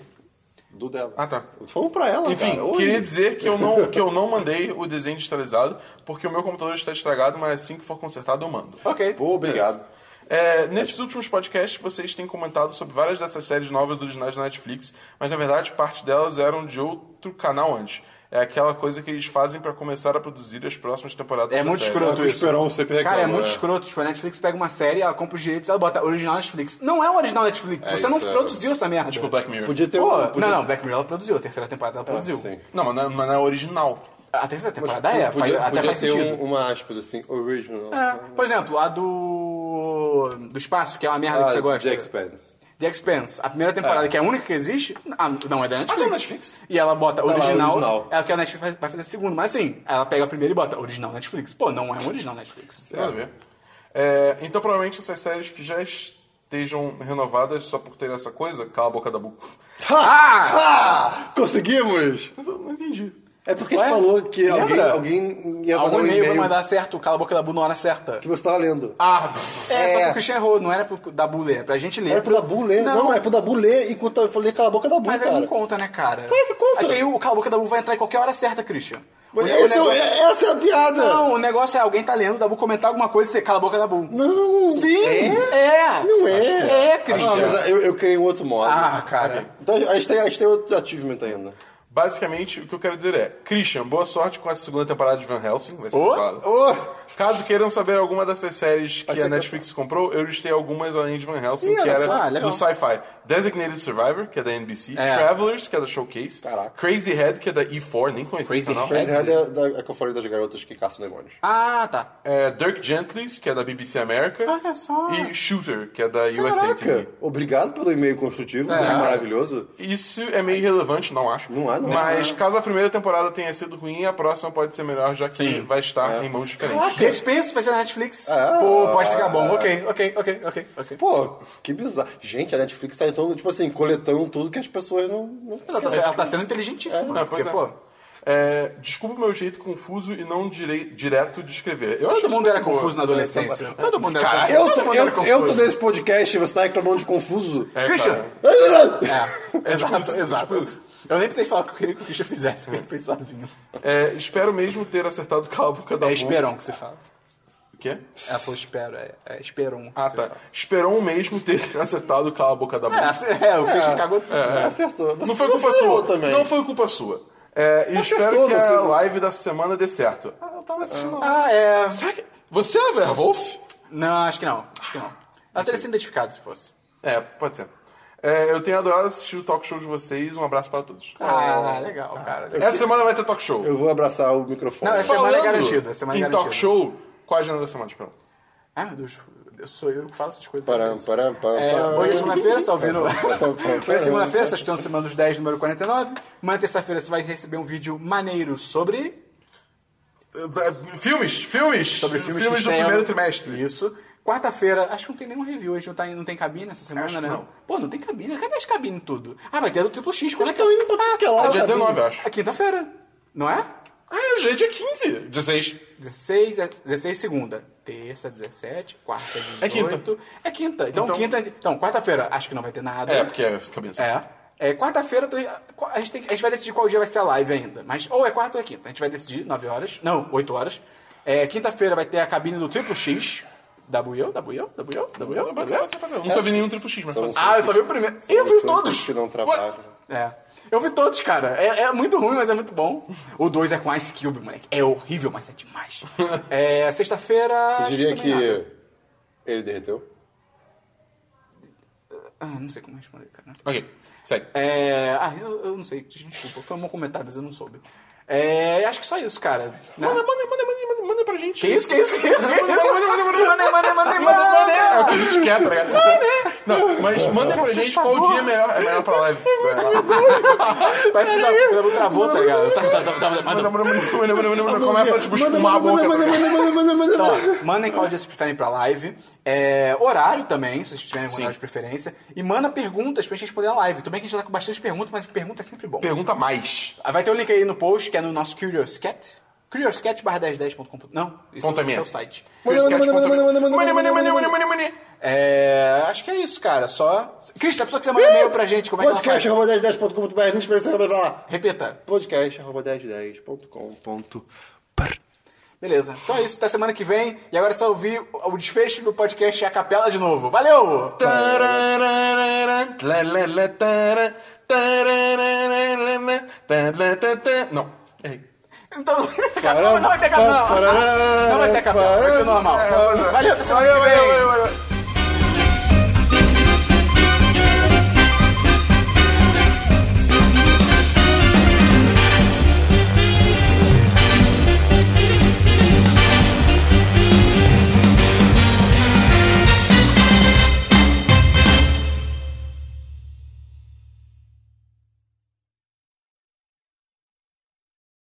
B: Do dela.
C: Ah, tá.
B: Fomos pra ela,
C: Enfim,
B: cara. Oi.
C: queria dizer que eu, não, que eu não mandei o desenho digitalizado, porque o meu computador está estragado, mas assim que for consertado eu mando.
A: tá. Ok.
B: Pô, obrigado.
C: É, nesses últimos podcasts, vocês têm comentado sobre várias dessas séries novas originais da Netflix, mas na verdade parte delas eram de outro canal antes. É aquela coisa que eles fazem pra começar a produzir as próximas temporadas.
A: É
C: da
A: muito
C: série.
A: escroto.
B: Enquanto o Esperon sempre reclama.
A: Cara, é muito
B: né?
A: escroto. Tipo, a Netflix pega uma série, ela compra os direitos, ela bota original Netflix. Não é o original Netflix,
B: É,
A: você não
B: isso é-
A: produziu essa merda.
C: Tipo Black Mirror.
B: Podia ter
A: Pô,
B: um... podia-
A: Não, não, Black Mirror ela produziu, a terceira temporada ela produziu.
B: sim.
C: Não, mas não é, mas não é original.
A: A terceira temporada é, faz-
B: Podia,
A: até
B: podia
A: faz
B: ter
A: sentido.
B: um- uma aspas assim, original.
A: É, por exemplo, a do. do espaço, que é uma merda
B: Ah,
A: que você gosta.
B: The Expanse.
A: The Expanse, a primeira temporada, que é a única que existe, ah, não é da Netflix.
C: da Netflix.
A: E ela bota
B: Tá lá,
A: original,
B: original.
A: é o que a Netflix vai- vai fazer segundo. Mas assim, ela pega a primeira e bota original Netflix. Pô, não é um original Netflix.
C: Nada a ver. É, então, provavelmente, essas séries que já estejam renovadas só por ter essa coisa, cala a boca da boca.
A: Ah!
B: Ah! Conseguimos!
C: Eu Não entendi.
B: É porque
A: Ué?
B: você falou que alguém,
A: Lembra?
B: alguém ia mandar
A: Algum
B: um
A: e-mail vai
B: e-mail
A: mandar certo, cala a boca da Bu na hora certa.
B: que você tava lendo.
C: Ah,
A: É, só que o Christian errou, não era pro Dabu ler, é pra gente ler.
B: Era pro Dabu ler. Não, é pro Dabu ler enquanto eu falei cala a boca da Bu,
A: Mas aí
B: cara.
A: não conta, né, cara?
B: Claro que conta.
A: Aí o cala a boca da Bu vai entrar em qualquer hora certa, Christian.
B: Mas
A: O- o
B: esse é o-
A: um negócio-
B: é- essa é a piada!
A: Não, o negócio é alguém tá lendo, o Dabu comentar alguma coisa e você cala a boca da Bu.
B: Não!
A: Sim!
B: É?
A: É!
B: Não é!
A: É, Christian.
B: Ah, mas eu, eu criei um outro modo.
A: Ah, cara.
B: Então a gente tem, a gente tem outro achievement ainda.
C: basicamente, o que eu quero dizer é: Christian, boa sorte com essa segunda temporada de Van Helsing. Vai ser
A: Ô,
C: cancelada.
A: ô.
C: Caso queiram saber alguma dessas séries que
B: ser
C: a Netflix comprou, eu listei algumas além de Van Helsing,
A: Ih,
C: que
A: olha
C: era
A: só, legal.
C: do Sci-Fi. Designated Survivor, que é da NBC.
A: É.
C: Travelers, que é da Showcase.
B: Caraca.
C: Crazy Head, que é da E4, nem conheço
A: Crazy
C: esse canal.
A: Head?
B: Mas é, da, da, é que eu falei das garotas que caçam demônios.
A: Ah, tá.
C: É, Dirk Gently's, que é da BBC América.
A: Olha só.
C: E Shooter, que é da USA TV.
B: Caraca! Obrigado pelo e-mail construtivo,
A: É.
B: é. maravilhoso.
C: Isso é meio irrelevante, não acho.
B: Não é, não é.
C: Mas caso a primeira temporada tenha sido ruim, a próxima pode ser melhor, já que
A: Sim.
C: vai estar em mãos diferentes.
A: The Expense vai ser na Netflix?
B: Ah.
A: Pô, pode ficar bom. Ok, ok, ok, ok, ok.
B: Pô, que bizarro. Gente, a Netflix tá então, tipo assim, coletando tudo que as pessoas não. não
A: Ela tá, ela tá sendo inteligentíssima.
C: Não, pois
A: porque,
C: é.
A: pô,
C: É, desculpa o meu jeito confuso e não direi- direto de escrever. Eu
A: todo
C: acho
A: mundo
C: isso
A: era
C: muito
A: confuso
C: boa.
A: na adolescência. Todo mundo era
C: Caralho,
A: confuso.
B: Eu tô,
A: Todo mundo
B: eu,
A: era tá confuso.
B: eu tô nesse podcast e você tá reclamando de confuso?
C: É,
A: Christian!
C: cara.
A: É, exato,
C: isso,
A: exato.
C: tipo isso.
A: Eu nem precisei falar o que eu queria que o Christian fizesse, porque ele fez sozinho.
C: É, espero mesmo ter acertado com a boca da
A: É
C: boca.
A: Esperon que você fala.
C: O quê?
A: Ela falou espero, é, é Esperon. que
C: Ah,
A: você
C: tá.
A: fala.
C: Esperou mesmo ter acertado com a boca da boca.
A: É, assim, é, o Christian cagou tudo.
B: É, Acertou. Você
C: Não foi culpa
B: você errou
C: sua.
B: também.
C: Não foi culpa sua. É, e
B: Acertou,
C: espero que
B: você
C: a
B: errou.
C: live da semana dê certo. Ah, eu tava assistindo. lá.
A: Ah, é.
C: Será que. Você é a Werewolf?
A: Não, acho que não. Acho que não. Ela teria sido identificada se fosse.
C: É, pode ser. É, eu tenho adorado assistir o talk show de vocês. Um abraço para todos.
A: Ah, legal, cara. legal.
C: Essa semana vai ter talk show.
B: Eu vou abraçar o microfone.
A: Não, essa- semana é
C: Falando
A: garantida, semana é
C: em
A: garantida.
C: talk show, qual a agenda da semana, Esperão?
A: Ah, meu Deus, eu sou eu que falo essas coisas. às
B: Param,
A: vezes.
B: param, param,
A: É,
B: param.
A: hoje é segunda-feira, você tá ouvindo? Hoje é segunda-feira, vocês estão na semana dos 10, número 49. Amanhã, terça-feira, você vai receber um vídeo maneiro sobre...
C: Eh, Filmes, filmes.
A: Sobre filmes, que
C: do
A: estreiam.
C: primeiro trimestre.
A: Isso. Quarta-feira, acho que não tem nenhum review, a gente não, tá, em- não tem cabine essa semana,
C: Acho que
A: né?
C: não.
A: Pô, não tem cabine, cadê as cabines e tudo? Ah, vai ter a do Triplo X, quando é que
B: estão indo pra tudo que é lado,
C: Dia 19, eu acho.
A: É quinta-feira, não é?
C: Ah, hoje é dia 15. 16.
A: 16, é 16 segunda. Terça, 17, quarta, 18.
C: É quinta.
A: É quinta. Então,
C: Então-
A: quinta. Então, quarta-feira, acho que não vai ter nada.
C: É, porque é cabeça.
A: É. É, quarta-feira, a gente, tem, a gente vai decidir qual dia vai ser a live ainda. Mas ou é quarta ou é quinta. A gente vai decidir 9 horas. Não, 8 horas. É, quinta-feira vai ter a cabine do Triplo X. W eu, W eu, W eu, W eu,
C: Pode
A: W
C: ser,
A: eu.
C: pode ser, pode ser. Eu Nunca vi nenhum triplo X, mas
B: são-
C: pode ser.
A: Ah, eu só vi o primeiro. Eu vi todos!
B: um Que não trabalham.
A: É. Eu vi todos, cara. É, é muito ruim, mas é muito bom. O 2 é com Ice Cube, moleque. É horrível, mas é demais. É, sexta-feira.
B: Você
A: acho
B: diria que é
A: também nada.
B: ele derreteu?
A: Ah, não sei como responder, cara.
C: Ok, segue.
A: É. Ah, eu, eu não sei. Desculpa. Foi um bom comentário, mas eu não soube. É. Acho que só isso, cara. Né?
C: Manda, manda, manda, manda, manda, mandem pra gente.
A: Que isso, que isso, que isso?
C: Manda, manda, manda, manda, manda.
A: Mandem, mandem, mandem,
C: Manda, manda.
A: mandem.
C: É o que a gente quer, tá ligado? Não, mas mandem pra gente qual
A: assustador.
C: dia é melhor, é melhor pra live.
E: Parece que o Dabu travou, tá ligado? Tá, tá, tá, tá,
C: Manda,
E: manda-
C: manda, manda, manda, manda, manda. Começa, tipo, espumar a boca. tá ligado?
A: Então, ó, mandem qual dia vocês preferem pra live. É, horário também, se vocês tiverem algum horário de preferência. E manda perguntas pra gente responder na live. Tudo bem que a gente tá com bastante perguntas, mas pergunta é sempre bom.
C: Pergunta mais.
A: Ah, Vai ter o link aí no post, que é no nosso Curious Cat. CuriousCat barra 1010.com. Não, isso
C: Ponto
A: é o
C: ME.
A: seu site.
C: Manda, manda, manda, manda, manda, manda.
A: É, acho que é isso, cara. Só. Cris, a pessoa quiser mandar e-mail pra gente, como é que ela faz?
B: Podcast arroba 1010.com.br, não espera você comentar lá.
A: Repita.
B: Podcast arroba 1010.com.br.
A: Beleza. Então é isso, até semana que vem. E agora é só ouvir o desfecho do podcast e a capela de novo. Valeu!
C: Tararararara, tlalala, tara, tararararara, tlalala, Não.
A: Então não vai ter capela, não vai ter capela. Não vai ter capela, vai ser normal. Valeu, até semana que vem.
C: valeu, valeu.